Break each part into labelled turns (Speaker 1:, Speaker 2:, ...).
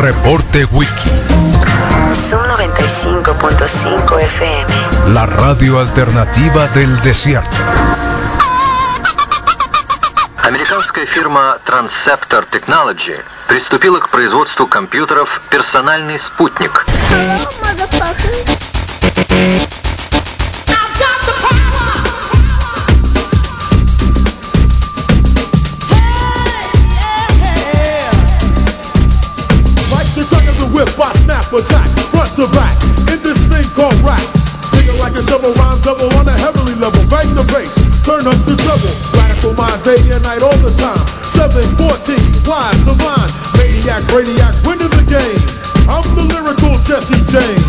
Speaker 1: Reporte Wiki.
Speaker 2: Son 95.5 FM.
Speaker 1: La radio alternativa del desierto.
Speaker 3: Американская фирма Transceptor Technology приступила к производству компьютеров «Персональный спутник».
Speaker 4: Like the tuck of the whip, I snap attack, front to back, in this thing called rap. Nigga like a double rhyme, double on a heavily level, bang the bass, turn up the treble. Radical mind, day and night, all the time. 714, live, the line, maniac, radiac, winning the game. I'm the lyrical Jesse James.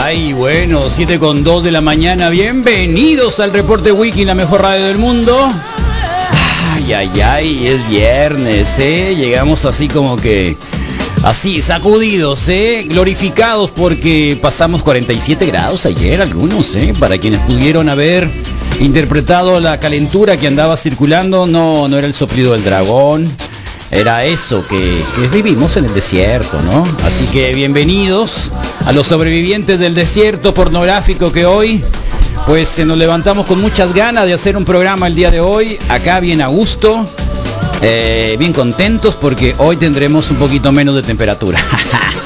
Speaker 5: Ay, bueno, 7 con 2 de la mañana. Bienvenidos al reporte Wiki, la mejor radio del mundo. Ay, ay, ay, es viernes, ¿eh? Llegamos así como que... Así, sacudidos, ¿eh? Glorificados porque pasamos 47 grados ayer algunos, ¿eh? Para quienes pudieron haber interpretado la calentura que andaba circulando, no, no era el soplido del dragón era eso que, que vivimos en el desierto, ¿no? Así que bienvenidos a los sobrevivientes del desierto pornográfico que hoy, pues eh, nos levantamos con muchas ganas de hacer un programa el día de hoy, acá bien a gusto, eh, bien contentos porque hoy tendremos un poquito menos de temperatura.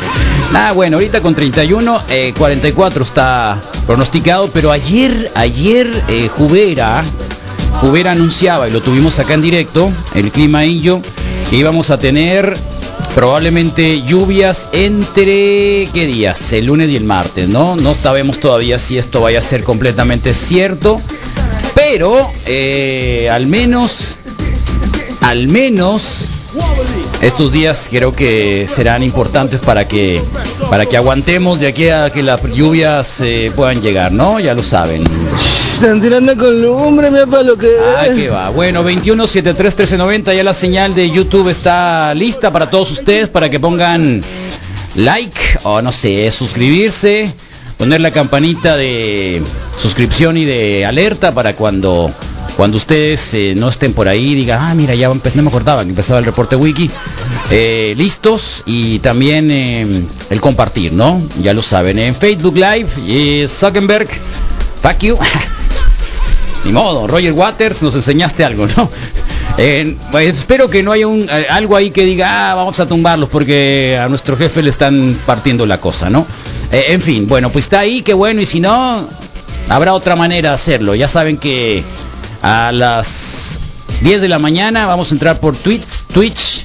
Speaker 5: Ah, bueno, ahorita con 31, eh, 44 está pronosticado, pero ayer, ayer eh, Jubera, Jubera anunciaba, y lo tuvimos acá en directo, el clima indio, que íbamos a tener probablemente lluvias entre, ¿qué días? El lunes y el martes, ¿no? No sabemos todavía si esto vaya a ser completamente cierto, pero eh, al menos, al menos estos días creo que serán importantes para que para que aguantemos de aquí a que las lluvias eh, puedan llegar, ¿no? Ya lo saben.
Speaker 6: Están tirando con lumbre, mira para lo que
Speaker 5: Ah, que va. Bueno, 21 73 1390 ya la señal de YouTube está lista para todos ustedes para que pongan like o no sé, suscribirse, poner la campanita de suscripción y de alerta para cuando cuando ustedes eh, no estén por ahí digan, ah, mira, ya va a empe- no me acordaba que empezaba el reporte wiki. Eh, listos y también eh, el compartir, ¿no? Ya lo saben, en Facebook Live y Zuckerberg, fuck you. Ni modo, Roger Waters, nos enseñaste algo, ¿no? Eh, pues, espero que no haya un, eh, algo ahí que diga, "Ah, vamos a tumbarlos porque a nuestro jefe le están partiendo la cosa, ¿no? Eh, en fin, bueno, pues está ahí, qué bueno, y si no, habrá otra manera de hacerlo. Ya saben que a las 10 de la mañana vamos a entrar por Twitch, Twitch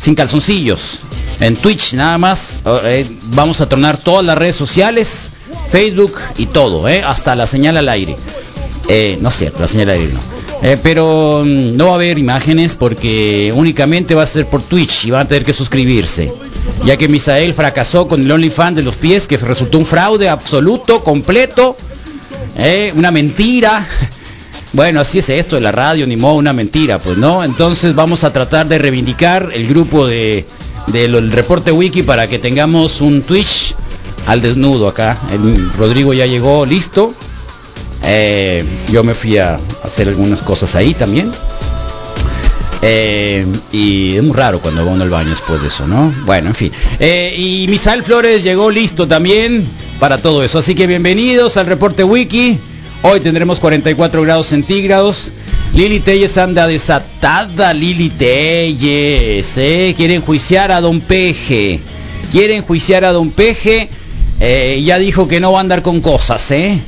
Speaker 5: sin calzoncillos. En Twitch nada más. eh, vamos a tornar todas las redes sociales, Facebook y todo, eh, hasta la señal al aire. Eh, no es cierto, la señal al aire no. Eh, pero mm, no va a haber imágenes porque únicamente va a ser por Twitch y van a tener que suscribirse. Ya que Misael fracasó con el OnlyFans de los pies, que resultó un fraude absoluto, completo, eh, una mentira. Bueno, así es esto de la radio, ni modo, una mentira, pues no. Entonces vamos a tratar de reivindicar el grupo de del reporte wiki para que tengamos un Twitch al desnudo acá. El- Rodrigo ya llegó, listo. Eh, yo me fui a hacer algunas cosas ahí también. Eh, y es muy raro cuando va uno al baño después de eso, ¿no? Bueno, en fin. Eh, y Misael Flores llegó listo también para todo eso. Así que bienvenidos al reporte Wiki. Hoy tendremos 44 grados centígrados. Lili Telles anda desatada, Lili Telles. ¿eh? Quiere enjuiciar a Don Peje. Quiere enjuiciar a Don Peje. Eh, ya dijo que no va a andar con cosas, ¿eh?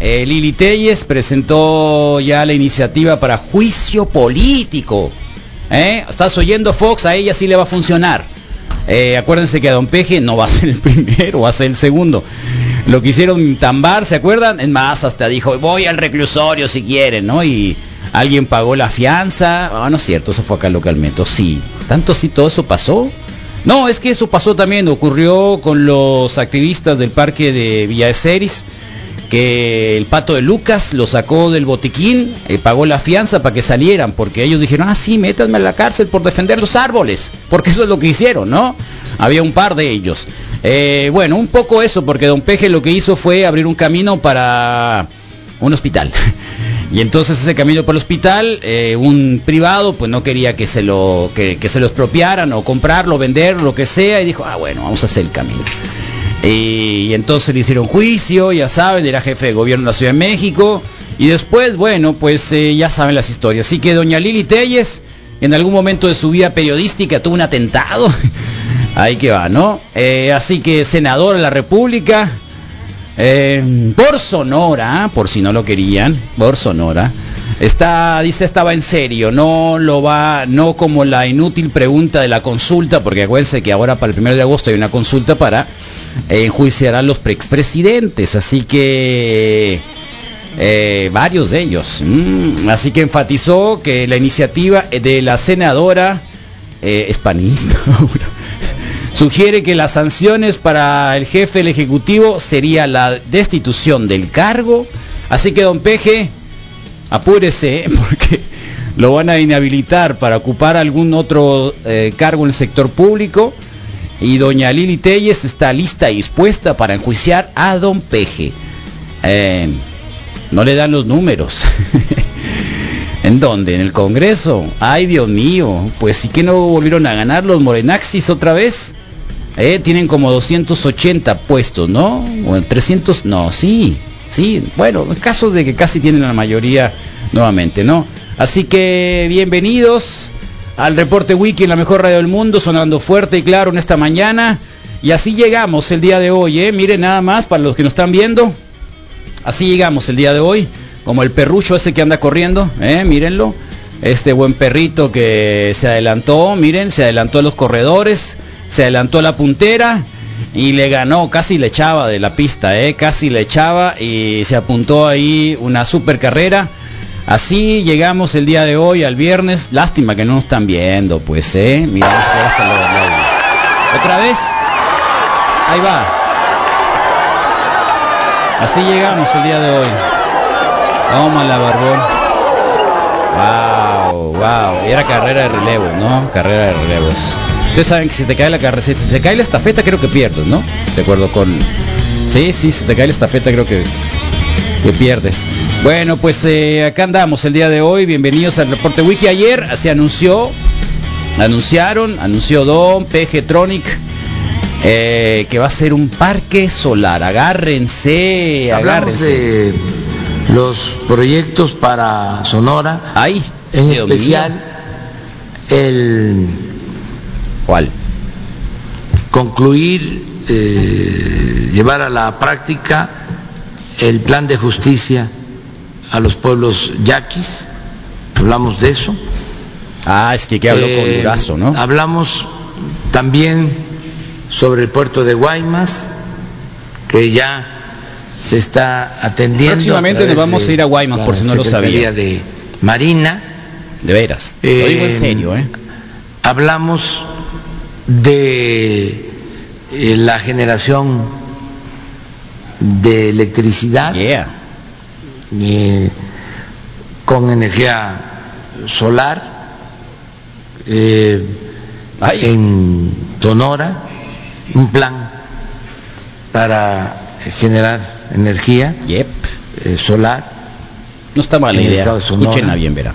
Speaker 5: Eh, Lili Telles presentó ya la iniciativa para juicio político. ¿eh? Estás oyendo Fox, a ella sí le va a funcionar. Eh, acuérdense que a Don Peje no va a ser el primero, va a ser el segundo. Lo quisieron tambar, ¿se acuerdan? En más, hasta dijo, voy al reclusorio si quieren, ¿no? Y alguien pagó la fianza. Ah, no es cierto, eso fue acá localmente. ¿O Sí, tanto así todo eso pasó. No, es que eso pasó también, ocurrió con los activistas del parque de Villa Eseris, que el pato de Lucas lo sacó del botiquín, eh, pagó la fianza para que salieran, porque ellos dijeron, ah, sí, métanme a la cárcel por defender los árboles, porque eso es lo que hicieron, ¿no? Había un par de ellos. Eh, bueno, un poco eso, porque don Peje lo que hizo fue abrir un camino para un hospital. Y entonces ese camino por el hospital, eh, un privado pues no quería que se lo que, que se lo expropiaran o comprarlo, vender, lo que sea, y dijo, ah bueno, vamos a hacer el camino. Y, y entonces le hicieron juicio, ya saben, era jefe de gobierno de la Ciudad de México. Y después, bueno, pues eh, ya saben las historias. Así que doña Lili Telles, en algún momento de su vida periodística, tuvo un atentado. Ahí que va, ¿no? Eh, así que senador de la República, eh, por Sonora, por si no lo querían, por Sonora. Está, dice, estaba en serio, no lo va, no como la inútil pregunta de la consulta, porque acuérdense que ahora para el primero de agosto hay una consulta para eh, enjuiciar a los preexpresidentes, así que eh, varios de ellos. Mm, así que enfatizó que la iniciativa de la senadora eh, es panista sugiere que las sanciones para el jefe del Ejecutivo sería la destitución del cargo. Así que don Peje, apúrese, ¿eh? porque lo van a inhabilitar para ocupar algún otro eh, cargo en el sector público. Y doña Lili Telles está lista y dispuesta para enjuiciar a don Peje. Eh, no le dan los números. ¿En dónde? ¿En el Congreso? Ay, Dios mío. Pues sí que no volvieron a ganar los Morenaxis otra vez. Eh, tienen como 280 puestos, ¿no? O 300, no, sí. Sí, bueno, casos de que casi tienen la mayoría nuevamente, ¿no? Así que bienvenidos al reporte Wiki en la mejor radio del mundo, sonando fuerte y claro en esta mañana. Y así llegamos el día de hoy, ¿eh? Miren nada más para los que nos están viendo. Así llegamos el día de hoy como el perrucho ese que anda corriendo, ¿eh? mírenlo. Este buen perrito que se adelantó, miren, se adelantó a los corredores, se adelantó a la puntera y le ganó, casi le echaba de la pista, ¿eh? casi le echaba y se apuntó ahí una super carrera. Así llegamos el día de hoy al viernes. Lástima que no nos están viendo, pues, ¿eh? Miramos que hasta lo lo- Otra vez. Ahí va. Así llegamos el día de hoy. Toma la barbón. Wow, wow. Y era carrera de relevos, ¿no? Carrera de relevos. Ustedes saben que si te cae la carrera, si te cae la estafeta creo que pierdes, ¿no? De acuerdo con. Sí, sí, si te cae la estafeta creo que, que pierdes. Bueno, pues eh, acá andamos el día de hoy. Bienvenidos al reporte Wiki. Ayer se anunció, anunciaron, anunció Don PG Tronic. eh, que va a ser un parque solar, agárrense,
Speaker 7: Hablamos
Speaker 5: agárrense.
Speaker 7: de eh, los proyectos para Sonora,
Speaker 5: Ay,
Speaker 7: en
Speaker 5: Dios mío.
Speaker 7: especial el
Speaker 5: ¿Cuál?
Speaker 7: concluir, eh, llevar a la práctica el plan de justicia a los pueblos yaquis, hablamos de eso.
Speaker 5: Ah, es que que habló con
Speaker 7: Eh,
Speaker 5: Durazo, ¿no?
Speaker 7: Hablamos también sobre el puerto de Guaymas, que ya se está atendiendo.
Speaker 5: Próximamente nos
Speaker 7: través
Speaker 5: vamos
Speaker 7: de
Speaker 5: a ir a Guaymas,
Speaker 7: la
Speaker 5: por si no lo
Speaker 7: Secretaría
Speaker 5: sabía.
Speaker 7: de Marina.
Speaker 5: De veras. Lo digo en
Speaker 7: Eh,
Speaker 5: serio, ¿eh?
Speaker 7: Hablamos de eh, la generación de electricidad
Speaker 5: Yeah.
Speaker 7: eh, con energía solar eh,
Speaker 5: Ay.
Speaker 7: en Sonora, un plan para generar energía
Speaker 5: Yep.
Speaker 7: eh, solar
Speaker 5: No está mala
Speaker 7: En el
Speaker 5: idea.
Speaker 7: estado de Sonora.
Speaker 5: Escúchenla bien, verá.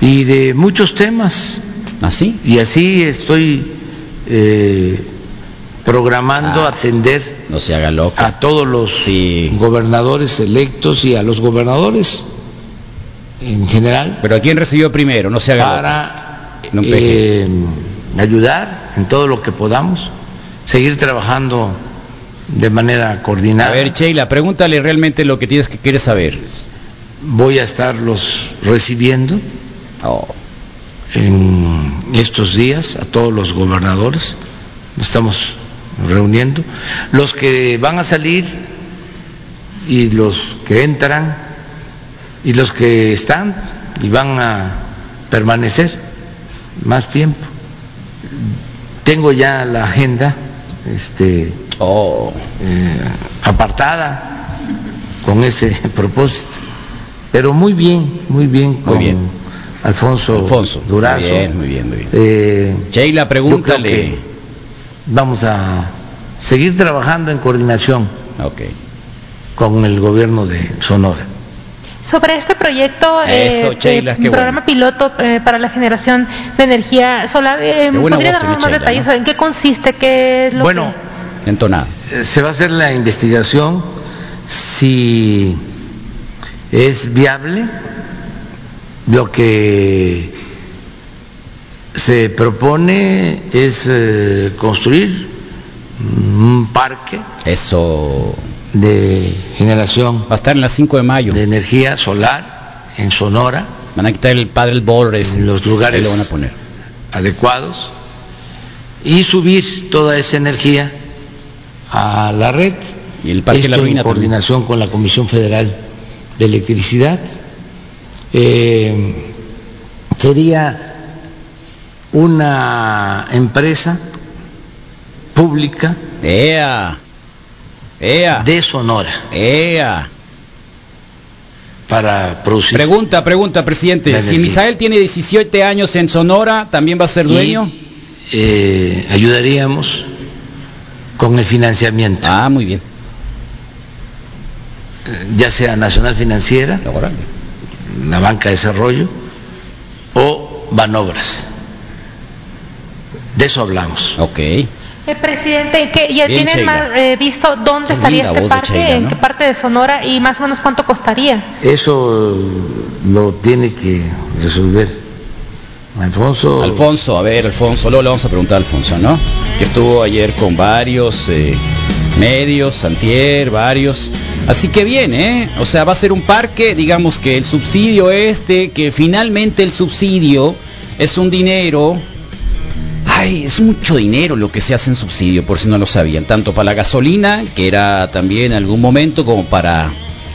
Speaker 7: y de muchos temas.
Speaker 5: ¿Así?
Speaker 7: Y así estoy eh, programando
Speaker 5: Ah.
Speaker 7: atender
Speaker 5: No se haga loco.
Speaker 7: a todos los
Speaker 5: Sí.
Speaker 7: gobernadores electos y a los gobernadores en general.
Speaker 5: Pero ¿a quién recibió primero? No se haga loco.
Speaker 7: para
Speaker 5: No
Speaker 7: eh, ayudar en todo lo que podamos, seguir trabajando de manera
Speaker 5: A
Speaker 7: coordinada.
Speaker 5: ver, Sheila, pregúntale realmente lo que tienes que quieres saber.
Speaker 7: Voy a estarlos recibiendo
Speaker 5: Oh,
Speaker 7: en estos días a todos los gobernadores. Nos estamos reuniendo. Los que van a salir y los que entran y los que están y van a permanecer más tiempo. Tengo ya la agenda este,
Speaker 5: Oh,
Speaker 7: eh, apartada con ese propósito. Pero muy bien, muy bien con
Speaker 5: bien.
Speaker 7: Alfonso,
Speaker 5: Alfonso. Muy
Speaker 7: Durazo.
Speaker 5: bien, muy bien, muy bien.
Speaker 7: Eh,
Speaker 5: Sheila,
Speaker 7: yo creo
Speaker 5: pregúntale.
Speaker 7: que Vamos a seguir trabajando en coordinación
Speaker 5: Ok.
Speaker 7: con el gobierno de Sonora.
Speaker 8: Sobre este proyecto,
Speaker 5: Eso,
Speaker 8: de
Speaker 5: Sheila, qué
Speaker 8: programa
Speaker 5: bueno.
Speaker 8: piloto eh, para la generación de energía solar, eh,
Speaker 5: Qué buena
Speaker 8: ¿podría
Speaker 5: voz
Speaker 8: darnos
Speaker 5: tiene
Speaker 8: más
Speaker 5: Sheila,
Speaker 8: detalles?
Speaker 5: ¿no?
Speaker 8: ¿En qué consiste? ¿Qué es lo
Speaker 7: Bueno,
Speaker 5: Entonado.
Speaker 7: eh, se va a hacer la investigación si es viable lo que se propone es eh, construir un parque
Speaker 5: Eso.
Speaker 7: de generación
Speaker 5: Va a estar en las 5 de mayo.
Speaker 7: de energía solar en Sonora
Speaker 5: Van a quitar el padre el Borres.
Speaker 7: En los lugares.
Speaker 5: Ahí lo van a poner.
Speaker 7: adecuados y subir toda esa energía a la red.
Speaker 5: Y el Parque
Speaker 7: Esto
Speaker 5: La Ruina
Speaker 7: en
Speaker 5: también.
Speaker 7: coordinación con la Comisión Federal de Electricidad. Eh, sería una empresa pública
Speaker 5: ¡Ea! Eh, ¡Ea!
Speaker 7: de Sonora
Speaker 5: ¡Ea!
Speaker 7: para producir
Speaker 5: Pregunta, pregunta, presidente.
Speaker 7: Dale,
Speaker 5: Si Misael tiene 17 años en Sonora, ¿también va a ser
Speaker 7: y,
Speaker 5: dueño?
Speaker 7: eh, ayudaríamos con el financiamiento,
Speaker 5: Ah, muy bien.
Speaker 7: eh, ya sea Nacional Financiera
Speaker 5: Órale.
Speaker 7: la banca de desarrollo o Banobras. De eso hablamos.
Speaker 5: Ok.
Speaker 8: Eh, presidente, ¿qué- ¿ya
Speaker 5: Bien,
Speaker 8: tienen
Speaker 5: Sheila.
Speaker 8: más, eh, visto dónde
Speaker 5: Qué
Speaker 8: estaría
Speaker 5: linda
Speaker 8: este
Speaker 5: voz de
Speaker 8: parque,
Speaker 5: Sheila,
Speaker 8: en
Speaker 5: ¿no?
Speaker 8: qué parte de Sonora y más o menos cuánto costaría?
Speaker 7: Eso lo tiene que resolver Alfonso.
Speaker 5: Alfonso, a ver, Alfonso, luego le vamos a preguntar a Alfonso, ¿no? Que estuvo ayer con varios eh, medios, Santier, varios. Así que bien, ¿eh? O sea, va a ser un parque, digamos que el subsidio este, que finalmente el subsidio es un dinero. Ay, es mucho dinero lo que se hace en subsidio, por si no lo sabían, tanto para la gasolina, que era también en algún momento, como para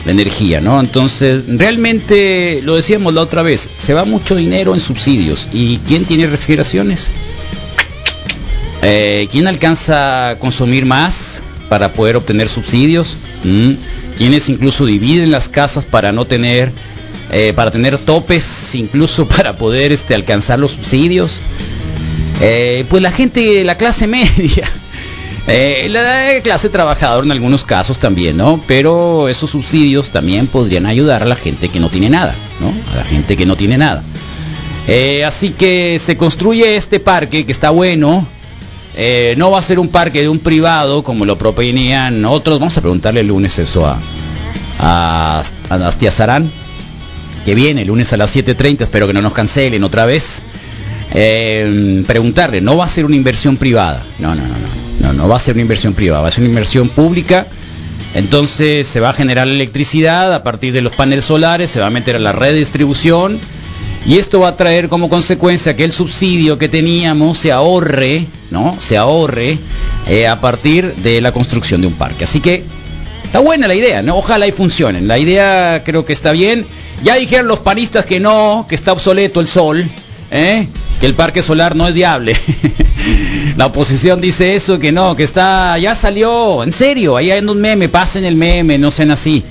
Speaker 5: la energía, ¿no? Entonces, realmente, lo decíamos la otra vez, se va mucho dinero en subsidios. ¿Y quién tiene refrigeraciones? Eh, ¿Quién alcanza a consumir más para poder obtener subsidios? ¿Mm? ¿Quiénes incluso dividen las casas para no tener, eh, para tener topes, incluso para poder este, alcanzar los subsidios? Eh, pues la gente, la clase media, eh, la eh, clase trabajadora en algunos casos también, ¿no? Pero esos subsidios también podrían ayudar a la gente que no tiene nada, ¿no? A la gente que no tiene nada. Eh, así que se construye este parque que está bueno. Eh, no va a ser un parque de un privado como lo proponían otros. Vamos a preguntarle el lunes eso a, a, a Anastia Sarán, que viene el lunes a las 7.30. Espero que no nos cancelen otra vez. Eh, preguntarle, no va a ser una inversión privada. No, no, no, no. No, no va a ser una inversión privada, va a ser una inversión pública. Entonces se va a generar electricidad a partir de los paneles solares, se va a meter a la red de distribución y esto va a traer como consecuencia que el subsidio que teníamos se ahorre, ¿no? Se ahorre eh, a partir de la construcción de un parque. Así que está buena la idea, ¿no? Ojalá y funcionen. La idea creo que está bien. Ya dijeron los panistas que no, que está obsoleto el sol, ¿eh? que el parque solar no es viable. la oposición dice eso, que no, que está, ya salió, en serio, ahí hay un meme, pasen el meme, no sean así.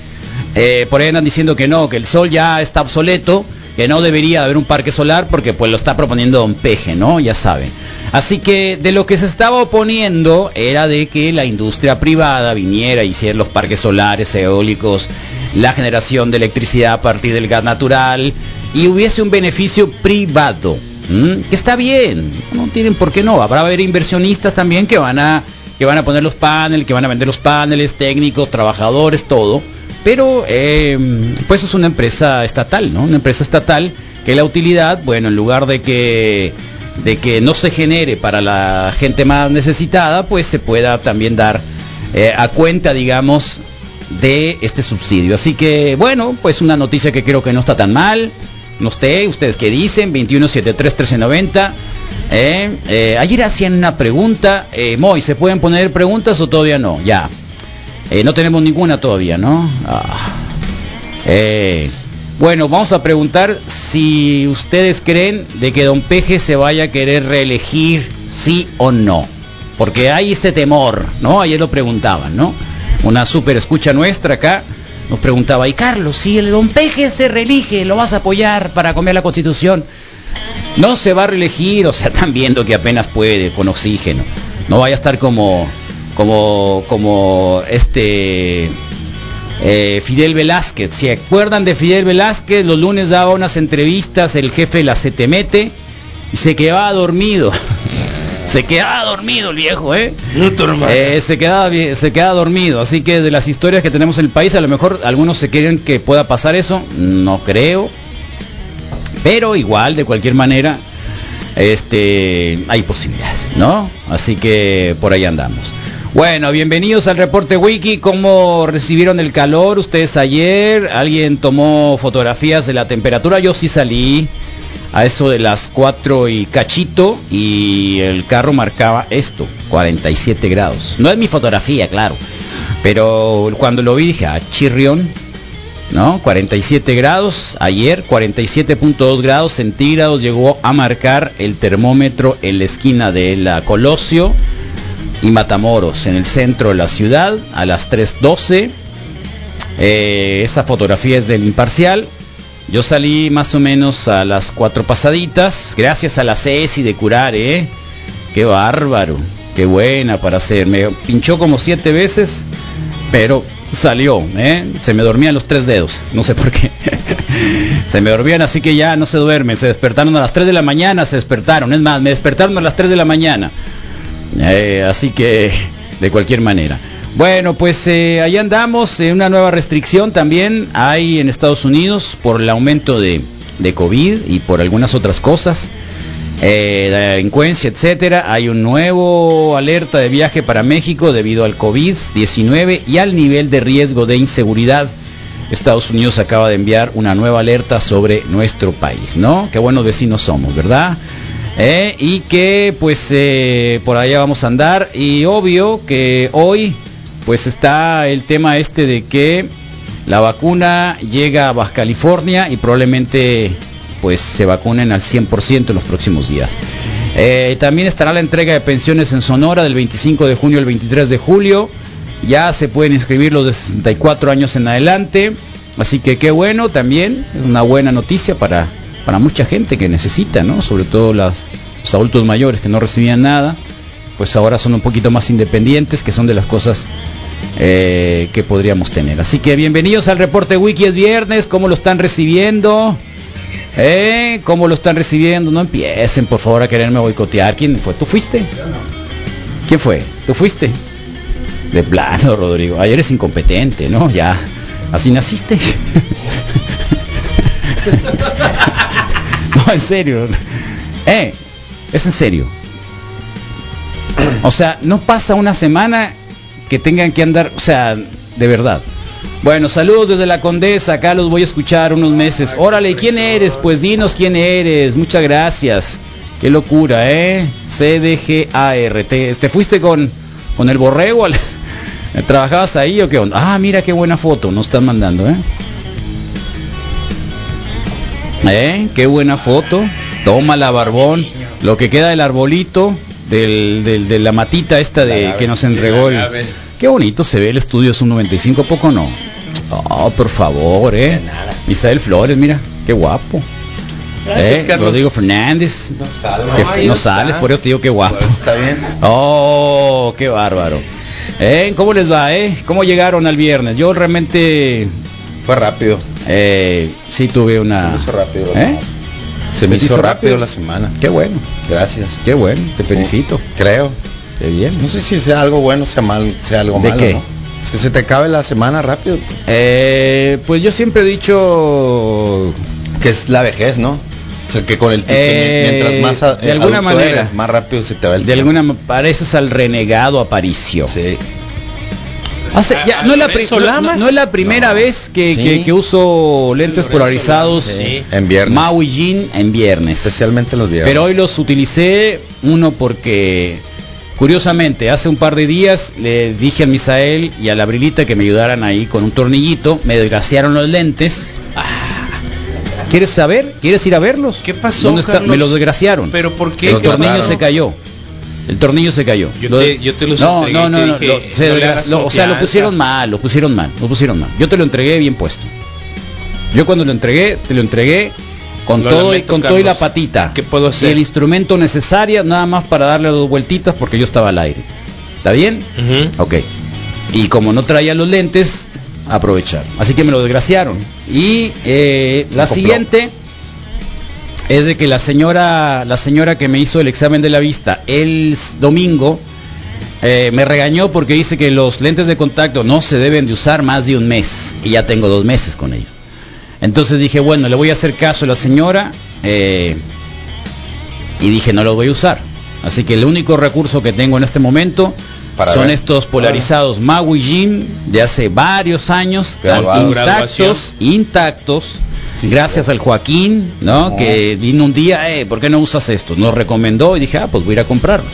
Speaker 5: Eh, por ahí andan diciendo que no, que el sol ya está obsoleto, que no debería haber un parque solar porque pues lo está proponiendo Don Peje, ¿no? Ya saben. Así que de lo que se estaba oponiendo era de que la industria privada viniera y hiciera los parques solares, eólicos, la generación de electricidad a partir del gas natural y hubiese un beneficio privado. ¿m? Que está bien, no tienen por qué no. Habrá haber inversionistas también que van a que van a poner los paneles, que van a vender los paneles, técnicos, trabajadores, todo. Pero eh, pues es una empresa estatal, ¿no? Una empresa estatal que la utilidad, bueno, en lugar de que de que no se genere para la gente más necesitada, pues se pueda también dar eh, a cuenta, digamos, de este subsidio. Así que, bueno, pues una noticia que creo que no está tan mal. No sé, ustedes qué dicen, 2173-1390. Eh, eh, ayer hacían una pregunta. Eh, Moy, ¿se pueden poner preguntas o todavía no? Ya. Eh, no tenemos ninguna todavía, ¿no? Ah. Eh, Bueno, vamos a preguntar si ustedes creen de que don Peje se vaya a querer reelegir, sí o no. Porque hay ese temor, ¿no? Ayer lo preguntaban, ¿no? Una super escucha nuestra acá nos preguntaba, y Carlos, si el don Peje se reelige, ¿lo vas a apoyar para comer la constitución? No se va a reelegir, o sea, están viendo que apenas puede, con oxígeno. No vaya a estar como, como, como este eh, Fidel Velázquez. ¿Se acuerdan de Fidel Velázquez? Los lunes daba unas entrevistas, el jefe la se te mete y se quedaba dormido. Se quedaba dormido el viejo, ¿eh? Eh, se, quedaba, vi- se quedaba dormido. Así que de las historias que tenemos en el país, a lo mejor algunos se quieren que pueda pasar eso. No creo. Pero igual, de cualquier manera, este, hay posibilidades, ¿no? Así que por ahí andamos. Bueno, bienvenidos al reporte wiki. ¿Cómo recibieron el calor ustedes ayer? ¿Alguien tomó fotografías de la temperatura? Yo sí salí a eso de las 4 y cachito y el carro marcaba esto, 47 grados. No es mi fotografía, claro. Pero cuando lo vi dije, ah, chirrión, ¿no? 47 grados, ayer 47.2 grados centígrados llegó a marcar el termómetro en la esquina de la Colosio y Matamoros, en el centro de la ciudad, a las 3.12. Eh, esa fotografía es del imparcial. Yo salí más o menos a las 4 pasaditas, gracias a la CESI de curar, ¿eh? Qué bárbaro, qué buena para hacer. Me pinchó como 7 veces pero salió, ¿eh? se me dormían los tres dedos, no sé por qué. se me dormían, así que ya no se duermen, se despertaron a las 3 de la mañana, se despertaron, es más, me despertaron a las 3 de la mañana. Eh, así que, de cualquier manera. Bueno, pues eh, ahí andamos, eh, una nueva restricción también hay en Estados Unidos por el aumento de, de COVID y por algunas otras cosas eh, delincuencia, etcétera. Hay un nuevo alerta de viaje para México debido al COVID-19 y al nivel de riesgo de inseguridad. Estados Unidos acaba de enviar una nueva alerta sobre nuestro país, ¿no? Qué buenos vecinos somos, ¿verdad? Eh, y que pues eh, por allá vamos a andar y obvio que hoy pues está el tema este de que la vacuna llega a Baja California y probablemente pues se vacunen al 100% en los próximos días. Eh, también estará la entrega de pensiones en Sonora del 25 de junio al 23 de julio. Ya se pueden inscribir los de 64 años en adelante. Así que qué bueno también, es una buena noticia para, para mucha gente que necesita, ¿no? Sobre todo las, los adultos mayores que no recibían nada, pues ahora son un poquito más independientes, que son de las cosas eh, que podríamos tener. Así que bienvenidos al reporte Wiki, es viernes, ¿cómo lo están recibiendo? ¿Eh? ¿Cómo lo están recibiendo? No empiecen, por favor, a quererme boicotear. ¿Quién fue? ¿Tú fuiste? ¿Quién fue? ¿Tú fuiste? De plano, Rodrigo. Ayer eres incompetente, ¿no? Ya. Así naciste. no, en serio. Eh, es en serio. O sea, no pasa una semana que tengan que andar, o sea, de verdad. Bueno, saludos desde la Condesa, acá los voy a escuchar unos meses. Órale, ¿quién eres? Pues dinos quién eres. Muchas gracias. Qué locura, ¿eh? CDGAR. ¿Te, te fuiste con, con el borrego? al- ¿Trabajabas ahí o qué onda? Ah, mira qué buena foto nos están mandando, ¿eh? ¿Eh? Qué buena foto. Toma la barbón. Lo que queda del arbolito, del, del- de la matita esta de que nos entregó el. Qué bonito se ve el estudio, es un 95, poco no. Oh, por favor, eh. Isabel Flores, mira, qué guapo.
Speaker 9: Gracias,
Speaker 5: Eh,
Speaker 9: Carlos.
Speaker 5: Rodrigo Fernández. No
Speaker 9: sale.
Speaker 5: no sales, por eso te digo qué guapo.
Speaker 9: Pues, Está bien.
Speaker 5: Oh, qué bárbaro. Eh, ¿Cómo les va, eh? ¿Cómo llegaron al viernes? Yo realmente...
Speaker 9: Fue rápido.
Speaker 5: Eh, sí tuve una...
Speaker 9: Se me hizo rápido la
Speaker 5: ¿Eh?
Speaker 9: semana. Se me hizo rápido, la semana.
Speaker 5: Qué bueno,
Speaker 9: Gracias. Oh,
Speaker 5: qué bueno. Te felicito.
Speaker 9: Creo.
Speaker 5: Qué bien.
Speaker 9: No sé si sea algo bueno, sea mal, sea algo
Speaker 5: ¿De
Speaker 9: malo,
Speaker 5: qué?
Speaker 9: ¿no? Es que se te acabe la semana rápido.
Speaker 5: Eh, pues yo siempre he dicho...
Speaker 9: Que es la vejez, ¿no? O sea, que con el tiempo,
Speaker 5: Eh,
Speaker 9: mientras más a-
Speaker 5: de alguna
Speaker 9: adulto
Speaker 5: manera.
Speaker 9: eres, más rápido se te va el
Speaker 5: De
Speaker 9: tiempo.
Speaker 5: alguna ma- pareces al renegado Aparicio.
Speaker 9: Sí.
Speaker 5: Hace- ya, no, es la pri- no- no- no es la primera
Speaker 9: No.
Speaker 5: vez que,
Speaker 9: Sí.
Speaker 5: que- que uso lentes polarizados
Speaker 9: Sí. En viernes.
Speaker 5: Maui Jean en viernes.
Speaker 9: Especialmente los viernes.
Speaker 5: Pero hoy los utilicé uno porque curiosamente hace un par de días le dije a Misael y a la Brilita que me ayudaran ahí con un tornillito, me desgraciaron los lentes. Ah, ¿Quieres saber? ¿Quieres ir a verlos?
Speaker 10: ¿Qué pasó,
Speaker 5: ¿Dónde está?
Speaker 10: Carlos?
Speaker 5: Me los desgraciaron.
Speaker 10: ¿Pero por qué?
Speaker 5: El
Speaker 10: Los
Speaker 5: tornillo
Speaker 10: mataron.
Speaker 5: se cayó. El tornillo se cayó.
Speaker 10: Yo
Speaker 5: Lo-
Speaker 10: te- yo te los
Speaker 5: no,
Speaker 10: entregué
Speaker 5: no,
Speaker 10: y
Speaker 5: no,
Speaker 10: te
Speaker 5: no,
Speaker 10: dije,
Speaker 5: lo- se
Speaker 10: no le
Speaker 5: desgra-
Speaker 10: hagas
Speaker 5: lo- o sea, lo
Speaker 10: confianza.
Speaker 5: pusieron mal, lo pusieron mal, lo pusieron mal. Yo te lo entregué bien puesto. Yo cuando lo entregué, te lo entregué con
Speaker 10: Lo
Speaker 5: todo y
Speaker 10: lamento,
Speaker 5: con todo y la
Speaker 10: Carlos.
Speaker 5: patita.
Speaker 10: ¿Qué puedo
Speaker 5: Y
Speaker 10: hacer?
Speaker 5: el instrumento necesario nada más para darle dos vueltitas porque yo estaba al aire. ¿Está bien?
Speaker 10: Ujú.
Speaker 5: Ok. Y como no traía los lentes, aprovechar. Así que me lo desgraciaron. Y eh, la
Speaker 10: Complot.
Speaker 5: siguiente es de que la señora, la señora que me hizo el examen de la vista el s- domingo eh, me regañó porque dice que los lentes de contacto no se deben de usar más de un mes. Y ya tengo dos meses con ellos. Entonces dije, bueno, le voy a hacer caso a la señora. eh, y dije, no los voy a usar. Así que el único recurso que tengo en este momento
Speaker 9: Para
Speaker 5: son
Speaker 9: ver.
Speaker 5: estos polarizados Maui Jim de hace varios años, tan
Speaker 9: Graduados.
Speaker 5: intactos, intactos.
Speaker 9: Sí, Ah.
Speaker 5: gracias al Joaquín, ¿no? Que vino un día, eh, ¿por qué no usas esto? Nos recomendó y dije, ah, pues voy a ir a comprarlos.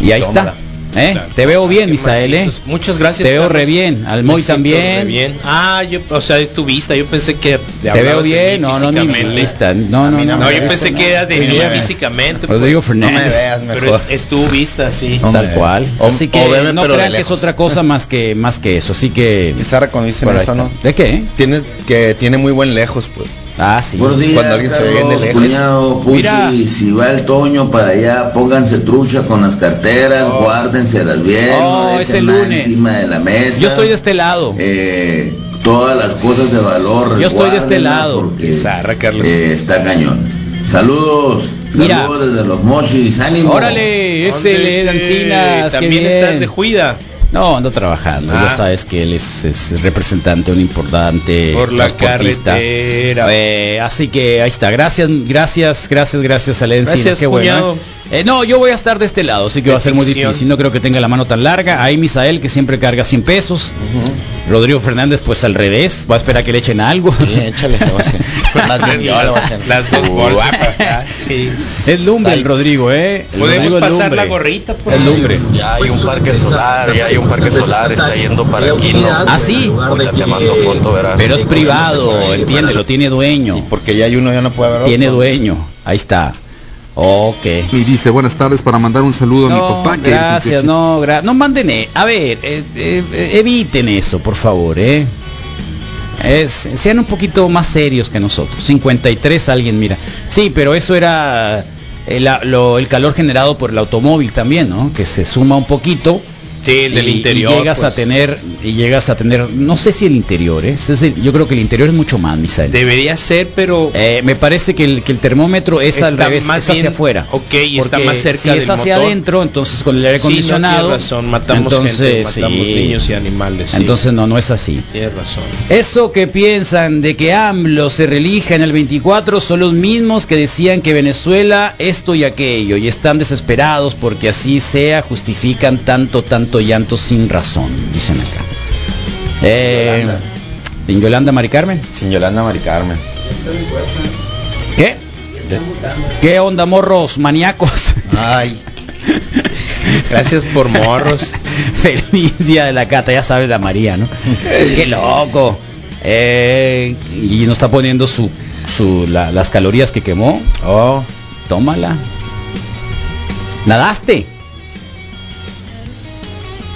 Speaker 5: Y ahí
Speaker 9: Tómala.
Speaker 5: está. ¿eh? Te veo bien,
Speaker 10: Ah, Qué
Speaker 5: Misael, ¿eh?
Speaker 10: macizos. Muchas gracias.
Speaker 5: Te veo
Speaker 10: Carlos.
Speaker 5: re bien. Al
Speaker 10: Me
Speaker 5: Moy
Speaker 10: siento
Speaker 5: también.
Speaker 10: re bien. Ah, yo, o sea, es tu vista. Yo pensé que
Speaker 5: Te veo bien. No, no, no, no, lista. no, no, no,
Speaker 10: No,
Speaker 5: no,
Speaker 10: yo
Speaker 5: no.
Speaker 10: pensé que era de
Speaker 9: No me
Speaker 10: mí
Speaker 9: ves.
Speaker 10: físicamente. pues,
Speaker 5: Rodrigo
Speaker 9: No me
Speaker 5: Fernández.
Speaker 9: veas
Speaker 10: Pero
Speaker 9: mejor.
Speaker 10: es, es tu vista, sí.
Speaker 9: No.
Speaker 5: Tal cual.
Speaker 9: O-
Speaker 5: Así que
Speaker 9: o bebe,
Speaker 5: no
Speaker 9: pero de
Speaker 5: crean que es
Speaker 9: lejos.
Speaker 5: otra cosa más que más que eso. Así que.
Speaker 9: Y Sara cuando dicen
Speaker 5: Por ahí
Speaker 9: eso,
Speaker 5: está.
Speaker 9: ¿no?
Speaker 5: ¿De qué?
Speaker 9: Tiene, que tiene muy buen lejos, pues.
Speaker 5: Ah, sí.
Speaker 11: Buenos días,
Speaker 9: Cuando alguien se ve
Speaker 11: Carlos,
Speaker 9: de lejos.
Speaker 11: cuñado, Pusi,
Speaker 5: Mira.
Speaker 11: si va el Toño para allá, pónganse trucha con las carteras, guárdenselas bien,
Speaker 5: Oh,
Speaker 11: no
Speaker 5: es
Speaker 11: dejen
Speaker 5: el
Speaker 11: nada
Speaker 5: lunes.
Speaker 11: encima de la mesa.
Speaker 5: Yo estoy de este lado.
Speaker 11: Eh, todas las cosas de valor.
Speaker 5: Yo estoy de este
Speaker 11: resguárdenlas
Speaker 5: lado.
Speaker 11: porque,
Speaker 5: Qué zarra, Carlos.
Speaker 11: eh, está cañón. Saludos,
Speaker 5: Mira.
Speaker 11: saludos desde los mochis, ánimo.
Speaker 5: Órale, ese
Speaker 10: Hombre,
Speaker 5: le
Speaker 10: sí,
Speaker 5: Encinas, qué
Speaker 10: También estás de
Speaker 5: bien.
Speaker 10: juida.
Speaker 5: No, ando trabajando.
Speaker 10: Ah.
Speaker 5: Ya sabes que él es, es representante, un importante
Speaker 10: Por la
Speaker 5: transportista.
Speaker 10: carretera.
Speaker 5: Eh, así que ahí está. Gracias, gracias, gracias, gracias a Led Encinas.
Speaker 10: Gracias,
Speaker 5: Qué bueno.
Speaker 10: cuñado.
Speaker 5: ¿eh? Eh, no, yo voy a estar de este lado, así que
Speaker 10: De
Speaker 5: va a ser muy
Speaker 10: ficción.
Speaker 5: difícil. No creo que tenga la mano tan larga. Ahí Misael, que siempre carga 100 pesos. Rodrigo Fernández, pues al revés. Va a esperar que le echen algo.
Speaker 9: Sí, échale, le va a hacer. Las dos- yo le voy a hacer.
Speaker 10: Las dos bolsas.
Speaker 9: Guapa.
Speaker 10: Ah, sí.
Speaker 5: Es lumbre el
Speaker 9: Sykes.
Speaker 5: Rodrigo, ¿eh? El
Speaker 10: Podemos
Speaker 5: Rodrigo es
Speaker 10: pasar la
Speaker 5: lumbre.
Speaker 10: gorrita, por
Speaker 5: Es lumbre.
Speaker 12: Ya hay un parque solar, ya hay un parque solar, está yendo para Quino.
Speaker 5: Ah, sí.
Speaker 12: Ahorita te mando foto, verás.
Speaker 5: Pero es privado, entiéndelo, tiene dueño.
Speaker 9: Porque ya hay uno, ya no puede haber otro.
Speaker 5: Tiene dueño. Ahí está. Ok.
Speaker 13: Y dice, buenas tardes para mandar un saludo a mi
Speaker 5: No,
Speaker 13: papá. Que
Speaker 5: gracias, no, gra- no manden, e- a ver, eh, eh, eh, eviten eso, por favor, ¿eh? Es- sean un poquito más serios que nosotros. 53 alguien, mira. Sí, pero eso era el, a- lo- el calor generado por el automóvil también, ¿no? Que se suma un poquito.
Speaker 10: Sí, el del
Speaker 5: y- y
Speaker 10: interior.
Speaker 5: llegas a
Speaker 10: pues.
Speaker 5: tener, y llegas a tener, no sé si el interior, ¿eh? Es el- yo creo que el interior es mucho más, Misael.
Speaker 10: Debería ser, pero.
Speaker 5: Eh, me parece que el, que el termómetro es al
Speaker 10: Está
Speaker 5: revés,
Speaker 10: más
Speaker 5: es hacia
Speaker 10: bien-
Speaker 5: afuera.
Speaker 10: ok, y está
Speaker 5: Porque
Speaker 10: más cerca
Speaker 5: si es
Speaker 10: del
Speaker 5: hacia
Speaker 10: motor.
Speaker 5: adentro, entonces con el aire
Speaker 10: Sí, no, tienes
Speaker 5: acondicionado.
Speaker 10: razón, matamos gente, matamos niños y animales, sí.
Speaker 5: Entonces no, no es así.
Speaker 10: Tienes razón.
Speaker 5: Eso que piensan de que AMLO se relija en el 24 son los mismos que decían que Venezuela esto y aquello y están desesperados porque así sea, justifican tanto, tanto llanto sin razón, dicen acá. Eh,
Speaker 9: Yolanda.
Speaker 5: ¿Sin Yolanda Mari Carmen?
Speaker 9: Sin Yolanda Mari Carmen.
Speaker 5: ¿Qué? ¿Qué onda, morros maníacos?
Speaker 9: Ay,
Speaker 10: Gracias por morros.
Speaker 5: Feliz día de la cata, ya sabes la María, ¿no? Qué loco. Eh, y nos está poniendo su, su la- las calorías que quemó.
Speaker 9: oh,
Speaker 5: Tómala. Nadaste.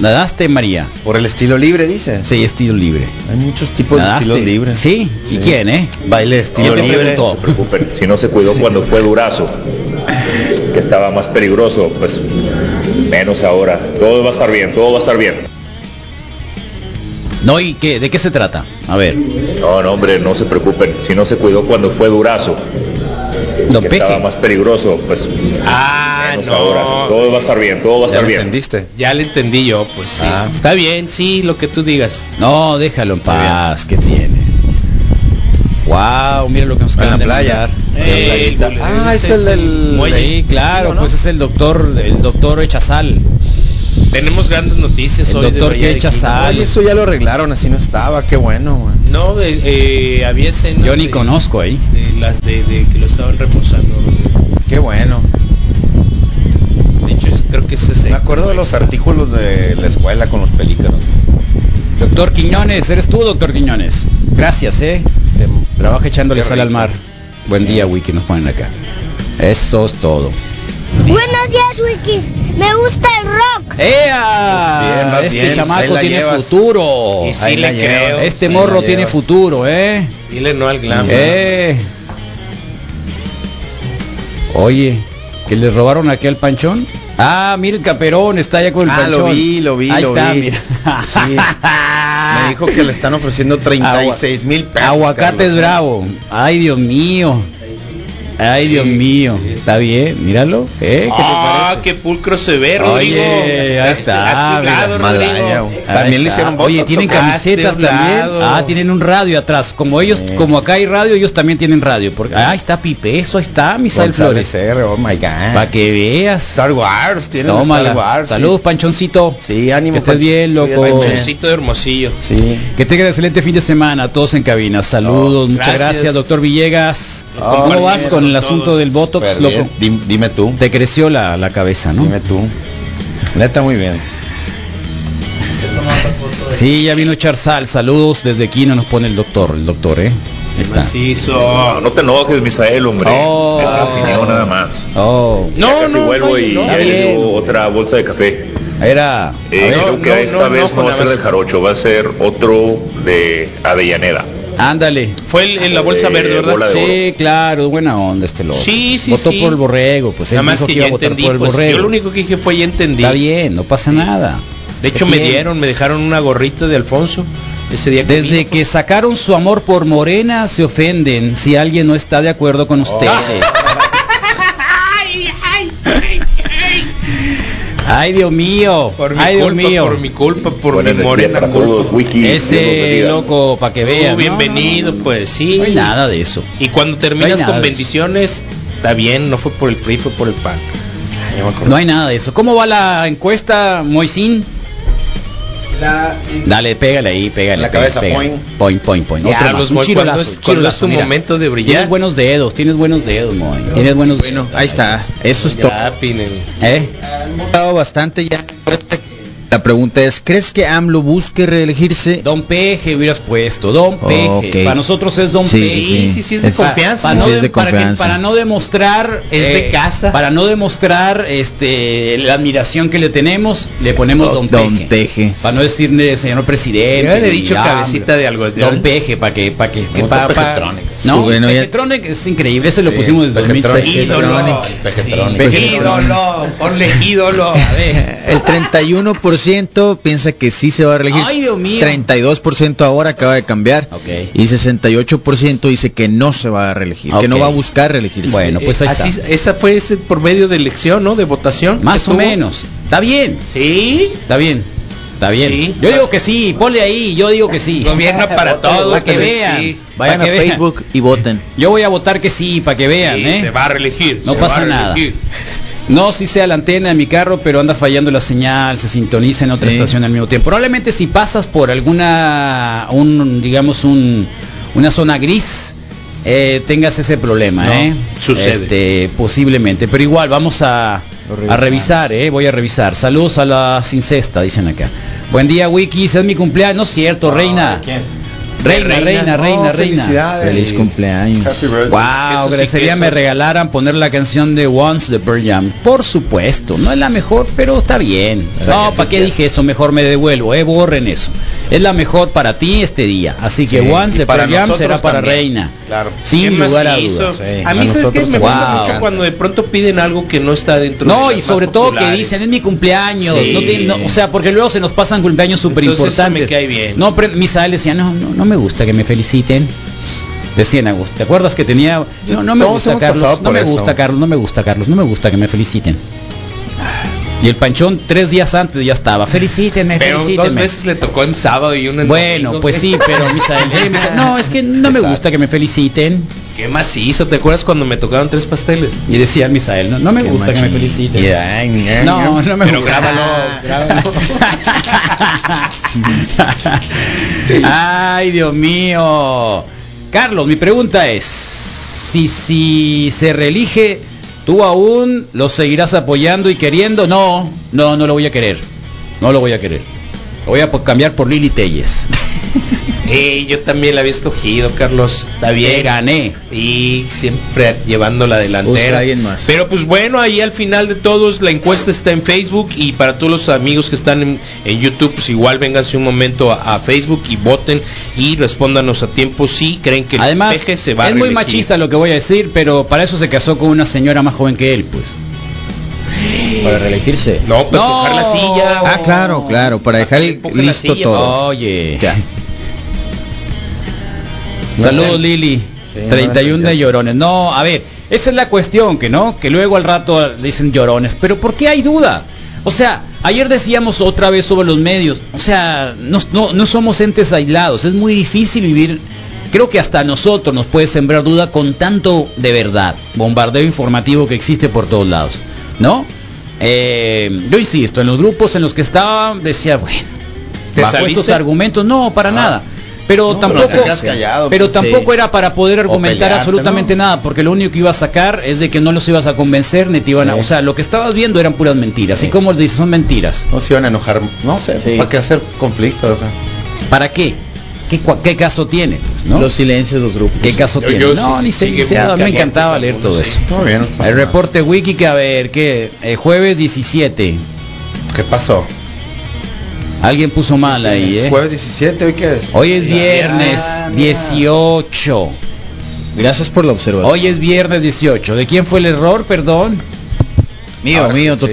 Speaker 5: Nadaste, María.
Speaker 9: por el estilo libre, dice.
Speaker 5: Sí, estilo libre.
Speaker 9: Hay muchos tipos de
Speaker 5: Nadaste.
Speaker 9: estilos libres.
Speaker 5: Sí. ¿Y quién, eh?
Speaker 9: Baile de estilo
Speaker 5: ¿Quién te
Speaker 9: libre.
Speaker 5: preguntó?
Speaker 14: preocupen, si no se cuidó cuando fue durazo, que estaba más peligroso, pues menos ahora. Todo va a estar bien, todo va a estar bien.
Speaker 5: No, ¿y qué? ¿De qué se trata? A ver.
Speaker 14: No, no, hombre, no se preocupen, si no se cuidó cuando fue durazo,
Speaker 5: Don
Speaker 14: que
Speaker 5: Peje.
Speaker 14: estaba más peligroso, pues
Speaker 10: Ah,
Speaker 14: menos ahora.
Speaker 10: no.
Speaker 14: Todo va a estar bien, todo
Speaker 9: ¿Ya
Speaker 14: va a estar
Speaker 9: lo
Speaker 14: bien.
Speaker 9: entendiste?
Speaker 10: Ya le entendí yo, pues sí.
Speaker 9: Ah.
Speaker 10: Está bien, sí, lo que tú digas.
Speaker 5: No, déjalo en paz, que tiene. Wow, mira lo que nos
Speaker 9: En la
Speaker 5: acaban de
Speaker 9: playa.
Speaker 5: mandar.
Speaker 10: Eh,
Speaker 9: Playita.
Speaker 10: el-
Speaker 9: ah, es el del...
Speaker 10: Muelle.
Speaker 5: Sí, claro,
Speaker 9: ¿no?
Speaker 5: pues es el doctor, el doctor Echazal.
Speaker 10: Tenemos grandes noticias
Speaker 5: El
Speaker 10: hoy. de
Speaker 5: doctor
Speaker 10: Bahía
Speaker 5: que
Speaker 10: de
Speaker 5: echa
Speaker 10: Quino.
Speaker 5: sal.
Speaker 9: Ay, eso ya lo arreglaron, así no estaba, qué bueno, güey.
Speaker 10: No, eh, eh, había escenas
Speaker 5: Yo ni
Speaker 10: de-
Speaker 5: conozco ahí.
Speaker 10: de las de, de que lo estaban reposando.
Speaker 9: Qué bueno.
Speaker 10: De hecho, es- creo que es ese.
Speaker 9: Me acuerdo de los artículos de la escuela con los pelícanos.
Speaker 5: Doctor Quiñones, eres tú, doctor Quiñones. Gracias, eh.
Speaker 9: De
Speaker 5: Trabaja echándole sal al mar. Buen día, Wiki, nos ponen acá. Eso es todo.
Speaker 15: Buenos días, Wikis. Me gusta el rock.
Speaker 5: ¡Ea!
Speaker 10: Pues bien, vas
Speaker 5: este
Speaker 10: bien, ahí
Speaker 5: chamaco
Speaker 10: la
Speaker 5: tiene
Speaker 10: llevas.
Speaker 5: futuro.
Speaker 10: Y sí
Speaker 5: Ahí
Speaker 10: le
Speaker 5: la
Speaker 10: creo,
Speaker 5: llevas. Este
Speaker 10: sí
Speaker 5: morro
Speaker 10: la
Speaker 5: tiene
Speaker 10: llevas.
Speaker 5: futuro, ¿eh?
Speaker 10: Dile no al glam.
Speaker 5: Eh. Oye, que le robaron aquí al panchón. Ah, mira el caperón, está allá con el
Speaker 9: Ah,
Speaker 5: panchón.
Speaker 9: lo vi, lo vi,
Speaker 5: Ahí
Speaker 9: lo
Speaker 5: está,
Speaker 9: vi.
Speaker 5: mira.
Speaker 9: Sí. Me dijo que le están ofreciendo 36 mil pesos.
Speaker 5: Aguacate
Speaker 9: Carlos.
Speaker 5: es
Speaker 9: ¿eh?
Speaker 5: bravo. Ay, Dios mío. Ay, Dios mío. Está bien, míralo. ¿eh? ¿Qué te
Speaker 10: Ah, qué pulcro se ve, Rodrigo.
Speaker 5: Oye, ahí está.
Speaker 10: Hazte un lado,
Speaker 5: mira.
Speaker 10: Rodrigo.
Speaker 5: Malaya,
Speaker 9: oh.
Speaker 5: güey.
Speaker 10: Ahí
Speaker 5: Ahí
Speaker 10: está.
Speaker 5: está. Oye, tienen camisetas
Speaker 10: Hazte un
Speaker 5: también.
Speaker 10: lado.
Speaker 5: Ah, tienen un radio atrás. Como ellos, como acá hay radio, ellos también tienen radio. Porque ah, ahí está Pipe, eso ahí está, Misael
Speaker 9: González
Speaker 5: Flores.
Speaker 9: R, oh my god.
Speaker 5: Para que veas.
Speaker 9: Star Wars, tiene
Speaker 5: Tómala.
Speaker 9: Star Wars. sí.
Speaker 5: Saludos, Panchoncito.
Speaker 9: Sí, ánimo.
Speaker 5: Que estés bien, loco.
Speaker 10: Panchoncito de Hermosillo.
Speaker 9: Sí.
Speaker 5: Que tengan excelente fin de semana a todos en cabina. Saludos,
Speaker 10: Oh,
Speaker 5: muchas gracias,
Speaker 10: gracias.
Speaker 5: doctor Villegas.
Speaker 9: Oh,
Speaker 10: Lo
Speaker 5: ¿Cómo
Speaker 10: compartimos
Speaker 5: vas con el
Speaker 10: con
Speaker 5: asunto
Speaker 10: todos.
Speaker 5: del Botox,
Speaker 9: Súper
Speaker 5: loco?
Speaker 9: bien. Dim- Dime, tú.
Speaker 5: Te creció la, la cabeza, ¿no?
Speaker 9: Dime tú. Neta, muy bien.
Speaker 5: Sí, ya vino Charzal. Saludos desde aquí, no nos pone el doctor, el doctor, ¿eh? Ahí está.
Speaker 14: No, no te enojes, Misael, hombre.
Speaker 5: Oh.
Speaker 14: Es la opinión nada más.
Speaker 5: Oh,
Speaker 14: No, casi
Speaker 10: no,
Speaker 14: vuelvo
Speaker 10: no,
Speaker 14: y
Speaker 10: no.
Speaker 14: ya
Speaker 10: Está
Speaker 14: le
Speaker 10: bien.
Speaker 14: llevo otra bolsa de café.
Speaker 5: era. a
Speaker 14: Eh,
Speaker 5: ver,
Speaker 14: creo que
Speaker 10: no,
Speaker 14: esta
Speaker 10: no,
Speaker 14: vez
Speaker 10: no,
Speaker 14: no, va a
Speaker 10: nada
Speaker 14: ser
Speaker 10: más.
Speaker 14: del jarocho, va a ser otro de Avellaneda.
Speaker 5: ándale.
Speaker 10: Fue el- en la bolsa
Speaker 14: Eh,
Speaker 10: verde, ¿verdad?
Speaker 14: bola de oro.
Speaker 5: Sí, claro, buena onda este loco.
Speaker 10: Sí, sí,
Speaker 5: Votó
Speaker 10: sí.
Speaker 5: por el borrego, pues él
Speaker 10: Nada más
Speaker 5: dijo
Speaker 10: que
Speaker 5: que iba
Speaker 10: ya
Speaker 5: a votar
Speaker 10: entendí.
Speaker 5: por el
Speaker 10: pues, yo lo
Speaker 5: borrego.
Speaker 10: único que dije fue ya entendí.
Speaker 5: Está bien, no pasa nada.
Speaker 10: De hecho,
Speaker 5: Está
Speaker 10: me
Speaker 5: bien.
Speaker 10: dieron, me dejaron una gorrita de Alfonso ese día pues. que
Speaker 5: Desde que sacaron su amor por Morena se ofenden si alguien no está de acuerdo con ustedes.
Speaker 10: Ah,
Speaker 5: Ay, Dios mío.
Speaker 10: Por mi
Speaker 5: Ay, Dios
Speaker 10: culpa,
Speaker 5: mío.
Speaker 10: por mi culpa, por
Speaker 14: Buena
Speaker 10: mi
Speaker 14: energía
Speaker 10: morena
Speaker 14: para
Speaker 10: culpa.
Speaker 14: todos, Wiki. Dios los
Speaker 5: Ese
Speaker 14: bendiga.
Speaker 5: loco, para que
Speaker 10: Tú,
Speaker 5: vean.
Speaker 10: bienvenido, pues sí.
Speaker 5: No hay nada de eso.
Speaker 10: Y cuando terminas
Speaker 5: nada
Speaker 10: con
Speaker 5: de eso.
Speaker 10: bendiciones, está bien, no fue por el PRI, fue por el PAN.
Speaker 5: No hay nada de eso. ¿Cómo va la encuesta, Moisín? Dale, pégale ahí, pégale.
Speaker 9: La
Speaker 5: pégale,
Speaker 9: cabeza,
Speaker 5: pégale.
Speaker 9: point.
Speaker 5: point, point, point.
Speaker 10: Ya,
Speaker 5: Otro más.
Speaker 10: los
Speaker 5: Un
Speaker 10: Moy, ¿cuándo
Speaker 5: chirolazo,
Speaker 10: es-
Speaker 5: un
Speaker 10: cuándo es
Speaker 5: chirolazo,
Speaker 10: tu
Speaker 5: mira.
Speaker 10: momento de brillar?
Speaker 5: Tienes buenos dedos, tienes buenos dedos, Moy. Tienes buenos
Speaker 16: Bueno, ahí está. Eso es todo.
Speaker 10: Ya, Pinen.
Speaker 5: ¿Eh?
Speaker 16: Han votado bastante ya. La pregunta es, ¿crees que AMLO busque reelegirse?
Speaker 5: Don Peje hubieras puesto, Don Peje.
Speaker 16: Ok.
Speaker 5: Para nosotros es Don
Speaker 16: Sí,
Speaker 5: Peje.
Speaker 16: sí, sí. Sí, sí, es de
Speaker 5: Pa-
Speaker 10: confianza,
Speaker 5: Para,
Speaker 16: ¿no?
Speaker 5: no,
Speaker 16: Sí, es de
Speaker 5: para que-
Speaker 16: confianza.
Speaker 5: para no demostrar
Speaker 10: Es de casa.
Speaker 5: Eh, Para no demostrar este la admiración que le tenemos, le ponemos Don, Peje.
Speaker 16: Teje.
Speaker 5: Para no decirle señor presidente.
Speaker 10: Yo le he
Speaker 5: ni
Speaker 10: dicho
Speaker 5: hambre.
Speaker 10: cabecita de algo.
Speaker 5: Don Peje, para que, para que, que
Speaker 9: gusta
Speaker 5: pa- pa-
Speaker 9: Pejetronic.
Speaker 5: No,
Speaker 16: Sí, bueno, ya-
Speaker 5: Pejetronic es increíble, ese lo pusimos desde
Speaker 9: Pejetronic.
Speaker 5: 2006.
Speaker 16: Pejetronic.
Speaker 9: Pejetronic.
Speaker 5: Pejetronic.
Speaker 10: ídolo, ponle ídolo. A ver.
Speaker 16: El 31% piensa que sí se va a reelegir.
Speaker 5: Ay, Dios mío.
Speaker 16: 32% ahora acaba de cambiar.
Speaker 5: Ok.
Speaker 16: Y 68% dice que no se va a reelegir,
Speaker 5: Ah, Ok.
Speaker 16: que no va a buscar reelegirse.
Speaker 5: Bueno, pues ahí
Speaker 10: Así,
Speaker 5: está.
Speaker 10: esa fue ese por medio de elección, ¿no? De votación.
Speaker 5: Más
Speaker 10: que
Speaker 5: o
Speaker 10: tuvo.
Speaker 5: menos. Está bien.
Speaker 10: Sí.
Speaker 5: Está bien. Está bien.
Speaker 10: Sí.
Speaker 5: Yo digo que sí, ponle ahí, yo digo que sí.
Speaker 10: Gobierna para todos.
Speaker 5: Para que
Speaker 10: sí.
Speaker 5: vean. Para
Speaker 16: vayan a
Speaker 5: que vean.
Speaker 16: Facebook y voten.
Speaker 5: Yo voy a votar que sí, para que vean,
Speaker 10: Sí,
Speaker 5: ¿eh?
Speaker 10: Se va a reelegir.
Speaker 5: No
Speaker 10: se
Speaker 5: pasa
Speaker 10: va a
Speaker 5: nada.
Speaker 10: reelegir.
Speaker 5: No, si sea la antena de mi carro, pero anda fallando la señal, se sintoniza en otra
Speaker 16: Sí.
Speaker 5: estación al mismo tiempo. Probablemente si pasas por alguna, un, digamos, un, una zona gris, eh, tengas ese problema,
Speaker 10: No,
Speaker 5: ¿eh?
Speaker 10: sucede.
Speaker 5: Este, posiblemente, pero igual vamos a, a revisar, ¿eh? Voy a revisar. Saludos a la Cincesta, dicen acá. Buen día, Wikis, es mi cumpleaños, no es cierto, reina. Reina, reina,
Speaker 10: Reina,
Speaker 5: reina, reina.
Speaker 9: Oh, felicidades.
Speaker 16: Feliz cumpleaños.
Speaker 9: Happy birthday.
Speaker 5: Wow,
Speaker 10: Eso sí
Speaker 5: agradecería
Speaker 10: que
Speaker 5: me
Speaker 10: eso-
Speaker 5: regalaran poner la canción de Once de Pearl Jam. Por supuesto, no es la mejor, pero está bien. No, ¿para qué dije eso? Mejor me devuelvo, eh, borren eso. Es la mejor para ti este día. Así que
Speaker 9: Sí,
Speaker 5: Once
Speaker 9: y
Speaker 5: de
Speaker 9: para
Speaker 5: Pearl Jam
Speaker 9: nosotros
Speaker 5: será para
Speaker 9: también.
Speaker 5: Reina.
Speaker 9: Claro.
Speaker 10: Qué
Speaker 5: Sin lugar a
Speaker 10: macizo.
Speaker 5: dudas.
Speaker 9: Sí,
Speaker 10: A mí,
Speaker 9: a
Speaker 10: ¿sabes qué?
Speaker 9: nosotros
Speaker 10: Me gusta
Speaker 5: también.
Speaker 10: mucho
Speaker 5: Wow.
Speaker 10: cuando de pronto piden algo que no está dentro de
Speaker 5: No,
Speaker 10: las
Speaker 5: y
Speaker 10: más
Speaker 5: sobre todo que
Speaker 10: populares.
Speaker 5: dicen, es mi cumpleaños.
Speaker 10: Sí.
Speaker 5: no tiene- no- o sea, porque luego se nos pasan cumpleaños súper
Speaker 10: Entonces,
Speaker 5: importantes.
Speaker 10: eso me cae bien.
Speaker 5: No, pero Misael decía, no, no, no me gusta que me feliciten. De Ciénagos, ¿te acuerdas que tenía? No, no me
Speaker 9: Todos
Speaker 5: gusta
Speaker 9: hemos
Speaker 5: Carlos,
Speaker 9: pasado
Speaker 5: no
Speaker 9: por
Speaker 5: me
Speaker 9: eso.
Speaker 5: gusta Carlos, no me gusta Carlos, no me gusta que me feliciten. Y el panchón tres días antes ya estaba, felicítenme,
Speaker 10: Pero dos
Speaker 5: felicítenme.
Speaker 10: veces le tocó en sábado y una en
Speaker 5: Bueno,
Speaker 10: domingo.
Speaker 5: pues sí, pero Misael, eh, Misael, no, es que no me
Speaker 9: Exacto.
Speaker 5: gusta que me feliciten.
Speaker 10: ¿Qué macizo? ¿Te acuerdas cuando me tocaron tres pasteles?
Speaker 5: Y decía el Misael, no, no me
Speaker 16: Qué
Speaker 5: gusta que me
Speaker 16: machín.
Speaker 5: feliciten.
Speaker 9: Yeah.
Speaker 5: No, no me
Speaker 10: Pero
Speaker 5: gusta.
Speaker 10: grábalo,
Speaker 5: Ay, Dios mío. Carlos, mi pregunta es, si, si se reelige, ¿tú aún lo seguirás apoyando y queriendo? No, no, no lo voy a querer. No lo voy a querer. Voy a po- cambiar por Lili Telles.
Speaker 10: Ey, yo también la había escogido, Carlos. La bien.
Speaker 5: gané.
Speaker 10: Y siempre llevando la delantera.
Speaker 16: Busca a alguien más.
Speaker 10: Pero pues bueno, ahí al final de todos, la encuesta está en Facebook y para todos los amigos que están en, en YouTube, pues igual vénganse un momento a, a Facebook y voten y respóndanos a tiempo si creen que el
Speaker 5: Además,
Speaker 10: PG se va a
Speaker 5: es muy
Speaker 10: reelegir.
Speaker 5: machista lo que voy a decir, pero para eso se casó con una señora más joven que él, pues.
Speaker 16: Para reelegirse.
Speaker 10: No, para empujar
Speaker 5: Oh.
Speaker 10: la silla.
Speaker 16: Ah, claro, claro, para dejar el-
Speaker 10: Empuja la
Speaker 16: listo
Speaker 10: silla, Oh.
Speaker 16: todo.
Speaker 5: Oye.
Speaker 16: Ya.
Speaker 5: Saludos Lili.
Speaker 16: Sí, no
Speaker 5: 31
Speaker 16: me
Speaker 5: de llorones. No, a ver, esa es la cuestión, que no, que luego al rato dicen llorones, pero ¿por qué hay duda? O sea, ayer decíamos otra vez sobre los medios, o sea, no, no- no somos entes aislados, es muy difícil vivir, creo que hasta a nosotros nos puede sembrar duda con tanto de verdad, bombardeo informativo que existe por todos lados, ¿no? Eh, yo insisto, en los grupos en los que estaba, decía, bueno,
Speaker 10: ¿Te
Speaker 5: bajo
Speaker 10: saliste? Ah.
Speaker 5: estos argumentitos, no, para nada.
Speaker 9: No,
Speaker 5: Pero
Speaker 9: pero
Speaker 5: tampoco,
Speaker 9: te quedas callado, pues,
Speaker 5: pero tampoco
Speaker 9: sí.
Speaker 5: era para poder argumentar
Speaker 9: pelearte,
Speaker 5: absolutamente nada, porque lo único que iba a sacar es de que no los ibas a convencer ni te iban a, o sea, lo que estabas viendo eran puras mentiras, así como dices, son mentiras.
Speaker 9: No se iban a enojar, no sé, ¿para qué hacer conflicto? o sea?
Speaker 5: ¿Para qué? ¿Qué, cua- qué caso tiene? pues, no?
Speaker 16: Los silencios de los grupos.
Speaker 5: ¿Qué caso
Speaker 10: Yo-
Speaker 5: tiene?
Speaker 10: yo
Speaker 5: no,
Speaker 10: sí-
Speaker 5: ni sé,
Speaker 10: sí
Speaker 5: ni
Speaker 10: que
Speaker 5: sé,
Speaker 10: muy
Speaker 5: me
Speaker 10: calientes
Speaker 5: encantaba leer
Speaker 10: algunos,
Speaker 5: todo
Speaker 10: sí.
Speaker 5: eso.
Speaker 9: Todo bien, no pasa
Speaker 5: El
Speaker 9: nada.
Speaker 5: reporte wiki que a ver, que jueves 17.
Speaker 9: ¿Qué pasó?
Speaker 5: Alguien puso mal ahí,
Speaker 9: Es
Speaker 5: ¿eh?
Speaker 9: jueves 17, ¿hoy qué es?
Speaker 5: Hoy es viernes 18.
Speaker 16: Gracias por la observación.
Speaker 5: Hoy es viernes 18. ¿De quién fue el error? Perdón.
Speaker 16: mío,
Speaker 7: Ah,
Speaker 9: ahora
Speaker 16: mío,
Speaker 9: sí, sí.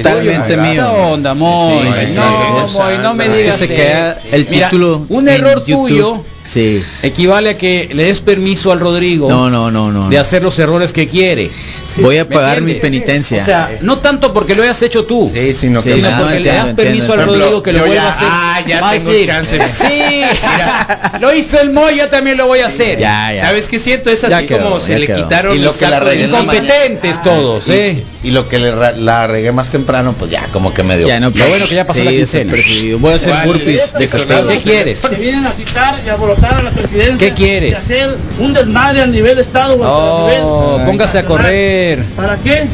Speaker 9: Oye,
Speaker 16: totalmente
Speaker 5: Esa
Speaker 16: mío.
Speaker 5: onda, Moy.
Speaker 16: Sí, sí,
Speaker 5: no,
Speaker 16: sí.
Speaker 5: Moy, no me
Speaker 16: Es que
Speaker 5: digas
Speaker 16: se
Speaker 5: eso.
Speaker 16: queda el
Speaker 5: Mira,
Speaker 16: título
Speaker 5: un
Speaker 16: en
Speaker 5: error
Speaker 16: YouTube.
Speaker 5: tuyo
Speaker 16: Sí.
Speaker 5: equivale a que le des permiso al Rodrigo
Speaker 16: No, no, no, no.
Speaker 5: de hacer los errores que quiere.
Speaker 16: Voy a
Speaker 5: ¿Me
Speaker 16: pagar mi
Speaker 5: entiendes?
Speaker 16: penitencia.
Speaker 5: O sea, no tanto porque lo hayas hecho tú.
Speaker 9: Sí, sino que
Speaker 16: Sí,
Speaker 5: sino
Speaker 16: no,
Speaker 5: porque le
Speaker 16: entiendo,
Speaker 5: das
Speaker 16: entiendo.
Speaker 5: permiso al
Speaker 9: Por ejemplo,
Speaker 5: Rodrigo que lo
Speaker 9: yo
Speaker 5: vuelva
Speaker 9: ya-
Speaker 5: a hacer.
Speaker 10: ah, ya
Speaker 5: Va a
Speaker 10: tengo chance.
Speaker 5: Sí, mira, lo hizo el Moy, yo también lo voy a hacer.
Speaker 16: Ya, ya.
Speaker 10: ¿Sabes qué siento? Es
Speaker 16: Ya
Speaker 10: así
Speaker 16: quedó,
Speaker 10: como se
Speaker 16: ya
Speaker 10: le
Speaker 16: quedó.
Speaker 10: quitaron
Speaker 9: Y lo
Speaker 10: el
Speaker 9: que la
Speaker 10: saco de
Speaker 9: regué en la
Speaker 10: encima.
Speaker 5: Incompetentes todos,
Speaker 9: Y,
Speaker 5: ¿eh?
Speaker 9: y lo que le ra- la regué más temprano, pues ya, como que me dio.
Speaker 16: Ya no,
Speaker 5: Lo bueno que ya pasó la quincena.
Speaker 16: desapercibido. Voy a hacer
Speaker 10: ¿Cuál?
Speaker 16: burpees de
Speaker 10: Eso,
Speaker 16: castigo.
Speaker 5: ¿Qué quieres?
Speaker 17: Se vienen a citar y a alborotar a la presidencia.
Speaker 5: ¿Qué quieres?
Speaker 17: Y hacer un desmadre a nivel Estado. o
Speaker 5: Oh,
Speaker 17: a nivel
Speaker 5: póngase a
Speaker 17: nacional.
Speaker 5: correr.
Speaker 17: ¿Para qué?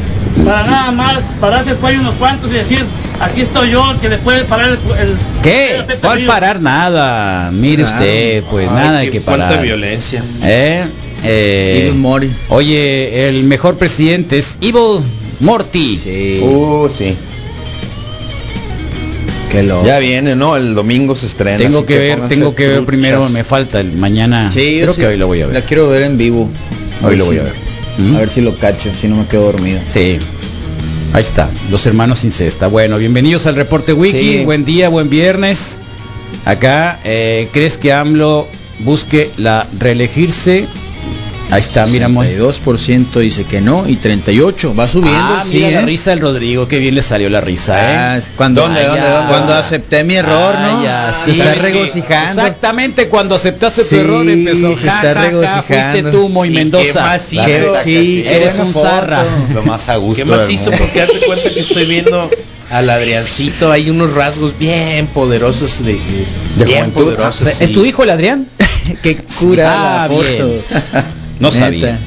Speaker 17: Para nada más, pararse el cuello unos cuantos y decir, aquí estoy yo, el que le puede parar el... cu- el
Speaker 5: ¿Qué?
Speaker 17: el-
Speaker 5: ¿Cuál parar nada? Mire usted, pues
Speaker 10: Ay,
Speaker 5: nada hay
Speaker 10: qué-
Speaker 5: que
Speaker 10: cuánta
Speaker 5: parar.
Speaker 10: violencia.
Speaker 5: ¿Eh? Eh,
Speaker 16: Evil Mori.
Speaker 5: Oye, el mejor presidente es Evil Morty.
Speaker 16: Sí.
Speaker 9: Uh, sí.
Speaker 16: Qué loco.
Speaker 9: Ya viene, ¿no? El domingo se estrena.
Speaker 5: Tengo
Speaker 9: así
Speaker 5: que ver,
Speaker 9: pónganse
Speaker 5: tengo que ver
Speaker 9: truchas.
Speaker 5: primero, me falta el mañana.
Speaker 16: Sí, yo
Speaker 5: Ah, creo
Speaker 16: sí-
Speaker 5: que hoy lo voy a
Speaker 16: La
Speaker 5: ver.
Speaker 16: quiero ver en vivo.
Speaker 5: Hoy lo
Speaker 16: si-
Speaker 5: voy a ver.
Speaker 16: ¿Mm?
Speaker 5: ¿Mm?
Speaker 16: A ver si lo cacho, si no me quedo dormido.
Speaker 5: Sí. Ahí está, los hermanos sin cesta. Bueno, bienvenidos al reporte wiki.
Speaker 9: Sí.
Speaker 5: Buen día, buen viernes. Acá, eh, ¿crees que AMLO busque la reelegirse? Ahí está,
Speaker 7: Ah,
Speaker 5: mira, Moy.
Speaker 16: 32% dice que no y 38 va subiendo
Speaker 5: Ah,
Speaker 16: el sí,
Speaker 5: mira la
Speaker 16: ¿eh?
Speaker 5: risa del Rodrigo, qué bien le salió la risa,
Speaker 16: Ah,
Speaker 5: ¿eh?
Speaker 16: es cuando,
Speaker 9: ¿Dónde,
Speaker 16: ah,
Speaker 9: dónde,
Speaker 16: ya.
Speaker 9: dónde?
Speaker 16: cuando acepté mi error,
Speaker 5: Ah,
Speaker 16: ¿no?
Speaker 5: ya, sí.
Speaker 16: se está
Speaker 5: ¿Sabes qué?
Speaker 16: regocijando.
Speaker 5: Exactamente cuando aceptaste
Speaker 16: Sí,
Speaker 5: tu error empezó.
Speaker 16: se
Speaker 5: "Ja,
Speaker 16: está
Speaker 5: ja, ja,
Speaker 16: regocijando.
Speaker 5: fuiste tú, Moy
Speaker 10: ¿Y qué
Speaker 5: Mendoza.
Speaker 10: más
Speaker 9: La
Speaker 16: Qué-
Speaker 10: hizo?
Speaker 9: neta que
Speaker 16: sí,
Speaker 9: sí,
Speaker 5: eres
Speaker 9: buena
Speaker 5: un
Speaker 9: foto.
Speaker 5: zarra.
Speaker 9: Lo más a gusto.
Speaker 10: ¿Qué más
Speaker 9: del
Speaker 10: hizo?
Speaker 9: mundo.
Speaker 10: Porque date cuenta que estoy viendo al Adriancito, hay unos rasgos bien poderosos de,
Speaker 9: De
Speaker 10: bien
Speaker 9: juventud.
Speaker 10: poderosos,
Speaker 9: Ah,
Speaker 10: sí.
Speaker 5: ¿Es tu hijo el Adrián?
Speaker 16: Qué curada
Speaker 5: Ah,
Speaker 16: la foto.
Speaker 5: bien. No
Speaker 16: Neta,
Speaker 5: sabía.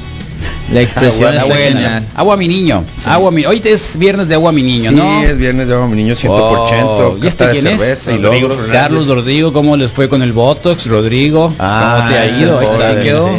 Speaker 16: La expresión
Speaker 9: Ah,
Speaker 16: está
Speaker 9: bueno.
Speaker 16: genial.
Speaker 5: Agua mi niño, agua mi. Hoy es viernes de agua mi niño,
Speaker 9: Sí,
Speaker 5: ¿no?
Speaker 9: es viernes de mi niño 100%,
Speaker 5: Oh, ¿y este
Speaker 9: cata de
Speaker 5: quién es?
Speaker 9: cerveza y
Speaker 10: Rodrigo
Speaker 9: logros.
Speaker 5: Carlos Rodrigo, ¿cómo les fue con el Botox, Rodrigo?
Speaker 9: Ah,
Speaker 5: ¿Cómo te ha
Speaker 9: ese
Speaker 5: ido? Ahí está.
Speaker 9: pobre,
Speaker 16: Así quedó.
Speaker 9: sí.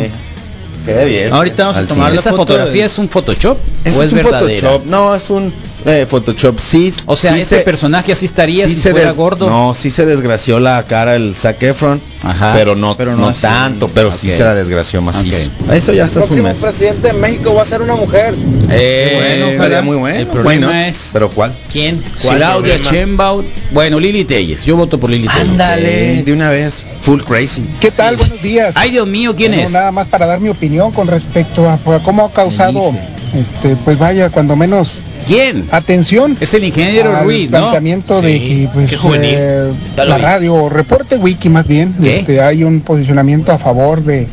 Speaker 9: Qué bien.
Speaker 16: Ahorita vamos a
Speaker 9: Al
Speaker 16: tomar
Speaker 9: cine.
Speaker 16: la
Speaker 5: ¿Esa
Speaker 16: foto
Speaker 5: fotografía
Speaker 16: de-
Speaker 5: es un Photoshop?
Speaker 9: Ese
Speaker 5: ¿O
Speaker 9: es,
Speaker 5: es
Speaker 9: un
Speaker 5: verdadera?
Speaker 9: Photoshop. No, es un eh, Photoshop. Sí,
Speaker 5: O sea, este
Speaker 9: sí
Speaker 5: ese
Speaker 9: se-
Speaker 5: personaje así estaría
Speaker 9: sí
Speaker 5: si
Speaker 9: se
Speaker 5: fuera
Speaker 9: des-
Speaker 5: gordo.
Speaker 9: No, sí se desgració la cara el Zac Efron,
Speaker 5: Ajá.
Speaker 9: pero no,
Speaker 16: Pero no
Speaker 9: no,
Speaker 16: así.
Speaker 9: tanto, pero sí
Speaker 5: Ok.
Speaker 9: se la desgració macizo.
Speaker 5: Ok.
Speaker 9: Eso ya está hace un mes.
Speaker 6: presidente de México va a ser una mujer.
Speaker 5: Eh,
Speaker 9: Bueno, estaría muy bueno.
Speaker 5: El problema
Speaker 9: bueno,
Speaker 5: es
Speaker 9: pero ¿cuál?
Speaker 10: ¿Quién?
Speaker 5: Claudia Sheinbaum. Bueno, Lili Telles. Yo voto por Lili Telles.
Speaker 9: Ándale, de una vez, full crazy.
Speaker 18: ¿Qué tal? Buenos días.
Speaker 5: Ay, Dios mío, ¿quién
Speaker 18: Bueno,
Speaker 5: es?
Speaker 18: Nada más para dar mi opinión con respecto a, pues, a cómo ha causado, este, pues vaya, cuando menos
Speaker 5: ¿Quién?
Speaker 18: atención.
Speaker 5: Es el ingeniero
Speaker 18: al
Speaker 5: Ruiz, ¿no?
Speaker 18: planteamiento de que pues,
Speaker 10: qué juvenil.
Speaker 18: eh,
Speaker 10: Ya lo
Speaker 18: la
Speaker 10: vi.
Speaker 18: radio o reporte wiki más bien
Speaker 5: ¿Qué?
Speaker 18: este hay un posicionamiento a favor de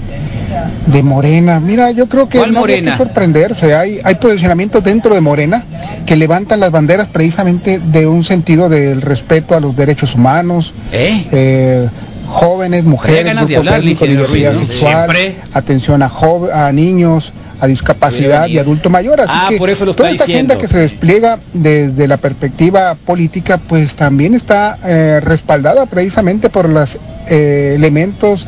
Speaker 18: de Morena mira yo creo que
Speaker 5: ¿Cuál
Speaker 18: no habría
Speaker 5: Morena?
Speaker 18: que sorprenderse hay hay posicionamientos dentro de Morena que levantan las banderas precisamente de un sentido del respeto a los derechos humanos
Speaker 5: ¿Eh?
Speaker 18: eh, jóvenes, mujeres,
Speaker 5: ganas de
Speaker 18: grupos
Speaker 5: hablarle,
Speaker 18: étnicos,
Speaker 5: ingeniero
Speaker 18: diversidad
Speaker 5: Ruiz, ¿no?
Speaker 18: sexual,
Speaker 10: Siempre.
Speaker 18: atención a, jove- a niños, a discapacidad y adulto mayor. Así
Speaker 5: Ah,
Speaker 18: que
Speaker 5: por eso lo está
Speaker 18: toda esta
Speaker 5: diciendo.
Speaker 18: agenda que se despliega desde la perspectiva política, pues también está eh, respaldada precisamente por los elementos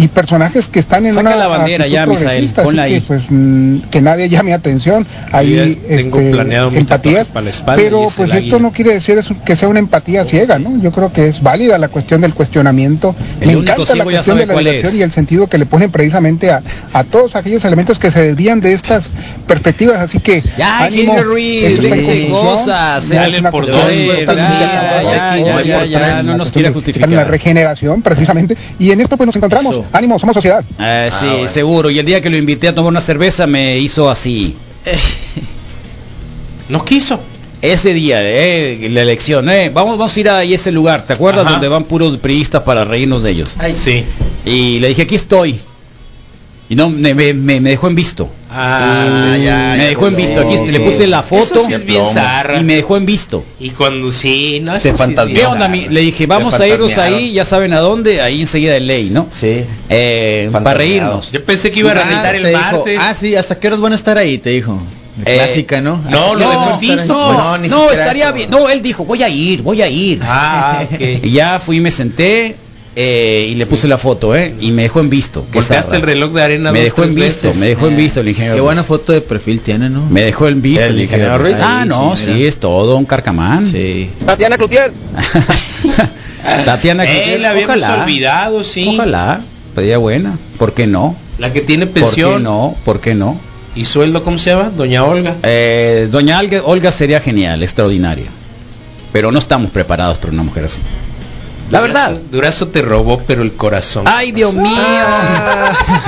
Speaker 18: y personajes que están en
Speaker 5: Saca
Speaker 18: una
Speaker 5: la bandera
Speaker 18: actitud
Speaker 5: ya, Misael,
Speaker 18: progresista, así
Speaker 5: ponla
Speaker 18: que,
Speaker 5: ahí.
Speaker 18: pues, mm, que nadie llame atención ahí
Speaker 10: Ya es- tengo
Speaker 18: este,
Speaker 10: planeado mi
Speaker 18: empatías
Speaker 10: tatuaje para la espalda y
Speaker 18: pero
Speaker 10: es
Speaker 18: pues
Speaker 10: el
Speaker 18: esto
Speaker 10: águila.
Speaker 18: no quiere decir es un- que sea una empatía ciega no yo creo que es válida la cuestión del cuestionamiento
Speaker 5: El
Speaker 18: me
Speaker 5: único
Speaker 18: encanta la
Speaker 5: ciego ya
Speaker 18: cuestión
Speaker 5: sabe
Speaker 18: de la
Speaker 5: cuál
Speaker 18: diversión
Speaker 5: es.
Speaker 18: y el sentido que le ponen precisamente a, a todos aquellos elementos que se desvían de estas perspectivas así que
Speaker 5: Ya,
Speaker 18: ánimo,
Speaker 5: Henry Ruiz,
Speaker 18: esto está en
Speaker 5: dice
Speaker 18: conclusión,
Speaker 5: cosas,
Speaker 18: ya es
Speaker 5: dale
Speaker 18: una
Speaker 5: por
Speaker 18: cuestión
Speaker 5: dos,
Speaker 18: de-
Speaker 5: ya,
Speaker 18: ya,
Speaker 5: ya, ya, ya, ya, no nos quiere justificar.
Speaker 18: la regeneración precisamente y en esto pues nos encontramos
Speaker 5: Eso.
Speaker 18: ánimo somos sociedad
Speaker 5: Ah, sí, seguro. Y el día que lo invité a tomar una cerveza me hizo así.
Speaker 10: No quiso.
Speaker 5: Ese día, eh, la elección, eh, vamos, vamos a ir a ese lugar, ¿te acuerdas?
Speaker 10: Ajá.
Speaker 5: Donde van puros priistas para reírnos de ellos.
Speaker 10: Sí.
Speaker 5: Y le dije, aquí estoy. Y no, me, me- me- me dejó en visto.
Speaker 7: Mm,
Speaker 10: Ah, ya,
Speaker 5: me
Speaker 10: ya,
Speaker 5: dejó en
Speaker 10: pues,
Speaker 5: visto. Aquí
Speaker 10: no,
Speaker 5: le
Speaker 10: que-
Speaker 5: puse la foto
Speaker 10: Eso sí es bien zarra.
Speaker 5: y me dejó en visto.
Speaker 10: Y cuando sí, no
Speaker 5: Te
Speaker 10: eso sí es
Speaker 5: fantasmearon.
Speaker 10: bien
Speaker 5: ¿Qué onda,
Speaker 10: raro.
Speaker 5: mi- Le dije, vamos a irnos ahí, ya saben a dónde, ahí enseguida de ley, ¿no? Sí. para reírnos.
Speaker 10: Yo pensé que iba a regresar el
Speaker 16: te dijo,
Speaker 10: martes.
Speaker 16: ah, sí, ¿hasta qué horas van a estar ahí? Te dijo. La
Speaker 5: Eh,
Speaker 16: Clásica, ¿no? ¿Hasta
Speaker 5: No,
Speaker 16: qué
Speaker 5: lo
Speaker 16: horas van a
Speaker 5: dejó
Speaker 16: estar ahí?
Speaker 5: visto. No, estaría bien. No, él dijo, voy a ir, voy a ir.
Speaker 10: Ah,
Speaker 5: Y ya fui, me senté eh, y le puse la foto, ¿eh? Y me dejó en visto. Qué
Speaker 10: Volteaste
Speaker 5: zarra.
Speaker 10: el reloj de arena
Speaker 5: Me
Speaker 10: dos,
Speaker 5: dejó en
Speaker 10: tres
Speaker 5: visto,
Speaker 10: veces. Eh.
Speaker 5: me dejó en visto el ingeniero.
Speaker 16: Qué buena foto de perfil tiene,
Speaker 10: Mm.
Speaker 16: ¿no?
Speaker 5: Me dejó en visto el ingeniero.
Speaker 16: ingeniero
Speaker 5: Ruiz.
Speaker 16: Ruiz.
Speaker 5: Ah,
Speaker 16: Sí,
Speaker 5: no,
Speaker 16: sí,
Speaker 5: sí,
Speaker 16: mira.
Speaker 5: es todo un carcamán.
Speaker 16: Sí.
Speaker 6: Tatiana Cloutier.
Speaker 5: Tatiana
Speaker 10: Eh,
Speaker 5: Cloutier,
Speaker 10: la habíamos
Speaker 5: ojalá,
Speaker 10: olvidado, sí.
Speaker 5: Ojalá. Pedía buena. ¿Por qué no?
Speaker 10: La que tiene
Speaker 5: ¿Por qué
Speaker 10: pensión
Speaker 5: no? ¿Por qué no?
Speaker 10: y sueldo, ¿cómo se llama? Doña Olga.
Speaker 5: Eh, doña Alga- Olga sería genial, extraordinaria. Pero no estamos preparados para una mujer así. La verdad.
Speaker 10: Durazo, Durazo te robó, pero el corazón.
Speaker 5: Ay, Dios
Speaker 10: Ah.
Speaker 5: mío.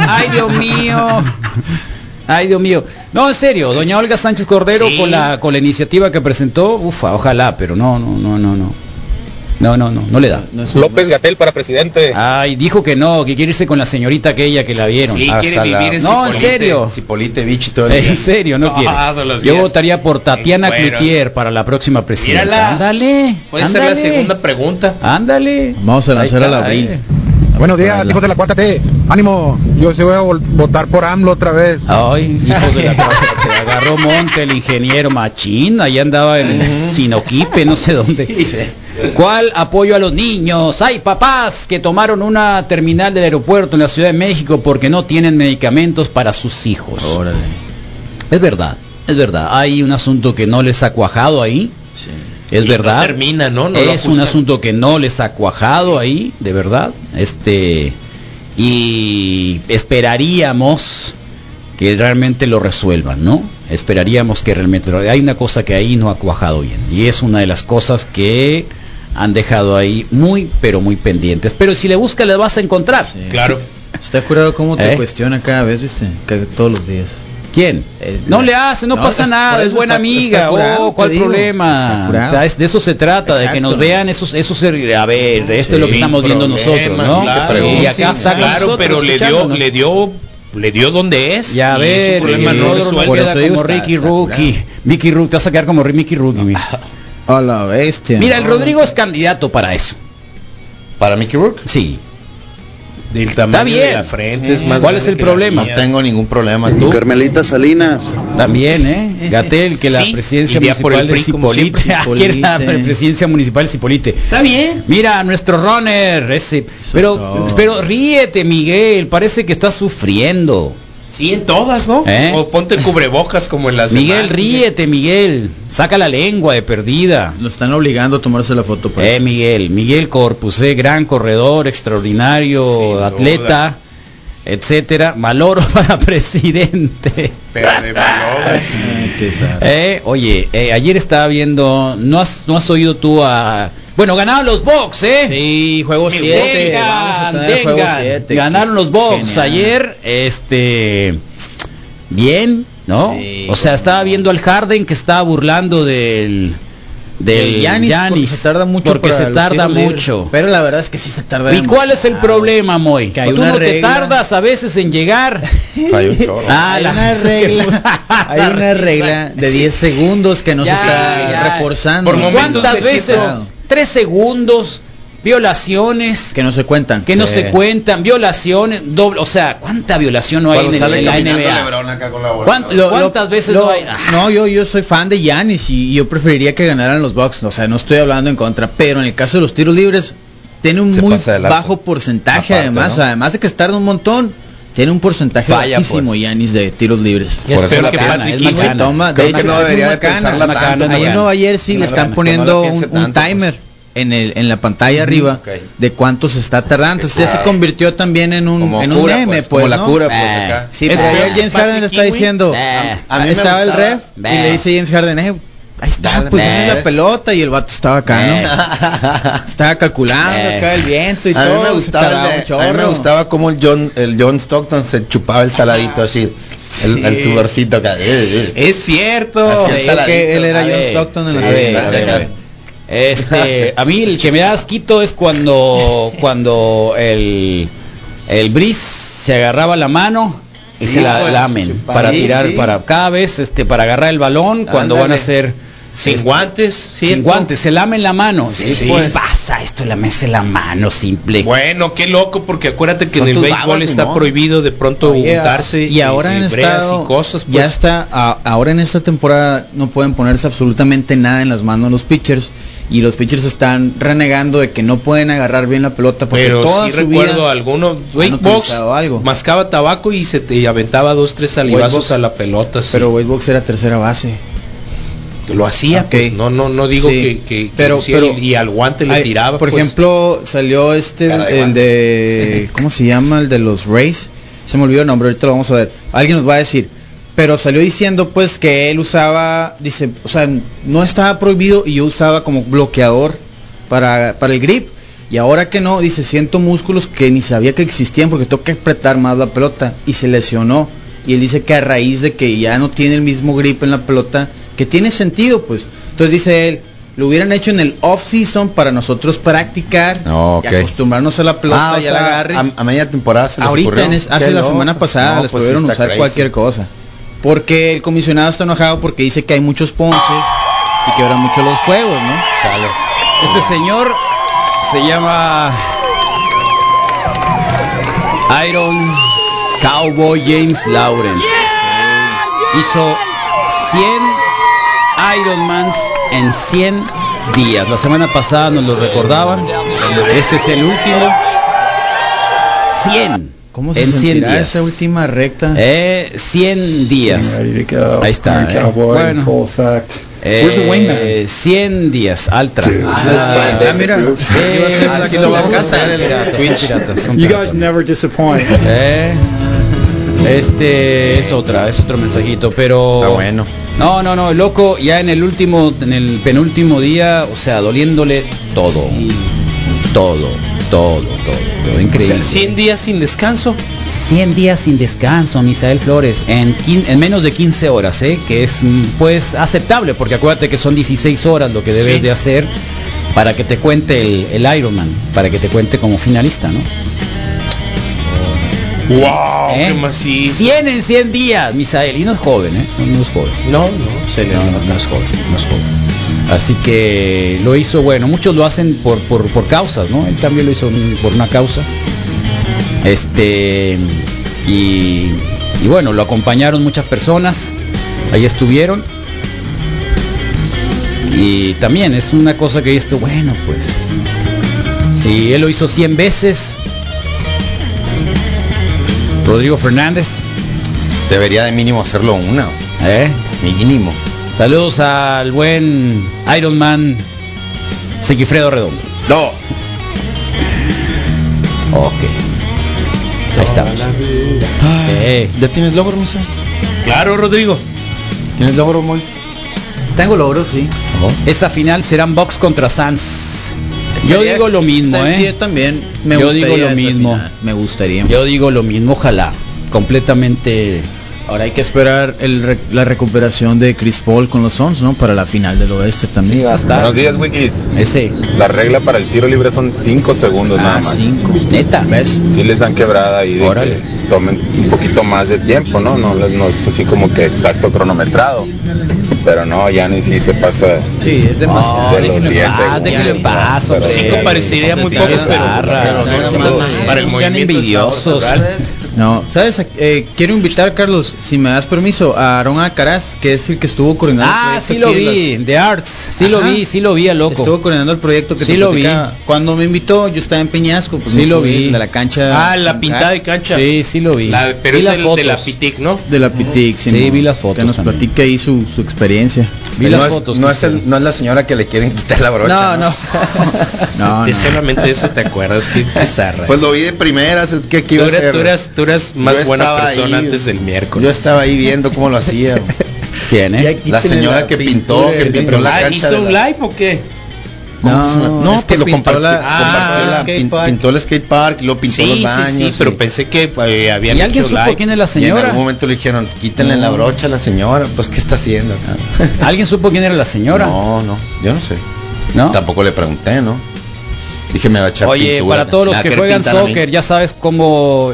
Speaker 5: Ay, Dios mío. Ay, Dios mío. No, en serio, doña Olga Sánchez Cordero
Speaker 10: Sí.
Speaker 5: con la con la iniciativa que presentó, ufa, ojalá, pero no, no, no, no, no. No, no, no, no le da.
Speaker 19: López Gatel para presidente.
Speaker 5: Ay, dijo que no, que quiere irse con la señorita aquella que la vieron.
Speaker 9: Ah,
Speaker 5: Ah,
Speaker 10: Sí, quiere
Speaker 19: Hasta
Speaker 10: vivir en
Speaker 5: No, en
Speaker 10: Zipolite.
Speaker 5: serio.
Speaker 9: Politevich todo el día.
Speaker 5: En serio, no quiere.
Speaker 10: Ah, Todos los
Speaker 5: Yo
Speaker 10: días.
Speaker 5: votaría por Tatiana
Speaker 10: En cueros.
Speaker 5: Cloutier para la próxima presidenta.
Speaker 10: Mírala.
Speaker 5: Ándale.
Speaker 10: Puede ser la
Speaker 5: ándale,
Speaker 10: segunda pregunta. Eh.
Speaker 5: Ándale.
Speaker 16: Vamos a lanzar
Speaker 5: Ahí
Speaker 16: al
Speaker 5: está,
Speaker 16: abril.
Speaker 5: ahí.
Speaker 20: Buenos días, hijos de la cuarta T. Ánimo, yo se voy a vol- votar por AMLO otra vez.
Speaker 5: Ay, hijo de la tra- te agarró monte el ingeniero Machín, allá andaba en el Sinoquipe, no sé dónde. ¿Cuál apoyo a los niños? Hay papás que tomaron una terminal del aeropuerto en la Ciudad de México porque no tienen medicamentos para sus hijos. Es verdad, es verdad. Hay un asunto que no les ha cuajado ahí. Es
Speaker 10: Y no
Speaker 5: verdad.
Speaker 10: Ah, termina, ¿no? No lo
Speaker 5: es un
Speaker 10: ajustan.
Speaker 5: asunto que no les ha cuajado ahí, de verdad. Este y esperaríamos que realmente lo resuelvan, ¿no? Esperaríamos que realmente lo- hay una cosa que ahí no ha cuajado bien y es una de las cosas que han dejado ahí muy pero muy pendientes, pero si le buscas le vas a encontrar.
Speaker 10: Claro.
Speaker 16: Está curado cómo te
Speaker 5: ¿Eh?
Speaker 16: cuestiona cada vez, viste, Cada- todos los días.
Speaker 5: ¿Quién? No le hace, no,
Speaker 16: No,
Speaker 5: pasa
Speaker 16: es-
Speaker 5: nada,
Speaker 16: por
Speaker 5: es
Speaker 16: eso
Speaker 5: buena
Speaker 16: está-
Speaker 5: amiga,
Speaker 16: está curado,
Speaker 5: oh,
Speaker 16: te
Speaker 5: ¿cuál
Speaker 16: digo,
Speaker 5: problema?
Speaker 16: está curado.
Speaker 5: O sea, es- de eso se trata, de que
Speaker 16: Exacto.
Speaker 5: nos vean esos, esos, ser- a ver, de esto es lo que
Speaker 10: Sin
Speaker 5: estamos viendo
Speaker 10: problemas,
Speaker 5: nosotros, ¿no?
Speaker 10: Claro,
Speaker 5: y acá está con
Speaker 10: claro,
Speaker 5: Ah, nosotros,
Speaker 10: pero le dio,
Speaker 5: escuchándonos.
Speaker 10: le dio, le dio donde es.
Speaker 5: Ya
Speaker 10: y es un
Speaker 5: ves,
Speaker 10: problema
Speaker 5: si
Speaker 10: no
Speaker 5: Rodro no
Speaker 10: resuelto.
Speaker 5: queda
Speaker 16: Por eso digo,
Speaker 5: como
Speaker 16: está-
Speaker 5: Ricky
Speaker 16: está
Speaker 5: Rookie, Mickey Rookie, te vas a quedar como Ricky Rookie. mira.
Speaker 16: A la bestia.
Speaker 5: Mira, el Rodrigo es candidato para eso.
Speaker 9: ¿Para Mickey Rourke?
Speaker 5: Sí.
Speaker 10: Del tamaño
Speaker 5: bien.
Speaker 10: de la frente es
Speaker 5: Eh,
Speaker 10: más
Speaker 5: ¿cuál es
Speaker 10: grande
Speaker 5: el
Speaker 10: que la
Speaker 5: problema?
Speaker 10: mía.
Speaker 9: No tengo ningún problema. ¿Tú? Carmelita Salinas.
Speaker 5: También, ¿eh? Gatel, que la
Speaker 10: Sí,
Speaker 5: presidencia
Speaker 10: iría por
Speaker 5: municipal
Speaker 10: el
Speaker 5: de
Speaker 10: PRI como
Speaker 5: Cipolite,
Speaker 10: siempre.
Speaker 5: quiere la
Speaker 10: Cipolite.
Speaker 5: presidencia municipal de Cipolite.
Speaker 10: Está bien.
Speaker 5: Mira, nuestro runner, ese. Pero,
Speaker 10: todo.
Speaker 5: pero ríete, Miguel, parece que estás sufriendo.
Speaker 10: Sí, en todas, ¿no?
Speaker 5: ¿Eh?
Speaker 10: O ponte cubrebocas como en las
Speaker 5: Miguel,
Speaker 10: demás,
Speaker 5: ríete, Miguel. Saca la lengua de perdida.
Speaker 16: Lo están obligando a tomarse la foto. pues. por
Speaker 5: Eh,
Speaker 16: eso.
Speaker 5: Miguel, Miguel Corpus, eh, gran corredor, extraordinario, atleta, etcétera. Maloro para presidente.
Speaker 10: Pero de
Speaker 12: Ah.
Speaker 10: valores.
Speaker 5: Eh, oye, eh, ayer estaba viendo, no has, no has oído tú a... Bueno, ganaron los box, ¿eh?
Speaker 16: Sí, juego
Speaker 5: Me
Speaker 16: 7.
Speaker 5: vengan,
Speaker 16: Vamos a tener juego
Speaker 5: vengan.
Speaker 16: 7.
Speaker 5: Ganaron los box ayer, este... Bien, ¿no? o sea, estaba viendo al Harden que estaba burlando del... Del
Speaker 16: Del Giannis, porque
Speaker 5: Giannis,
Speaker 16: se tarda mucho
Speaker 5: Porque
Speaker 16: para
Speaker 5: se
Speaker 16: los
Speaker 5: tarda
Speaker 16: tiros libres.
Speaker 5: mucho.
Speaker 16: Pero la verdad es que sí se tarda.
Speaker 5: ¿Y cuál es el
Speaker 16: demasiado.
Speaker 5: problema, Moy?
Speaker 16: Que hay
Speaker 5: Tú
Speaker 16: una
Speaker 5: no te
Speaker 16: regla.
Speaker 5: tardas a veces en llegar. Ah,
Speaker 16: hay
Speaker 5: la-
Speaker 16: una regla, hay una regla de 10 segundos que nos
Speaker 5: Ya,
Speaker 16: está
Speaker 5: ya.
Speaker 16: reforzando.
Speaker 5: ¿Por ¿Cuántas veces? Tres segundos. violaciones
Speaker 16: que no se cuentan
Speaker 5: que no se cuentan violaciones doble o sea cuánta violación no hay
Speaker 9: Cuando
Speaker 5: en, el-
Speaker 9: sale
Speaker 5: en la
Speaker 9: caminando
Speaker 5: NBA
Speaker 9: LeBron acá con la bola.
Speaker 5: ¿Cuánto-
Speaker 16: Lo- lo-
Speaker 5: cuántas veces
Speaker 16: lo-
Speaker 5: no hay
Speaker 16: No, yo, yo soy fan de Yanis y yo preferiría que ganaran los Bucks. O sea, no estoy hablando en contra, pero en el caso de los tiros libres, tiene un muy
Speaker 21: pasa de lanza.
Speaker 16: bajo porcentaje
Speaker 21: Aparte,
Speaker 16: además.
Speaker 21: ¿no? pues.
Speaker 16: Además de que estarda un montón, tiene un porcentaje
Speaker 21: Vaya,
Speaker 16: bajísimo Yanis de tiros libres.
Speaker 21: Y es Por eso peor la que pena, Patrick es Ewing. macana.
Speaker 16: Toma,
Speaker 21: Creo
Speaker 16: de
Speaker 21: que
Speaker 16: hecho,
Speaker 21: no
Speaker 16: es
Speaker 21: debería
Speaker 16: muy
Speaker 21: de
Speaker 16: macana,
Speaker 21: pensarla
Speaker 16: es
Speaker 21: tanto,
Speaker 16: macana.
Speaker 21: Mariano.
Speaker 16: Ahí en Nueva Jersey
Speaker 21: No,
Speaker 16: le están
Speaker 21: no,
Speaker 16: poniendo
Speaker 21: no la
Speaker 16: un,
Speaker 21: piense pues.
Speaker 16: un timer. En, el, en la pantalla arriba
Speaker 21: ok.
Speaker 16: de cuánto se está tardando. Usted se
Speaker 21: claro.
Speaker 16: convirtió también en un, en un
Speaker 21: cura,
Speaker 16: meme,
Speaker 21: pues,
Speaker 16: pues.
Speaker 21: como la
Speaker 16: ¿no?
Speaker 21: cura, pues,
Speaker 16: Eh,
Speaker 21: acá.
Speaker 16: Sí,
Speaker 21: Es
Speaker 16: pero
Speaker 21: peor.
Speaker 16: ayer James Harden le está diciendo.
Speaker 21: a mí me
Speaker 16: estaba el
Speaker 21: gustaba.
Speaker 16: ref y
Speaker 21: Eh.
Speaker 16: le dice James Harden, eh, ahí está, pues dame la pelota y el vato estaba acá,
Speaker 5: Eh.
Speaker 21: Eh.
Speaker 16: ¿no? estaba calculando
Speaker 9: Eh.
Speaker 16: acá el viento y
Speaker 9: A mí
Speaker 16: todo.
Speaker 9: me
Speaker 16: se
Speaker 9: gustaba,
Speaker 16: tardaba
Speaker 9: el
Speaker 16: un
Speaker 9: de- a mí me
Speaker 16: chorro.
Speaker 9: gustaba como el John, el John Stockton se chupaba el saladito así, el,
Speaker 16: Sí.
Speaker 9: el sudorcito acá. Eh,
Speaker 10: Es cierto.
Speaker 9: Hacía el
Speaker 5: Sí,
Speaker 9: saladito.
Speaker 5: que él era
Speaker 9: A
Speaker 5: John
Speaker 9: ver,
Speaker 5: Stockton en la
Speaker 9: sí,
Speaker 5: serie.
Speaker 9: a ver, a ver.
Speaker 5: Este, a mí el que me da asquito es cuando cuando el el Briz se agarraba la mano y
Speaker 21: Sí,
Speaker 5: se la
Speaker 21: pues,
Speaker 5: lamen
Speaker 21: chupa-
Speaker 5: para
Speaker 21: sí,
Speaker 5: tirar
Speaker 21: sí.
Speaker 5: para cada vez este para agarrar el balón cuando van a
Speaker 21: Ándale.
Speaker 5: hacer
Speaker 10: sin guantes,
Speaker 5: sin guantes, se lamen la mano.
Speaker 10: Sí,
Speaker 5: ¿Qué
Speaker 10: pues.
Speaker 5: pasa esto lamerse la mano simple.
Speaker 10: Bueno, qué loco, porque acuérdate que
Speaker 5: Son
Speaker 10: en el
Speaker 5: tus
Speaker 10: béisbol
Speaker 5: babas, ni
Speaker 10: está
Speaker 5: modo.
Speaker 10: prohibido de pronto
Speaker 16: Oye,
Speaker 10: juntarse
Speaker 16: y ahora en
Speaker 10: breas
Speaker 16: estado,
Speaker 10: y cosas. Pues,
Speaker 16: ya está a- ahora en esta temporada no pueden ponerse absolutamente nada en las manos los pitchers y los pitchers están renegando de que no pueden agarrar bien la pelota porque
Speaker 10: Pero
Speaker 16: toda
Speaker 10: sí
Speaker 16: su
Speaker 10: recuerdo
Speaker 16: vida
Speaker 10: alguno, Wade Box
Speaker 16: utilizado algo.
Speaker 10: mascaba tabaco y se te aventaba dos, tres
Speaker 16: Wade
Speaker 10: salivazos
Speaker 16: Box-
Speaker 10: a la pelota. sí.
Speaker 16: pero Wade Box era tercera base.
Speaker 10: lo hacía, pues, no, no, no digo
Speaker 16: Sí.
Speaker 10: que, que- que
Speaker 16: Pero-
Speaker 10: lo hiciera
Speaker 16: pero-
Speaker 10: y, y al guante le
Speaker 16: Ay,
Speaker 10: tiraba.
Speaker 16: Por
Speaker 10: pues.
Speaker 16: ejemplo, salió este, el,
Speaker 10: Caray,
Speaker 16: el de, ¿cómo se llama? El de los Rays. Se me olvidó el nombre, ahorita lo vamos a ver. Alguien nos va a decir. Pero salió diciendo pues que él usaba, dice, o sea, no estaba prohibido y yo usaba como bloqueador para, para el grip. Y ahora que no, dice, siento músculos que ni sabía que existían porque tengo que apretar más la pelota. Y se lesionó. Y él dice que a raíz de que ya no tiene el mismo grip en la pelota, que tiene sentido pues. Entonces dice él, lo hubieran hecho en el off-season para nosotros practicar
Speaker 9: No,
Speaker 16: y acostumbrarnos a la pelota
Speaker 9: Ah, o
Speaker 16: y al
Speaker 9: sea,
Speaker 16: agarre.
Speaker 9: a, a media temporada se les
Speaker 16: Ahorita,
Speaker 9: ocurrió.
Speaker 16: en es- hace
Speaker 9: Qué
Speaker 16: la
Speaker 9: loco.
Speaker 16: semana pasada,
Speaker 9: No,
Speaker 16: les
Speaker 9: pues,
Speaker 16: pudieron
Speaker 9: está
Speaker 16: usar
Speaker 9: crazy.
Speaker 16: cualquier cosa. Porque el comisionado está enojado porque dice que hay muchos ponches y que ahora mucho los juegos, ¿no?
Speaker 5: Este señor se llama Iron Cowboy James Lawrence. Hizo 100 Ironmans en 100 días. La semana pasada nos lo recordaban. Este es el último. 100.
Speaker 16: ¿Cómo se
Speaker 5: en 100
Speaker 16: sentirá
Speaker 5: días.
Speaker 16: esa última recta?
Speaker 5: Eh, 100 días. Ahí está. eh. Bueno. Eh,
Speaker 16: Where's the wingman?
Speaker 5: 100 días eh, al track.
Speaker 16: Ah, ah, mira. Iba a ser la
Speaker 5: así
Speaker 16: cosa
Speaker 5: lo
Speaker 16: de
Speaker 5: vamos a
Speaker 16: casa.
Speaker 5: hacer el ah, piratas, son
Speaker 16: Twitch.
Speaker 5: piratas, son
Speaker 16: You
Speaker 5: piratas. Eh, este es otra, es otro mensajito, pero bueno. No, no, no, el loco ya en el último en el penúltimo día, o sea, doliéndole todo. Todo, todo, todo, todo, increíble.
Speaker 10: O sea, 100 días sin descanso.
Speaker 5: 100 días sin descanso, Misael Flores, en, quin- en menos de 15 horas, ¿eh? que es mm, pues aceptable, porque acuérdate que son 16 horas lo que debes
Speaker 10: Sí.
Speaker 5: de hacer para que te cuente el, el Ironman, para que te cuente como finalista, ¿no?
Speaker 10: ¡Wow! ¡Qué macizo!
Speaker 5: 100 ¿Eh? en 100 días, Misael, y no es joven, ¿eh? No, no es joven.
Speaker 10: No, no, se le
Speaker 5: No, no, no es joven, no es joven. Así que lo hizo, bueno, muchos lo hacen por, por, por causas, ¿no? Él también lo hizo un- por una causa. Este, y, y bueno, lo acompañaron muchas personas, ahí estuvieron. Y también es una cosa que esto, bueno, pues, si él lo hizo 100 veces, Rodrigo Fernández,
Speaker 9: Debería de mínimo hacerlo una.
Speaker 5: ¿eh?
Speaker 9: Mínimo.
Speaker 5: Saludos al buen Iron Man Sequifredo Redondo.
Speaker 9: No.
Speaker 5: Ok. Ahí está.
Speaker 9: ¿Ya tienes logro, misa?
Speaker 10: Claro, Rodrigo.
Speaker 9: ¿Tienes logro, Mois?
Speaker 16: Tengo logros, sí.
Speaker 5: Esa final serán Box contra Sans. Yo digo lo mismo,
Speaker 16: Yo
Speaker 5: ¿eh?
Speaker 16: también me
Speaker 5: Yo
Speaker 16: gustaría
Speaker 5: digo lo
Speaker 16: esa
Speaker 5: mismo.
Speaker 16: final, Me gustaría.
Speaker 5: Yo digo lo mismo, ojalá. Completamente
Speaker 16: Ahora hay que esperar el re- la recuperación de Chris Paul con los Suns, ¿no? Para la final del oeste también.
Speaker 19: Buenos días, Wikis.
Speaker 5: Ese.
Speaker 19: La regla para el tiro libre son 5 segundos nada más.
Speaker 16: 5. Neta. ¿Ves?
Speaker 19: Sí les han quebrada ahí de que tomen un poquito más de tiempo, ¿no? ¿no? No es así como que exacto cronometrado. Pero no, ya ni si se pasa.
Speaker 16: Sí, es demasiado.
Speaker 19: de los 10
Speaker 5: Ah,
Speaker 19: segundos.
Speaker 5: déjale en paz, hombre.
Speaker 16: Eh,
Speaker 10: Cinco parecería muy poco, pero-
Speaker 5: Pero para el movimiento envidiosos.
Speaker 16: No, ¿sabes? Eh, quiero invitar, Carlos, si me das permiso, a Aaron Alcaraz, que es el que estuvo coordinando
Speaker 5: Ah,
Speaker 16: el proyecto
Speaker 5: sí lo
Speaker 16: aquí de
Speaker 5: vi,
Speaker 16: las-
Speaker 5: The Arts. Sí lo
Speaker 16: Ajá.
Speaker 5: vi, sí lo vi a loco.
Speaker 16: Estuvo coordinando el proyecto que
Speaker 5: Sí
Speaker 16: te
Speaker 5: lo
Speaker 16: platicaba. Cuando me invitó, yo estaba en Peñasco. Pues
Speaker 5: Sí
Speaker 16: no
Speaker 5: lo
Speaker 16: pude
Speaker 5: vi.
Speaker 16: ir De la cancha.
Speaker 10: Ah, la
Speaker 16: con
Speaker 10: pintada
Speaker 16: Car-
Speaker 10: de cancha.
Speaker 5: Sí, sí lo vi.
Speaker 10: La- pero
Speaker 5: Vi
Speaker 10: es
Speaker 5: las
Speaker 10: el de
Speaker 5: fotos.
Speaker 10: la Pitic, ¿no?
Speaker 16: De la Pitic, sí,
Speaker 5: Sí,
Speaker 16: ¿no?
Speaker 5: vi las fotos
Speaker 16: Que nos
Speaker 5: también.
Speaker 16: platica ahí su, su experiencia.
Speaker 5: Vi
Speaker 9: no
Speaker 5: las
Speaker 9: es,
Speaker 5: fotos,
Speaker 9: No es, el- no es la señora que le quieren quitar la brocha.
Speaker 16: no. No,
Speaker 10: De
Speaker 16: no.
Speaker 10: solamente eso te acuerdas, qué pizarra.
Speaker 9: Pues lo vi de primeras, ¿qué, qué
Speaker 10: tú,
Speaker 9: iba a
Speaker 10: eras,
Speaker 9: hacer?
Speaker 10: tú eras- tú eras
Speaker 9: Yo
Speaker 10: más buena
Speaker 9: estaba
Speaker 10: persona
Speaker 9: ahí,
Speaker 10: antes del miércoles.
Speaker 9: Yo estaba ahí viendo cómo lo hacía.
Speaker 5: ¿Quién, eh?
Speaker 9: La señora que pintó, que pintó la
Speaker 10: Ah,
Speaker 9: cancha.
Speaker 10: ¿Hizo
Speaker 9: de
Speaker 10: un
Speaker 9: la-
Speaker 10: live o qué?
Speaker 9: ¿Cómo que
Speaker 16: No,
Speaker 9: se llama? No,
Speaker 16: es que
Speaker 9: pues lo
Speaker 16: pintó
Speaker 9: compartió,
Speaker 16: la-
Speaker 9: compartió
Speaker 10: Ah,
Speaker 9: la-
Speaker 10: el skate
Speaker 9: pin-
Speaker 10: park.
Speaker 9: pintó el skate park, lo pintó
Speaker 10: Sí,
Speaker 9: los
Speaker 10: sí,
Speaker 9: baños.
Speaker 10: sí,
Speaker 9: y-
Speaker 10: pero pensé que eh, habían
Speaker 5: ¿Y alguien
Speaker 10: hecho
Speaker 5: supo
Speaker 10: live.
Speaker 5: quién es la
Speaker 9: y en algún
Speaker 5: señora?
Speaker 9: momento le dijeron, quítenle la brocha a la señora, pues ¿qué está haciendo? acá?
Speaker 5: ¿Alguien supo quién era la señora?
Speaker 9: No, no, yo no sé.
Speaker 5: ¿No?
Speaker 9: Tampoco le pregunté, ¿no? Dije, me va a echar
Speaker 5: Oye,
Speaker 9: pintura.
Speaker 5: para todos los
Speaker 9: Me va a
Speaker 5: que
Speaker 9: querer
Speaker 5: juegan
Speaker 9: pintar a mí.
Speaker 5: soccer, ya sabes cómo.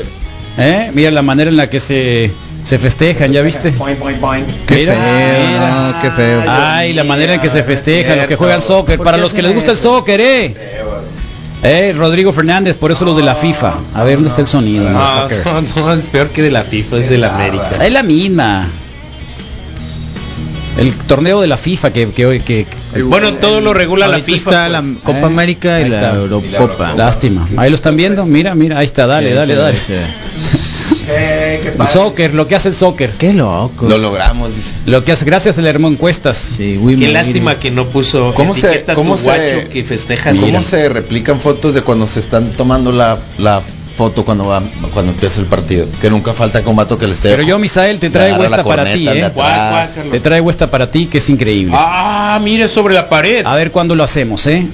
Speaker 5: ¿eh? Mira la manera en la que se, se festejan, ¿ya viste?
Speaker 16: Qué
Speaker 5: Mira.
Speaker 16: feo, no, qué feo.
Speaker 5: Ay, la manera en que se festejan los que juegan soccer.
Speaker 16: ¿Por
Speaker 5: Para
Speaker 16: qué
Speaker 5: los que
Speaker 16: hacen
Speaker 5: les gusta el
Speaker 16: eso?
Speaker 5: soccer, ¿eh? Eh, Rodrigo Fernández, por eso los de la FIFA. A ver, ¿dónde está el sonido?
Speaker 16: Ah,
Speaker 5: Ah,
Speaker 10: No,
Speaker 5: motherfucker?
Speaker 10: no, no, es peor que de la FIFA, es de la América.
Speaker 5: Es la misma. El torneo de la FIFA que, que hoy que, que-
Speaker 10: Bueno, todo lo regula la
Speaker 16: Ahorita
Speaker 10: FIFA.
Speaker 16: está la
Speaker 10: pues.
Speaker 16: Copa
Speaker 5: Eh,
Speaker 16: América
Speaker 5: ahí
Speaker 16: y la
Speaker 5: está.
Speaker 16: Eurocopa.
Speaker 5: lástima. Ahí lo están viendo, mira, mira, ahí está, dale,
Speaker 16: Sí,
Speaker 5: dale,
Speaker 16: sí,
Speaker 5: dale.
Speaker 16: sí.
Speaker 5: El soccer, lo que hace el soccer,
Speaker 16: Qué loco.
Speaker 9: Lo logramos, dice.
Speaker 5: lo que hace gracias al Hermo Encuestas.
Speaker 16: Sí, güey,
Speaker 10: Qué
Speaker 16: me-
Speaker 10: lástima que no puso
Speaker 9: ¿Cómo se-
Speaker 10: etiqueta tu
Speaker 9: cómo se-
Speaker 10: guacho que festejas.
Speaker 9: ¿Cómo se replican fotos de cuando se están tomando la, la foto cuando va, cuando empieza el partido? Que nunca falta combato que le esté.
Speaker 5: Pero yo, Misael, te traigo
Speaker 9: agarra la
Speaker 5: esta para
Speaker 9: corneta,
Speaker 5: ti,
Speaker 9: el de
Speaker 5: ¿eh?
Speaker 9: atrás.
Speaker 10: ¿Cuál, cuál, Carlos?
Speaker 5: Te traigo esta para ti que es increíble.
Speaker 10: Ah, mire sobre la pared.
Speaker 5: A ver cuándo lo hacemos, ¿eh?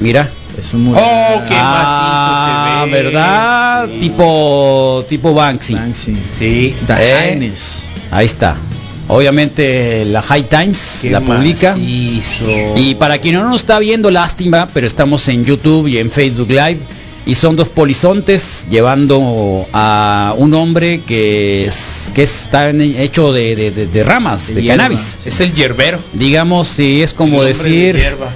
Speaker 5: Mira.
Speaker 16: Ah, Es un mural.
Speaker 10: Oh, qué
Speaker 5: Ah,
Speaker 10: macizo se ve.
Speaker 5: ¿verdad?
Speaker 10: Sí.
Speaker 5: Tipo tipo Banksy.
Speaker 16: Banksy.
Speaker 10: Sí.
Speaker 5: ¿Eh?
Speaker 16: Hines.
Speaker 5: Ahí está. Obviamente la High Times
Speaker 10: Eh, Qué
Speaker 5: la publica.
Speaker 10: macizo.
Speaker 5: Y para quien no nos está viendo, lástima, pero estamos en YouTube y en Facebook Live. Y son dos polizontes llevando a un hombre que, es- que está en- hecho de, de- de- de ramas, de,
Speaker 16: hierba.
Speaker 5: cannabis.
Speaker 10: Es el yerbero.
Speaker 5: Digamos, si es como
Speaker 10: El hombre de
Speaker 5: decir,
Speaker 10: hierba.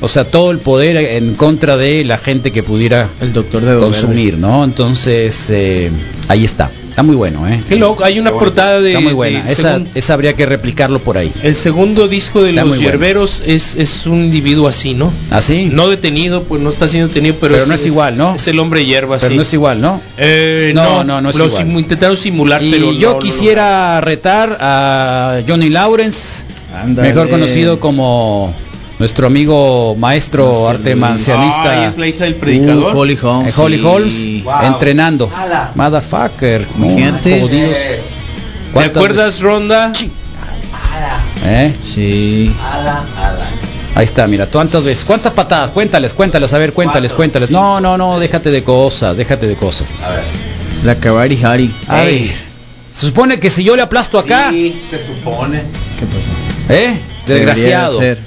Speaker 5: o sea, todo el poder en contra de la gente que pudiera
Speaker 16: El doctor de Doverde.
Speaker 5: consumir, ¿no? Entonces, eh, ahí está. Está muy bueno, ¿eh?
Speaker 10: Qué loco, hay una portada de.
Speaker 5: Está muy buena.
Speaker 10: de-
Speaker 5: Esa,
Speaker 10: según- Ah,
Speaker 5: esa habría que replicarlo por ahí.
Speaker 10: el segundo disco de
Speaker 5: Está
Speaker 10: los
Speaker 5: muy bueno.
Speaker 10: yerberos es, es un individuo así, ¿no?
Speaker 5: ¿Así?
Speaker 10: No detenido, pues no está siendo detenido, pero,
Speaker 5: Pero no es igual, ¿no?
Speaker 10: Es el hombre hierba,
Speaker 5: pero
Speaker 10: sí.
Speaker 5: no es igual, ¿no?
Speaker 10: Eh,
Speaker 5: No, no, no es
Speaker 10: lo
Speaker 5: igual.
Speaker 10: simu- intentaron simular,
Speaker 5: Y
Speaker 10: Ah, pero
Speaker 5: yo
Speaker 10: no, no lograron.
Speaker 5: quisiera retar a Johnny Lawrence,
Speaker 16: Ándale.
Speaker 5: mejor conocido como nuestro amigo maestro
Speaker 16: Master
Speaker 5: arte
Speaker 16: Luis.
Speaker 10: Ay,
Speaker 5: marcialista
Speaker 10: Ah, es la hija del predicador.
Speaker 16: Uh, Holly
Speaker 5: eh,
Speaker 16: Holmes.
Speaker 5: Holly
Speaker 16: sí.
Speaker 5: Holmes entrenando. Motherfucker, no,
Speaker 16: Gente.
Speaker 5: jodidos.
Speaker 10: ¿Te
Speaker 5: ¿Cuántas
Speaker 10: acuerdas, Ronda?
Speaker 5: veces? ¿Eh?
Speaker 16: Sí.
Speaker 5: Ahí está, mira, ¿cuántas veces? ¿Cuántas patadas? Cuéntales, cuéntales, a ver, cuéntales, cuéntales. no, no, no, déjate de cosas, déjate de cosas.
Speaker 16: La Kabari Hari.
Speaker 5: A ver, se supone que si yo le aplasto acá,
Speaker 9: se supone.
Speaker 16: ¿Qué pasó?
Speaker 5: ¿eh?
Speaker 16: Debería
Speaker 5: Desgraciado.
Speaker 16: ser.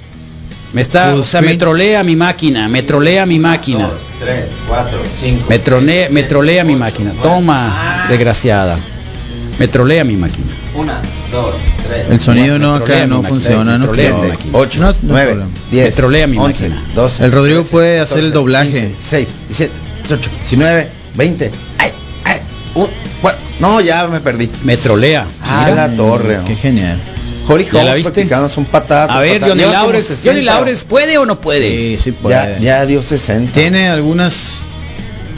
Speaker 5: Me está,
Speaker 16: Full
Speaker 5: o sea, me
Speaker 16: screen.
Speaker 5: trolea mi máquina, me trolea mi
Speaker 10: Ah,
Speaker 5: máquina.
Speaker 9: 3, 4, 5.
Speaker 5: Me, trone- me trolea mi máquina. Toma, desgraciada. Me trolea mi máquina.
Speaker 9: 1, 2, 3.
Speaker 16: El sonido
Speaker 5: Bueno,
Speaker 16: no
Speaker 5: trolea
Speaker 16: acá
Speaker 5: mi
Speaker 16: no
Speaker 5: máquina,
Speaker 16: funciona, no
Speaker 5: trolea mi
Speaker 16: creo.
Speaker 5: máquina.
Speaker 9: 8,
Speaker 16: No, no problema.
Speaker 9: 9, 10,
Speaker 5: Petrolea mi
Speaker 9: 11,
Speaker 5: máquina.
Speaker 9: 12,
Speaker 16: El Rodrigo puede hacer el doblaje.
Speaker 9: 6, 17, 18, 19, 20. Ay, ay, un, cua- no, ya me perdí.
Speaker 5: Me trolea.
Speaker 9: A
Speaker 5: Mira.
Speaker 9: la torre.
Speaker 16: Qué genial.
Speaker 9: Jorge
Speaker 5: ¿Ya la
Speaker 9: Holmes
Speaker 5: viste?
Speaker 9: practicando son patadas.
Speaker 5: A ver,
Speaker 9: patadas.
Speaker 5: Johnny
Speaker 9: Lleva como
Speaker 5: Laures.
Speaker 9: 60.
Speaker 5: Johnny Laures, ¿puede o no puede?
Speaker 16: Sí, sí puede.
Speaker 9: Ya, ya dio 60.
Speaker 16: Tiene algunas
Speaker 5: Ah.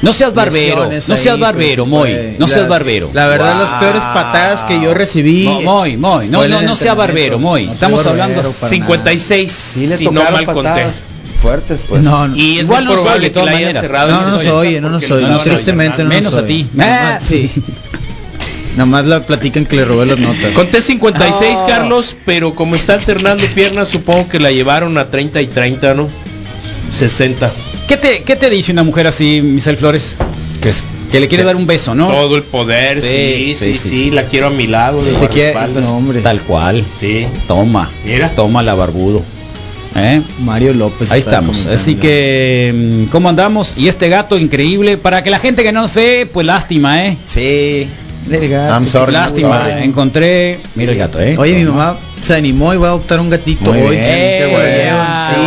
Speaker 5: No seas barbero, no
Speaker 16: Lesiones ahí,
Speaker 5: seas barbero,
Speaker 16: pues,
Speaker 5: Moy.
Speaker 16: puede.
Speaker 5: No seas
Speaker 9: La-
Speaker 5: barbero.
Speaker 16: La verdad,
Speaker 9: Wow.
Speaker 16: las peores patadas que yo recibí.
Speaker 5: No, Moy, Moy, no,
Speaker 16: fue en
Speaker 5: no,
Speaker 16: el
Speaker 5: no sea
Speaker 16: entrenamiento.
Speaker 5: barbero, Moy.
Speaker 16: No soy
Speaker 5: Estamos
Speaker 16: barbero
Speaker 5: hablando
Speaker 16: para
Speaker 10: 56,
Speaker 9: Sí, le
Speaker 10: si no
Speaker 9: tocaron
Speaker 10: mal conté.
Speaker 9: patadas fuertes, pues.
Speaker 16: nada. No, no.
Speaker 10: Y es muy
Speaker 5: Igual no soy, de
Speaker 10: probable que
Speaker 5: todas
Speaker 10: la haya
Speaker 5: maneras.
Speaker 10: cerrado.
Speaker 16: No,
Speaker 10: en
Speaker 16: no
Speaker 10: su
Speaker 16: nos
Speaker 10: cuenta
Speaker 16: oye, no nos
Speaker 10: porque
Speaker 16: oye,
Speaker 5: no nos
Speaker 16: tristemente no nos
Speaker 5: Menos a
Speaker 16: oye.
Speaker 5: ti.
Speaker 16: Nomás-
Speaker 5: Ah.
Speaker 16: sí. Nomás la platican que le robé las notas.
Speaker 10: Conté 56,
Speaker 7: Ah.
Speaker 10: Carlos, pero como está alternando piernas, supongo que la llevaron a 30 y 30, ¿no? 60.
Speaker 5: ¿Qué te, ¿Qué te dice una mujer así, Misael Flores?
Speaker 9: Que es
Speaker 5: Que le quiere dar un beso, ¿no?
Speaker 10: Todo el poder, sí, sí, sí, la quiero a mi lado.
Speaker 5: Si
Speaker 10: de
Speaker 5: te quiere-
Speaker 10: guardaespaldas.
Speaker 5: no, hombre. Tal cual. Sí. Toma. Mira. Toma la barbudo. ¿Eh?
Speaker 16: Mario López.
Speaker 5: Ahí
Speaker 16: está
Speaker 5: estamos.
Speaker 16: comentando.
Speaker 5: Así que, mm, ¿cómo andamos? Y este gato increíble. Para que la gente que no nos ve, pues lástima, ¿eh?
Speaker 16: Sí. Del gato.
Speaker 5: I'm sorry. Lástima.
Speaker 16: Sorry.
Speaker 5: Encontré. Mira el gato, ¿eh?
Speaker 16: Oye, mi mamá se animó y va a adoptar un gatito
Speaker 5: Muy
Speaker 16: hoy.
Speaker 5: bien.
Speaker 16: Qué bueno.
Speaker 5: Ea,
Speaker 16: Sí.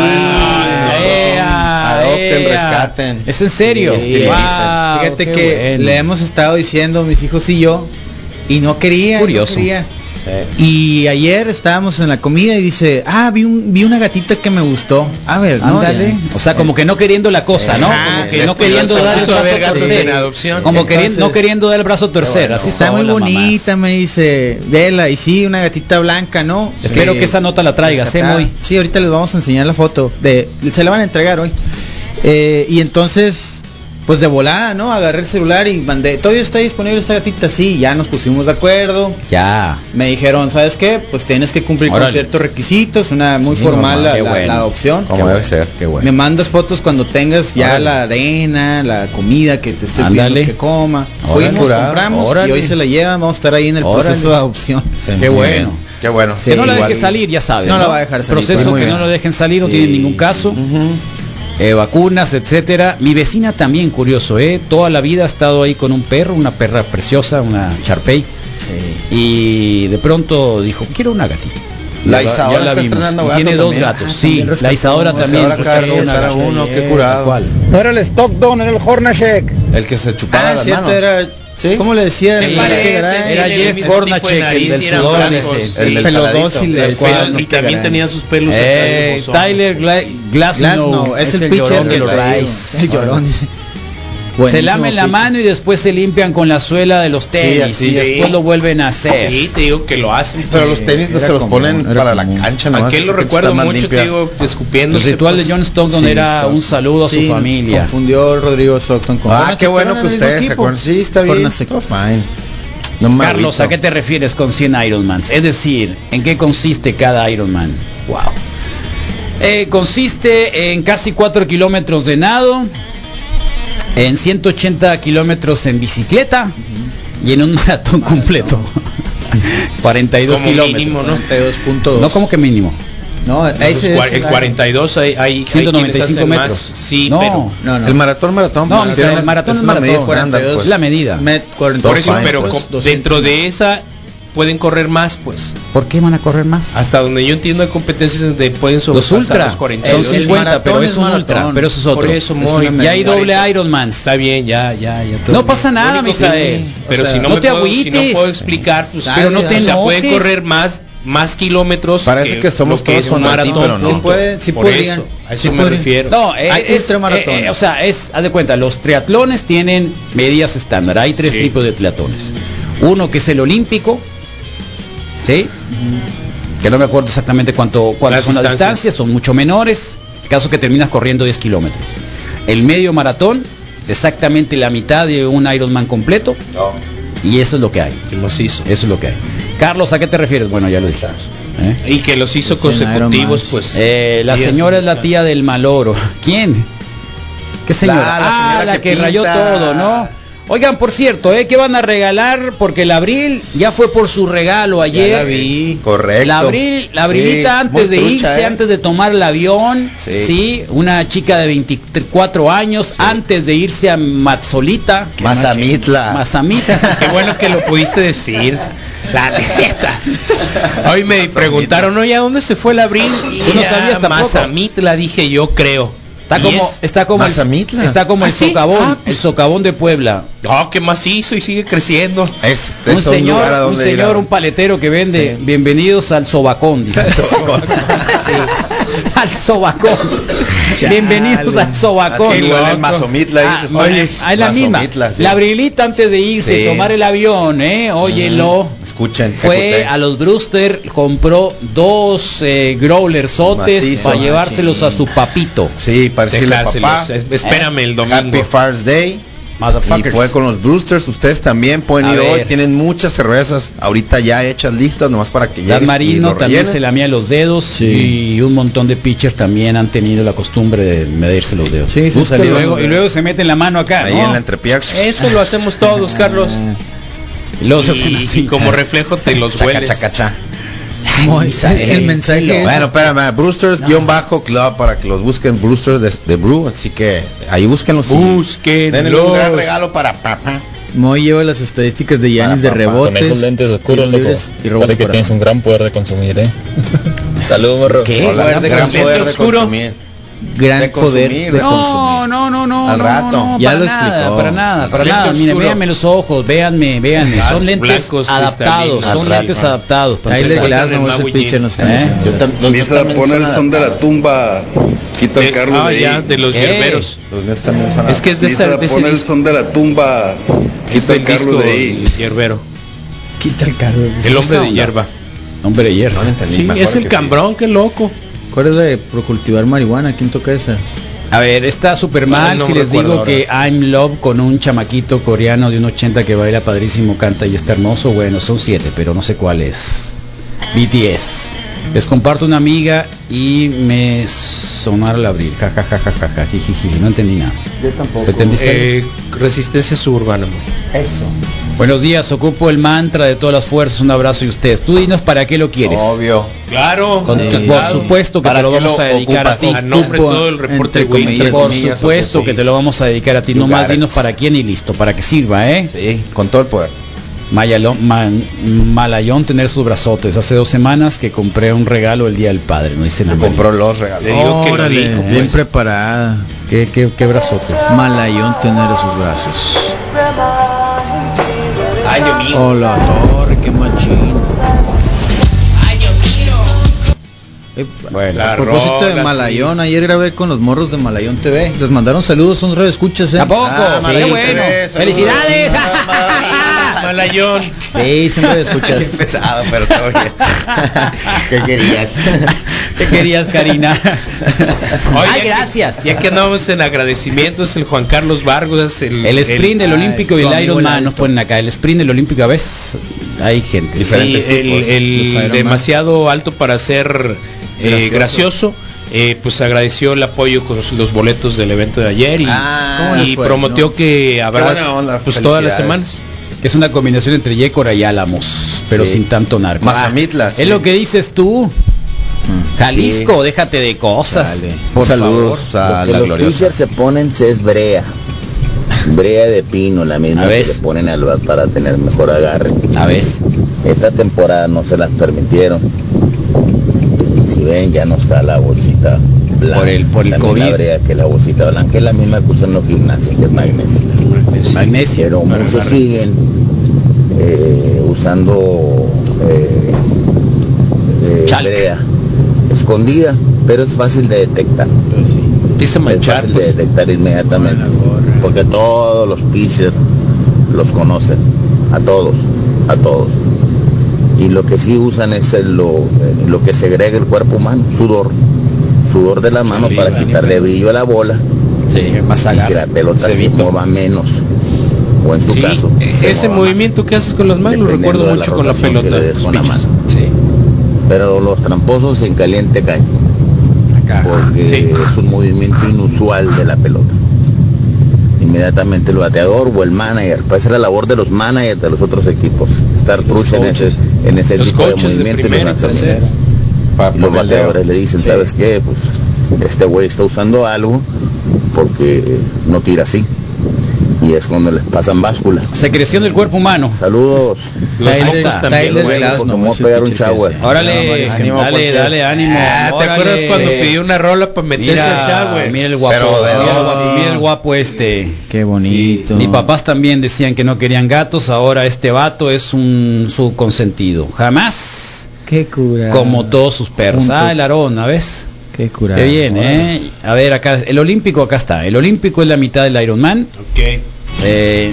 Speaker 5: Adopten, ea.
Speaker 16: rescaten.
Speaker 5: Es en serio.
Speaker 16: Sí.
Speaker 5: Wow,
Speaker 16: Fíjate
Speaker 5: qué
Speaker 16: que
Speaker 5: bueno.
Speaker 16: le hemos estado diciendo mis hijos y yo y no quería.
Speaker 5: Curioso.
Speaker 16: no quería. Y ayer estábamos en la comida y dice, ah, vi, un, vi una gatita que me gustó. A ver, no.
Speaker 5: Ándale.
Speaker 16: ya.
Speaker 5: O sea, como que no queriendo la cosa, ¿no?
Speaker 16: Ajá,
Speaker 5: Como que
Speaker 16: que
Speaker 5: no
Speaker 16: después
Speaker 5: queriendo
Speaker 16: se
Speaker 5: dar el
Speaker 16: puso a ver
Speaker 5: brazo a
Speaker 16: gatos
Speaker 5: torcer.
Speaker 16: en adopción.
Speaker 5: Como queriendo,
Speaker 16: Entonces-
Speaker 5: no queriendo dar el brazo a torcer. Así
Speaker 16: Está
Speaker 5: son
Speaker 16: muy
Speaker 5: las mamás.
Speaker 16: bonita, me dice Vela, y sí, una gatita blanca, ¿no?
Speaker 5: Espero que esa nota la traigas, ¿eh,
Speaker 16: rescatada.
Speaker 5: Moy?
Speaker 16: Sí, ahorita les vamos a enseñar la foto. De, se la van a entregar hoy. Eh, y entonces, pues de volada, ¿no? Agarré el celular y mandé, ¿todavía está disponible esta gatita? Sí, ya nos pusimos de acuerdo.
Speaker 5: Ya.
Speaker 16: Me dijeron, ¿sabes qué? Pues tienes que cumplir
Speaker 5: Órale.
Speaker 16: con ciertos requisitos, una muy
Speaker 5: Sí,
Speaker 16: formal
Speaker 5: normal,
Speaker 16: la,
Speaker 5: qué
Speaker 16: la- la
Speaker 5: bueno.
Speaker 16: adopción.
Speaker 9: Como debe ser. Qué
Speaker 16: Me mandas fotos cuando tengas ya
Speaker 9: Órale.
Speaker 16: la arena, la comida que te esté
Speaker 5: Ándale.
Speaker 16: pidiendo que coma.
Speaker 9: Órale.
Speaker 16: Fuimos,
Speaker 9: Curado.
Speaker 16: compramos
Speaker 9: Órale.
Speaker 16: y hoy se la llevan. Vamos a estar ahí en el
Speaker 9: Órale.
Speaker 16: proceso de adopción.
Speaker 9: Qué bueno. Qué bueno.
Speaker 16: Sí,
Speaker 5: que no la
Speaker 16: igual.
Speaker 5: deje salir, ya sabes.
Speaker 16: No la va a dejar salir, pues,
Speaker 5: Proceso
Speaker 16: muy
Speaker 5: que no
Speaker 16: bien.
Speaker 5: lo dejen salir, no tiene ningún caso. Eh, vacunas, etcétera. Mi vecina también, curioso, ¿eh? Toda la vida ha estado ahí con un perro, una perra preciosa, una Charpey. Y de pronto dijo, quiero una gatita.
Speaker 9: La
Speaker 5: Ya
Speaker 9: Isadora
Speaker 5: ya la
Speaker 9: está
Speaker 5: vimos.
Speaker 9: estrenando
Speaker 5: Y
Speaker 9: gato
Speaker 5: Tiene dos
Speaker 9: también.
Speaker 5: gatos,
Speaker 9: Ah,
Speaker 5: sí.
Speaker 9: también
Speaker 5: La
Speaker 9: rescató.
Speaker 5: Isadora también.
Speaker 9: Isadora acaba de rescatar a uno, qué curado.
Speaker 5: ¿Cuál?
Speaker 16: No era el Stock Don, era el Hornacek.
Speaker 9: El que se chupaba
Speaker 16: Ah,
Speaker 9: las
Speaker 16: cierto,
Speaker 9: manos.
Speaker 16: era. ¿Cómo le decía?
Speaker 5: Se
Speaker 16: El-
Speaker 5: parece,
Speaker 16: qué gran-
Speaker 5: era Jeff Hornacek, el del sudor ese, el del
Speaker 16: pelodócil,
Speaker 5: saladito,
Speaker 16: el
Speaker 5: el
Speaker 16: cual-
Speaker 5: pelón,
Speaker 16: qué
Speaker 5: y también
Speaker 16: gran.
Speaker 5: tenía sus pelos acá, Eh, su bozón. Tyler Gla- Glasnow,
Speaker 16: Glasnow, es,
Speaker 5: es
Speaker 16: el,
Speaker 5: el
Speaker 16: pitcher
Speaker 5: llorón de
Speaker 16: del
Speaker 5: los
Speaker 16: Rayo.
Speaker 5: Rays.
Speaker 16: El llorón, dice.
Speaker 5: se
Speaker 16: Buenísimo
Speaker 5: lamen la
Speaker 16: pitcher.
Speaker 5: mano y después se limpian con la suela de los tenis
Speaker 9: así
Speaker 5: y
Speaker 9: es.
Speaker 5: después lo vuelven a hacer.
Speaker 10: Sí, te digo que lo hacen.
Speaker 9: Pero los tenis no se los ponen para la cancha, ¿no?
Speaker 10: Aquel lo recuerdo mucho, te digo, escupiendo.
Speaker 5: El ritual de John Stockton
Speaker 16: pues Sí,
Speaker 5: era
Speaker 16: Stockton.
Speaker 5: un saludo a su
Speaker 16: Sí,
Speaker 5: familia.
Speaker 16: Confundió Rodrigo Stockton con
Speaker 9: Ah,
Speaker 16: Hornacek,
Speaker 9: qué bueno
Speaker 16: eran
Speaker 9: que
Speaker 16: del mismo
Speaker 9: ustedes se
Speaker 16: equipo.
Speaker 9: acuerdan. Sí, está bien.
Speaker 16: Hornacek.
Speaker 9: Todo fine. No me
Speaker 5: Carlos,
Speaker 9: agüito.
Speaker 5: ¿a qué te refieres con 100 Ironmans? Es decir, ¿en qué consiste cada Ironman? Wow. Eh, consiste en casi 4 kilómetros de nado, en 180 kilómetros en bicicleta y en un maratón
Speaker 16: Ah,
Speaker 5: completo. 42
Speaker 10: Como
Speaker 5: kilómetros.
Speaker 10: mínimo, ¿no?
Speaker 16: 42.2.
Speaker 5: No, como que mínimo.
Speaker 16: No, ese es
Speaker 10: en
Speaker 16: el-
Speaker 10: 42 hay, hay hay quienes
Speaker 5: 195
Speaker 10: hacen
Speaker 5: metros.
Speaker 10: Más. Sí,
Speaker 5: no,
Speaker 10: pero
Speaker 16: No, no.
Speaker 9: El maratón, maratón.
Speaker 5: no,
Speaker 9: pues,
Speaker 5: mi
Speaker 9: era
Speaker 5: señor,
Speaker 9: una-
Speaker 5: el maratón
Speaker 9: es
Speaker 5: es
Speaker 9: una
Speaker 5: maratón.
Speaker 9: medida estándar,
Speaker 5: Es
Speaker 9: pues.
Speaker 5: la medida.
Speaker 16: Met 42.
Speaker 10: por eso,
Speaker 9: fine,
Speaker 10: pero
Speaker 9: pues,
Speaker 10: co- dentro de esa pueden correr más, pues.
Speaker 5: ¿Por qué van a correr más?
Speaker 10: Hasta donde yo entiendo hay competencias donde pueden
Speaker 5: Los
Speaker 10: sobrepasar
Speaker 5: ultra
Speaker 10: los
Speaker 5: son
Speaker 10: 42.
Speaker 5: 50, pero
Speaker 16: maratón
Speaker 5: es
Speaker 16: es
Speaker 5: un
Speaker 16: maratón.
Speaker 5: ultra, pero eso es otro.
Speaker 10: Por eso, muy
Speaker 16: una
Speaker 5: y hay
Speaker 10: medida.
Speaker 5: doble Ironman.
Speaker 10: Está bien, ya, ya, ya. todo
Speaker 5: No
Speaker 10: bien.
Speaker 5: pasa nada,
Speaker 10: Lo único
Speaker 5: Misael.
Speaker 10: que- Pero
Speaker 5: O sea,
Speaker 10: si no,
Speaker 5: no
Speaker 10: me
Speaker 5: te
Speaker 10: puedo, si no
Speaker 5: agüites.
Speaker 10: puedo explicar, pues,
Speaker 16: Pero no te
Speaker 10: o sea, pueden
Speaker 5: enojes.
Speaker 10: correr más, más kilómetros.
Speaker 9: Parece que somos
Speaker 10: lo
Speaker 9: todos
Speaker 10: es un
Speaker 9: contra ti,
Speaker 10: maratón,
Speaker 9: pero no.
Speaker 10: punto.
Speaker 9: Sí
Speaker 16: pueden, sí
Speaker 10: Por
Speaker 16: podrían,
Speaker 10: eso, a eso
Speaker 16: sí
Speaker 10: me
Speaker 16: podrían.
Speaker 10: refiero.
Speaker 5: No, eh,
Speaker 16: Hay
Speaker 5: es,
Speaker 16: ultramaratón.
Speaker 5: eh, eh, o sea, es, haz de cuenta, los triatlones tienen medidas estándar. Hay tres tipos de triatlones. Uno que es el olímpico, ¿sí? Que no me acuerdo exactamente cuánto, cuántas
Speaker 10: Las
Speaker 5: son las
Speaker 10: distancias.
Speaker 5: distancias, son mucho menores. Caso que terminas corriendo 10 kilómetros. El medio maratón, exactamente la mitad de un Ironman completo. Y eso es lo que hay.
Speaker 10: Que los hizo.
Speaker 5: Eso es lo que hay. Carlos, ¿a qué te refieres? Bueno, ya lo dijimos. ¿eh?
Speaker 10: Y que los hizo
Speaker 16: Pues en Iron
Speaker 10: consecutivos,
Speaker 16: Man.
Speaker 10: pues.
Speaker 5: Eh, la
Speaker 10: días de
Speaker 5: señora es la
Speaker 10: descanso.
Speaker 5: tía del maloro. ¿Quién? ¿Qué señora?
Speaker 9: La- la señora
Speaker 5: ah, la que,
Speaker 9: que pinta.
Speaker 5: rayó todo, ¿no? Oigan, por cierto, ¿eh? ¿qué van a regalar? Porque el abril ya fue por su regalo ayer.
Speaker 16: la vi.
Speaker 9: Correcto.
Speaker 5: La abril, la abrilita
Speaker 9: Sí,
Speaker 5: antes
Speaker 9: muy
Speaker 5: de
Speaker 9: trucha,
Speaker 5: irse,
Speaker 9: ¿eh?
Speaker 5: antes de tomar el avión, sí.
Speaker 9: Sí.
Speaker 5: una chica de 24 años, antes de irse a Mazzolita,
Speaker 9: Mazamitla.
Speaker 5: Mazamita.
Speaker 10: Ah. Qué bueno que lo pudiste decir. La neta. Hoy me preguntaron, oye, ¿a dónde se fue el abril? Y
Speaker 5: Tú no sabías
Speaker 10: a
Speaker 5: tampoco.
Speaker 10: Mazamitla, dije yo, creo.
Speaker 5: Está
Speaker 10: Y
Speaker 5: como,
Speaker 10: es-
Speaker 5: está como el,
Speaker 9: Mazamitla.
Speaker 5: está como
Speaker 10: ¿Ah,
Speaker 5: el
Speaker 10: sí?
Speaker 5: socavón,
Speaker 10: Ah, pues.
Speaker 5: el socavón de Puebla.
Speaker 10: No, que más hizo y sigue creciendo.
Speaker 9: Es, es
Speaker 5: un señor,
Speaker 9: lugar a
Speaker 5: un,
Speaker 9: donde ir
Speaker 5: señor,
Speaker 9: a-
Speaker 5: un paletero que vende bienvenidos al sobacón, dice. al sobacón. bienvenidos al sobacón.
Speaker 9: Así, igual en
Speaker 5: Loco.
Speaker 9: Mazomitla dices,
Speaker 5: Ah,
Speaker 9: oye,
Speaker 5: oye, ahí la misma.
Speaker 9: Mazomitla, sí.
Speaker 5: La brilita antes de irse,
Speaker 9: Sí.
Speaker 5: tomar el avión, eh, óyelo.
Speaker 9: Escuchen.
Speaker 5: Fue
Speaker 9: Ejecuten.
Speaker 5: a los Brewster, compró dos eh, growlersotes
Speaker 9: Macizo, Ah,
Speaker 5: para llevárselos a su papito.
Speaker 9: Sí, para decirle papá.
Speaker 10: Dejárselos. Es- espérame el domingo.
Speaker 9: Happy Father's Day. Y fue con los Brewsters, ustedes también pueden
Speaker 5: A
Speaker 9: ir hoy,
Speaker 5: ver.
Speaker 9: tienen muchas cervezas ahorita ya hechas listas, nomás para que
Speaker 5: Dan
Speaker 9: lleguen.
Speaker 5: Marino también se lamía los dedos y un montón de pitchers también han tenido la costumbre de medirse los dedos. Búscalo. y, luego, y luego se meten la mano acá.
Speaker 9: Ahí
Speaker 5: ¿no?
Speaker 9: en la entrepierna.
Speaker 10: Eso lo hacemos todos, Carlos.
Speaker 5: Los
Speaker 10: y, y como reflejo te los
Speaker 9: Chaca,
Speaker 10: hueles.
Speaker 9: chaca, chaca.
Speaker 16: mensaje, el mensaje es-
Speaker 5: este.
Speaker 9: Bueno, espérame, Brewsters guión bajo club para que los busquen Brewsters de, de Brew, así que ahí búsquenlos. y denle un gran regalo para papá.
Speaker 16: Moy lleva las estadísticas de Yanis de rebotes.
Speaker 2: Ah, Con esos lentes oscuros,
Speaker 16: tiros
Speaker 2: loco.
Speaker 16: libres y robos
Speaker 2: Parece que
Speaker 16: por
Speaker 2: tienes un gran poder de consumir, eh. Saludos, morro.
Speaker 16: ¿Qué? Hola, Poder de gran consumir. poder de Oscuro. consumir. Gran poder de consumir.
Speaker 5: no,
Speaker 7: ¿Eh?
Speaker 5: no, no.
Speaker 16: Al
Speaker 5: no,
Speaker 16: rato.
Speaker 5: no, no,
Speaker 16: Ya
Speaker 5: para
Speaker 16: lo
Speaker 5: nada,
Speaker 16: explicó.
Speaker 5: Para nada, para
Speaker 16: Lente
Speaker 5: nada. Miren,
Speaker 16: oscuro.
Speaker 5: véanme los ojos, véanme, véanme.
Speaker 16: Ah,
Speaker 5: Son lentes
Speaker 16: blancos,
Speaker 5: adaptados,
Speaker 16: cristalinos.
Speaker 5: son
Speaker 16: Al
Speaker 5: lentes
Speaker 16: rato.
Speaker 5: adaptados. para
Speaker 16: Ahí le
Speaker 5: empezar.
Speaker 16: glass, no, ese pitcher nos
Speaker 5: ¿Eh?
Speaker 16: está diciendo.
Speaker 5: Yo tam- los míos
Speaker 12: Empieza a
Speaker 5: también
Speaker 12: poner
Speaker 5: son
Speaker 12: el son de la tumba. Quita el Carlos
Speaker 10: ah,
Speaker 12: de ahí.
Speaker 10: ya, de los hierberos.
Speaker 9: Los míos también son
Speaker 10: Es que es de
Speaker 12: Empieza
Speaker 10: ese-
Speaker 12: a
Speaker 10: de ese
Speaker 12: poner el
Speaker 10: disco.
Speaker 12: son de la tumba. Quita el
Speaker 10: el disco
Speaker 12: Carlos de ahí.
Speaker 10: el hierbero.
Speaker 16: Quita el carro.
Speaker 10: El hombre de hierba.
Speaker 5: Hombre de hierba.
Speaker 10: Sí, es el cambrón, qué loco.
Speaker 16: ¿Cuál es la de pro cultivar marihuana? ¿Quién toca esa?
Speaker 5: A ver, está súper
Speaker 16: Ah,
Speaker 5: mal
Speaker 16: no
Speaker 5: si
Speaker 16: me
Speaker 5: les digo
Speaker 16: recuerdo
Speaker 5: que I'm Love con un chamaquito coreano de un 80 que baila padrísimo, canta y está hermoso. Bueno, son siete, pero no sé cuál es. BTS. Les comparto una amiga y me sonaron al abrir. Ja, ja, ja, ja, ja, ja, ji, ji, ji. No entendí nada.
Speaker 9: Yo tampoco.
Speaker 5: ¿Lo entendiste?
Speaker 10: Eh, resistencia suburbana.
Speaker 9: Eso.
Speaker 5: Buenos días, ocupo el mantra de todas las fuerzas. Un abrazo y ustedes. Tú dinos para qué lo quieres.
Speaker 9: Obvio.
Speaker 10: Claro.
Speaker 5: Con-
Speaker 10: Sí.
Speaker 5: Por supuesto que
Speaker 10: ¿Para
Speaker 5: te lo
Speaker 10: qué
Speaker 5: vamos
Speaker 10: lo
Speaker 5: a dedicar a
Speaker 10: ocupas?
Speaker 5: ti.
Speaker 10: A nombre de todo el reporte
Speaker 5: Entre
Speaker 10: de Wiki.
Speaker 5: comillas, Por
Speaker 10: comillas,
Speaker 5: supuesto que te lo vamos a dedicar a ti.
Speaker 10: You
Speaker 5: Nomás
Speaker 10: got it.
Speaker 5: dinos para quién y listo, para que sirva, ¿eh?
Speaker 9: Sí, con todo el poder.
Speaker 5: Mayalón, man- Malayón tener sus brazotes. Hace dos semanas que compré un regalo el día del padre, no dice nada.
Speaker 9: Compró los regalos.
Speaker 16: Órale, bien preparada.
Speaker 5: ¿Qué, qué, qué brazotes?
Speaker 16: Malayón tener esos brazos.
Speaker 10: Ay, Dios mío.
Speaker 16: Hola, torre, qué machín. Eh,
Speaker 5: Bueno,
Speaker 16: a propósito de Malayón, ayer grabé con los morros de Malayón TV. Les mandaron saludos, son escuchas ¿eh?
Speaker 5: ¿A poco?
Speaker 16: Ah,
Speaker 5: Qué
Speaker 16: sí.
Speaker 5: bueno. ¡Felicidades!
Speaker 10: Malayón.
Speaker 16: Sí, son escuchas
Speaker 9: pesado, pero todo bien. ¿Qué querías?
Speaker 5: ¿Qué querías, Karina?
Speaker 10: Oye,
Speaker 5: Ay, gracias.
Speaker 10: Ya que andamos en agradecimientos, el Juan Carlos Vargas, el,
Speaker 5: El sprint del
Speaker 10: Ay,
Speaker 5: Olímpico y
Speaker 10: tu
Speaker 5: el
Speaker 10: amigo
Speaker 5: Ironman
Speaker 10: Lalo.
Speaker 5: nos ponen acá. El sprint del Olímpico a veces hay gente.
Speaker 10: Sí, el, el
Speaker 5: Los Ironman.
Speaker 10: demasiado alto para ser eh, gracioso. eh, pues agradeció el apoyo con los- los boletos del evento de ayer y,
Speaker 9: Ah,
Speaker 10: y
Speaker 9: les fue,
Speaker 10: prometió
Speaker 9: ¿no?
Speaker 10: que habrá
Speaker 9: buena onda,
Speaker 10: pues todas las
Speaker 9: felicidades.
Speaker 10: semanas.
Speaker 5: Es una combinación entre Yécora y Álamos, pero
Speaker 9: Sí.
Speaker 5: sin tanto narco.
Speaker 9: Mazamitla,
Speaker 5: Ah,
Speaker 9: sí.
Speaker 5: Es lo que dices tú. Jalisco,
Speaker 9: sí.
Speaker 5: déjate de cosas. Por
Speaker 9: Saludos
Speaker 5: favor.
Speaker 9: a
Speaker 11: que
Speaker 9: la
Speaker 11: los
Speaker 9: gloriosa.
Speaker 11: teachers se ponen se es brea. Brea de pino, la misma que le ponen al bar para tener mejor agarre.
Speaker 5: A ver.
Speaker 11: Esta temporada no se las permitieron. Si ven, ya no está la bolsita blanca. Por el, por el La brea que la bolsita blanca es la misma que usan los gimnasios, que es magnesia.
Speaker 5: Magnesia.
Speaker 11: Pero muchos siguen eh, usando eh, eh, brea escondida, pero es fácil de detectar.
Speaker 10: Empieza a manchar,
Speaker 11: Es fácil
Speaker 10: pues.
Speaker 11: de detectar inmediatamente. Porque todos los pitchers los conocen. A todos, a todos. Y lo que sí usan es el- lo, eh, lo que segrega el cuerpo humano, sudor. Sudor de la mano para quitarle brillo a la bola. y que la pelota se mueva menos. O en su
Speaker 10: Sí,
Speaker 11: caso.
Speaker 5: eh,
Speaker 10: e-
Speaker 11: se
Speaker 10: ese
Speaker 11: mueva más
Speaker 10: movimiento que haces con las manos lo
Speaker 11: dependiendo
Speaker 10: recuerdo
Speaker 11: de
Speaker 10: mucho con la
Speaker 11: rotación que
Speaker 10: pelota.
Speaker 11: le des
Speaker 10: los
Speaker 11: con la
Speaker 10: pitches.
Speaker 11: mano. Pero los tramposos en caliente caen. Porque es un movimiento inusual de la pelota. Inmediatamente el bateador o el manager. Parece la labor de los managers de los otros equipos. Estar trucha en ese, en ese
Speaker 10: Los
Speaker 11: tipo de
Speaker 10: coaches de
Speaker 11: movimiento y los
Speaker 10: primera y tercera.
Speaker 11: lanzamientos. Y los bateadores le dicen, ¿sabes qué? Pues este güey está usando algo porque no tira así. Y es cuando les pasan báscula.
Speaker 5: Secreción del cuerpo humano.
Speaker 11: Saludos.
Speaker 5: Los Tyler- mocos también. Tyler
Speaker 11: Bueno,
Speaker 5: Glass,
Speaker 11: porque
Speaker 5: no,
Speaker 11: me voy
Speaker 5: es
Speaker 11: a
Speaker 5: el
Speaker 11: pegar un
Speaker 5: pitcher
Speaker 11: shower.
Speaker 5: Órale, dale, dale, ánimo.
Speaker 10: Ah, ¿Te
Speaker 5: órale.
Speaker 10: acuerdas cuando pidió una rola para meterse
Speaker 5: Mira,
Speaker 10: al shower?
Speaker 5: mira el guapo, mira, el guapo mira el guapo este.
Speaker 16: Qué bonito.
Speaker 5: Mis papás también decían que no querían gatos, ahora este vato es un subconsentido. Jamás
Speaker 16: Qué cura.
Speaker 5: como todos sus perros.
Speaker 16: Junto.
Speaker 5: Ah, el arona, ¿ves?
Speaker 16: Qué cura.
Speaker 5: Qué bien, ¿eh? A ver, acá, el olímpico acá está. El olímpico es la mitad del Ironman.
Speaker 10: Ok.
Speaker 5: Eh,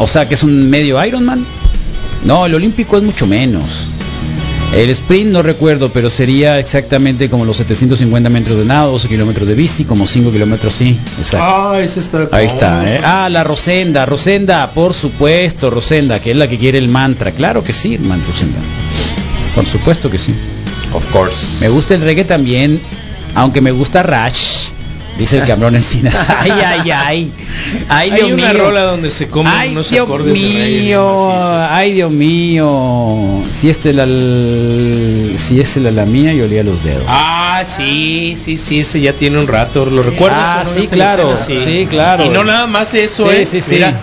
Speaker 5: o sea, que es un medio Ironman. No, el olímpico es mucho menos. El sprint no recuerdo, pero sería exactamente como los 750 metros de nado, 12 kilómetros de bici, como 5 kilómetros sí. Exacto.
Speaker 10: Ah, ese está.
Speaker 5: Ahí está. ¿eh? Ah, la Rosenda, Rosenda, por supuesto, Rosenda, que es la que quiere el mantra. Claro que sí, hermano Rosenda. Por supuesto que sí.
Speaker 10: Of course.
Speaker 5: Me gusta el reggae también, aunque me gusta Rush, dice el cabrón Encinas. Ay, ay, ay. Ay,
Speaker 10: Hay
Speaker 5: Dios
Speaker 10: una
Speaker 5: mío.
Speaker 10: rola donde se comen
Speaker 5: Ay,
Speaker 10: unos
Speaker 5: Dios
Speaker 10: acordes de reggae bien
Speaker 5: mío,
Speaker 10: macizos.
Speaker 5: ay Dios mío, si este la si es la, la mía yo olía los dedos.
Speaker 10: Ah, sí, sí, sí, ese ya tiene un rato, ¿lo recuerdas?
Speaker 5: Ah,
Speaker 10: o no?
Speaker 5: sí,
Speaker 10: Esta
Speaker 5: claro,
Speaker 10: escena,
Speaker 5: sí, claro.
Speaker 10: Y no nada más eso,
Speaker 5: Sí,
Speaker 10: ¿eh?
Speaker 5: sí, sí.
Speaker 10: Mira,